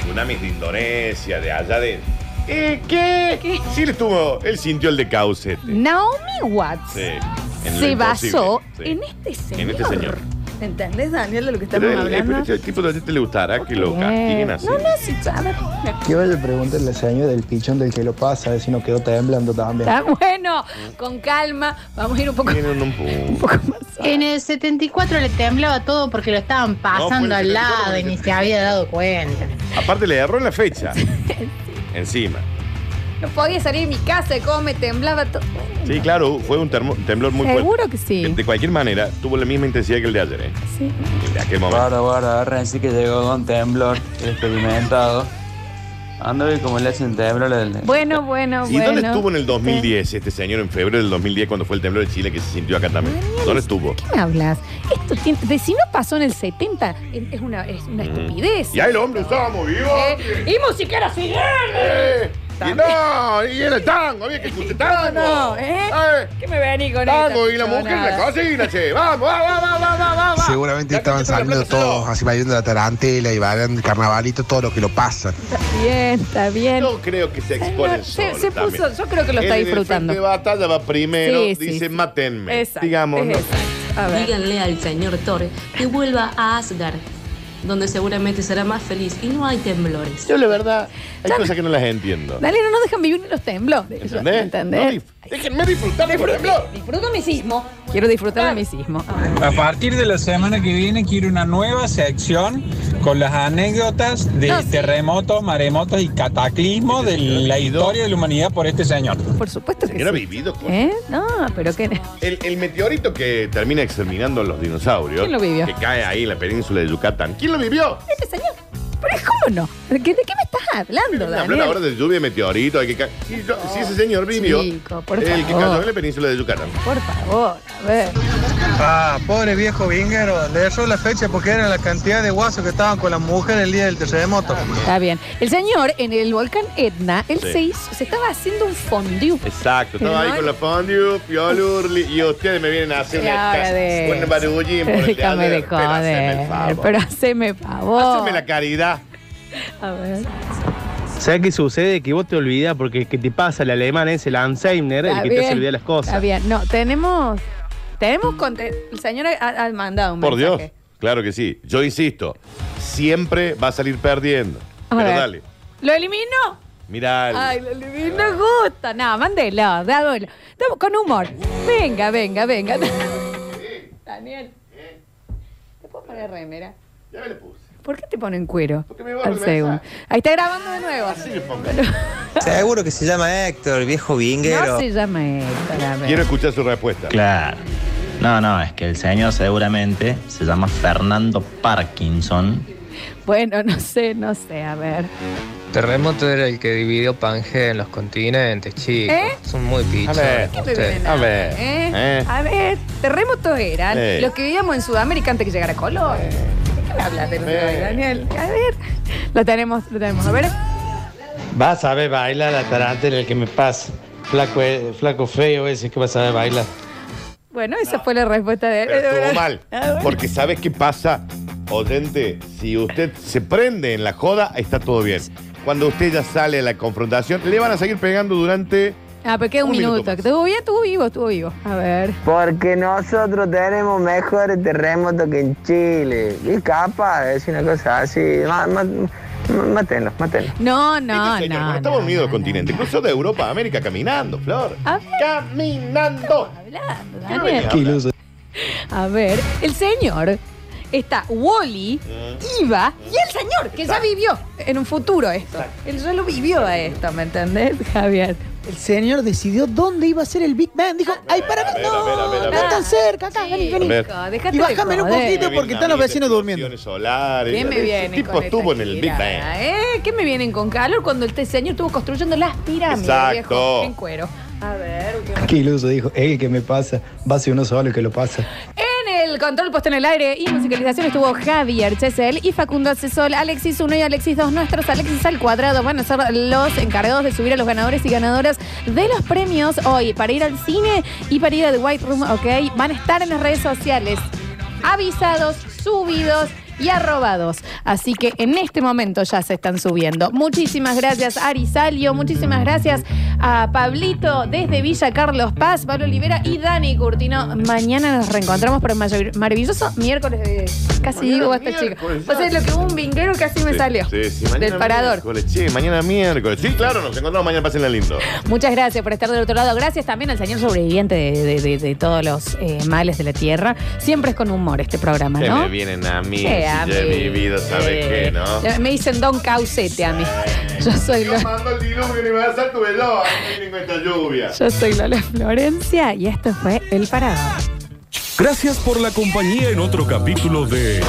S2: Tsunamis de Indonesia, de allá de. Eh, ¿Qué? Sí, él estuvo. Él sintió el de Causet.
S1: Naomi Watts
S2: Sí. en lo
S1: se
S2: imposible.
S1: basó
S2: Sí.
S1: en este señor.
S2: En este señor.
S1: ¿Entendés, Daniel, de lo que estamos
S2: Pero, él- eh,
S1: hablando?
S2: pero ese tipo de gente le gustará que lo castiguen así.
S1: No, no, sí, a ver.
S20: Que vaya a preguntarle al señor del pichón del que lo pasa, a ver si no quedó temblando también.
S1: Está bueno, con calma. Vamos a ir un poco.
S42: En el 74 le temblaba todo porque lo estaban pasando
S2: No, fue en el
S42: al
S2: 74
S42: lado y ni se había dado cuenta.
S2: Aparte, le erró en la fecha. Encima.
S1: No podía salir de mi casa, cómo me temblaba todo.
S2: Sí, claro, fue un termo- temblor muy fuerte.
S1: Seguro que sí.
S2: De, de cualquier manera, tuvo la misma intensidad que el de ayer, ¿eh?
S1: Sí.
S2: El de aquel momento.
S40: Guarda, guarda, agarren sí que llegó con temblor, el experimentado. Ando y como le hacen temblor el...
S1: Bueno, bueno,
S2: ¿Y
S1: Ah, bueno.
S2: dónde estuvo en el 2010 este señor? En febrero del 2010, cuando fue el temblor de Chile que se sintió acá también. ¿Dónde estuvo?
S1: ¿Qué me hablas? Esto tiene. De si no pasó en el 70, es una, es una
S2: Mm.
S1: estupidez.
S2: Y ahí el hombre estábamos vivos.
S1: Eh, y musiquera sirena.
S2: Y no, y era el tango, había que escuchar tango.
S1: No, no, ¿eh? ¿Qué me vení con eso?
S2: Tango y la mujer en la cocina, che. Vamos, vamos, vamos, vamos, vamos.
S43: Seguramente estaban saliendo todos, así bailando la tarantela y bailando el carnavalito, todo lo que lo pasan.
S1: Está bien, está bien.
S2: No creo que se expone
S1: se,
S2: solo
S1: se puso,
S2: también.
S1: yo creo que lo está
S2: Él en el
S1: disfrutando.
S2: frente de batalla va primero,
S1: Sí, sí,
S2: dice,
S1: sí.
S2: mátenme.
S1: Exacto,
S2: Digamos,
S1: es
S2: ¿no?
S44: Díganle al señor Thor que vuelva a Asgard, donde seguramente será más feliz y no hay temblores.
S2: Yo la verdad, hay cosas que no las entiendo.
S1: Dale, no nos dejan vivir ni los temblores.
S2: ¿Entendés? No dif- Déjenme disfrutar de
S1: Disfruto mi sismo. Quiero disfrutar de mi sismo.
S18: A partir de la semana que viene quiero una nueva sección con las anécdotas de terremotos, maremotos y cataclismos de la historia de la humanidad por este señor.
S1: Por supuesto que
S2: Era
S1: sí.
S2: vivido con.
S1: ¿Eh? No, pero que.
S2: El, el meteorito que termina exterminando a los dinosaurios.
S1: ¿Quién lo vivió?
S2: Que cae ahí en la península de Yucatán. ¿Quién lo vivió?
S1: Este señor. Pero ¿cómo no? ¿De qué, de qué me estás hablando,
S2: Hablando ahora
S1: Daniel?
S2: de lluvia de meteorito. hay que ca- si, yo- si ese señor vivió,
S1: Chico, por
S2: el que
S1: favor.
S2: cayó en la península de Yucatán.
S1: Por favor, a ver.
S17: Ah, pobre viejo vinguero, le erró la fecha porque era la cantidad de guasos que estaban con las mujeres el día del terremoto.
S1: Está bien. El señor en el volcán Etna, él
S2: Sí.
S1: se hizo, se estaba haciendo un fondue.
S2: Exacto, estaba
S1: Pero
S2: ahí
S1: no-
S2: con la fondue, piol, urli, y ustedes me vienen a hacer
S1: Y ahora de-
S2: un barullín por el
S1: Déjame de
S2: teatro, pero haceme
S1: joder.
S2: el favor.
S1: Pero haceme favor.
S2: Haceme la caridad.
S1: A ver.
S45: ¿Sabes qué sucede? Que vos te olvidás porque el que te pasa el alemán es el Alzheimer, el
S1: Está
S45: que te hace
S1: bien,
S45: olvidar las cosas.
S1: Está bien. No, tenemos. Tenemos. conte- El señor ha, ha mandado un
S2: Por Dios,
S1: mensaje.
S2: claro que sí. Yo insisto, siempre va a salir perdiendo.
S1: A
S2: Pero
S1: ver.
S2: dale,
S1: ¿Lo eliminó?
S2: mirá.
S1: Ay, lo eliminó gusta. No, mándelo. dámelo. Estamos con humor. Venga, venga, venga. Daniel. ¿Te puedo poner remera?
S2: Ya me le puse.
S1: ¿Por qué te ponen cuero?
S2: Porque me borra
S1: Al
S2: el
S1: segundo. Ahí está grabando de nuevo.
S46: Seguro que se llama Héctor, viejo vinguero.
S1: No se llama Héctor. a ver.
S2: Quiero escuchar su respuesta.
S47: Claro. No, no, es que el señor seguramente se llama Fernando Parkinson.
S1: Bueno, no sé, no sé. A ver.
S14: Terremoto era el que dividió Pangea en los continentes, chicos.
S1: ¿Eh?
S14: Son muy
S2: A
S14: pichos.
S2: ver,
S14: ustedes.
S2: a ver.
S1: ¿Eh?
S2: ¿Eh?
S1: A ver, terremotos eran
S2: Eh.
S1: los que vivíamos en Sudamérica antes que llegara Colón. ¿De qué me
S2: Eh.
S1: hablas de los de hoy, Daniel? A ver, lo tenemos, lo tenemos. A ver,
S5: Vas a ver bailar la tarantela el que me pasa. Flaco, eh, flaco feo ese que vas a ver bailar.
S1: bueno, esa fue la respuesta de él.
S2: Pero estuvo mal.
S1: A ver.
S2: Porque ¿sabes qué pasa? Oyente, si usted se prende en la joda, está todo bien. Cuando usted ya sale a la confrontación, le van a seguir pegando durante...
S1: Ah, pero queda un,
S2: Un minuto
S1: minuto. estuvo bien, estuvo vivo, estuvo vivo. A ver.
S14: Porque nosotros tenemos mejores terremotos que en Chile. Y capaz es una cosa así. Ma- ma- ma- Matenlo, matenlo.
S1: No, no,
S2: Señor,
S1: no.
S2: pero estamos unidos al continente. Incluso de Europa a América caminando, Flor.
S1: Caminando.
S2: venía a hablar?
S1: A ver, el señor está Wally,
S2: Mm.
S1: Iva y el señor, que ya vivió en un futuro esto. Él ya lo vivió a esto, ¿me entendés, Javier?
S6: El señor decidió dónde iba a ser el Big Bang. Dijo, ay, para mí
S2: ver, a ver, a ver, a
S6: no, no
S2: ver.
S6: tan cerca, acá, vení, vení.
S2: ver.
S6: Y bájame un poquito porque están los vecinos durmiendo.
S2: Solares.
S1: ¿Qué me
S2: Ese
S1: vienen
S2: tipo
S1: con
S2: estuvo
S1: esta
S2: en el Big
S1: girada,
S2: Bang.
S1: ¿eh? ¿Qué me vienen con calor cuando este señor estuvo construyendo las pirámides,
S20: Exacto.
S1: viejo, en cuero? A ver, ¿qué más?
S20: Qué iluso, dijo. El que me pasa, va a ser uno solo el que lo pasa.
S1: En el control puesto en el aire y musicalización estuvo Javier Chesel y Facundo Acesol, Alexis 1 y Alexis 2. Nuestros Alexis al cuadrado van a ser los encargados de subir a los ganadores y ganadoras de los premios hoy para ir al cine y para ir a The White Room, ¿ok? Van a estar en las redes sociales avisados, subidos. Y arrobados. Así que en este momento ya se están subiendo. Muchísimas gracias, Ari Salio. Muchísimas gracias a Pablito desde Villa Carlos Paz, Pablo Olivera y Dani Curtino. Mañana nos reencontramos por el mayor- maravilloso miércoles de. Casi digo basta, chica.
S2: miércoles,
S1: O sea, lo que un vinguero casi me
S2: Sí,
S1: salió
S2: sí, sí, mañana
S1: del parador.
S2: miércoles. Sí, mañana miércoles. Sí, claro, nos encontramos mañana. Pásenla lindo.
S1: Muchas gracias por estar del otro lado. Gracias también al señor sobreviviente de, de- de- de todos los eh, males de la tierra. Siempre es con humor este programa,
S2: Que
S1: ¿no?
S2: me vienen a mí.
S1: Sí,
S2: si
S1: a
S2: yo he
S1: mí.
S2: vivido, ¿sabes
S1: Sí.
S2: qué, no?
S1: Ya Eh, Me dicen Don Caucete a mí. Yo soy lo-
S2: Mando el diluvio universal, tu velo. Ahí vienen con esta lluvia.
S1: Yo soy Lola Florencia y esto fue El Parador.
S10: Gracias por la compañía en otro capítulo de El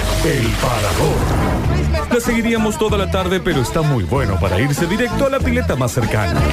S10: Parador. La seguiríamos toda la tarde, pero está muy bueno para irse directo a la pileta más cercana.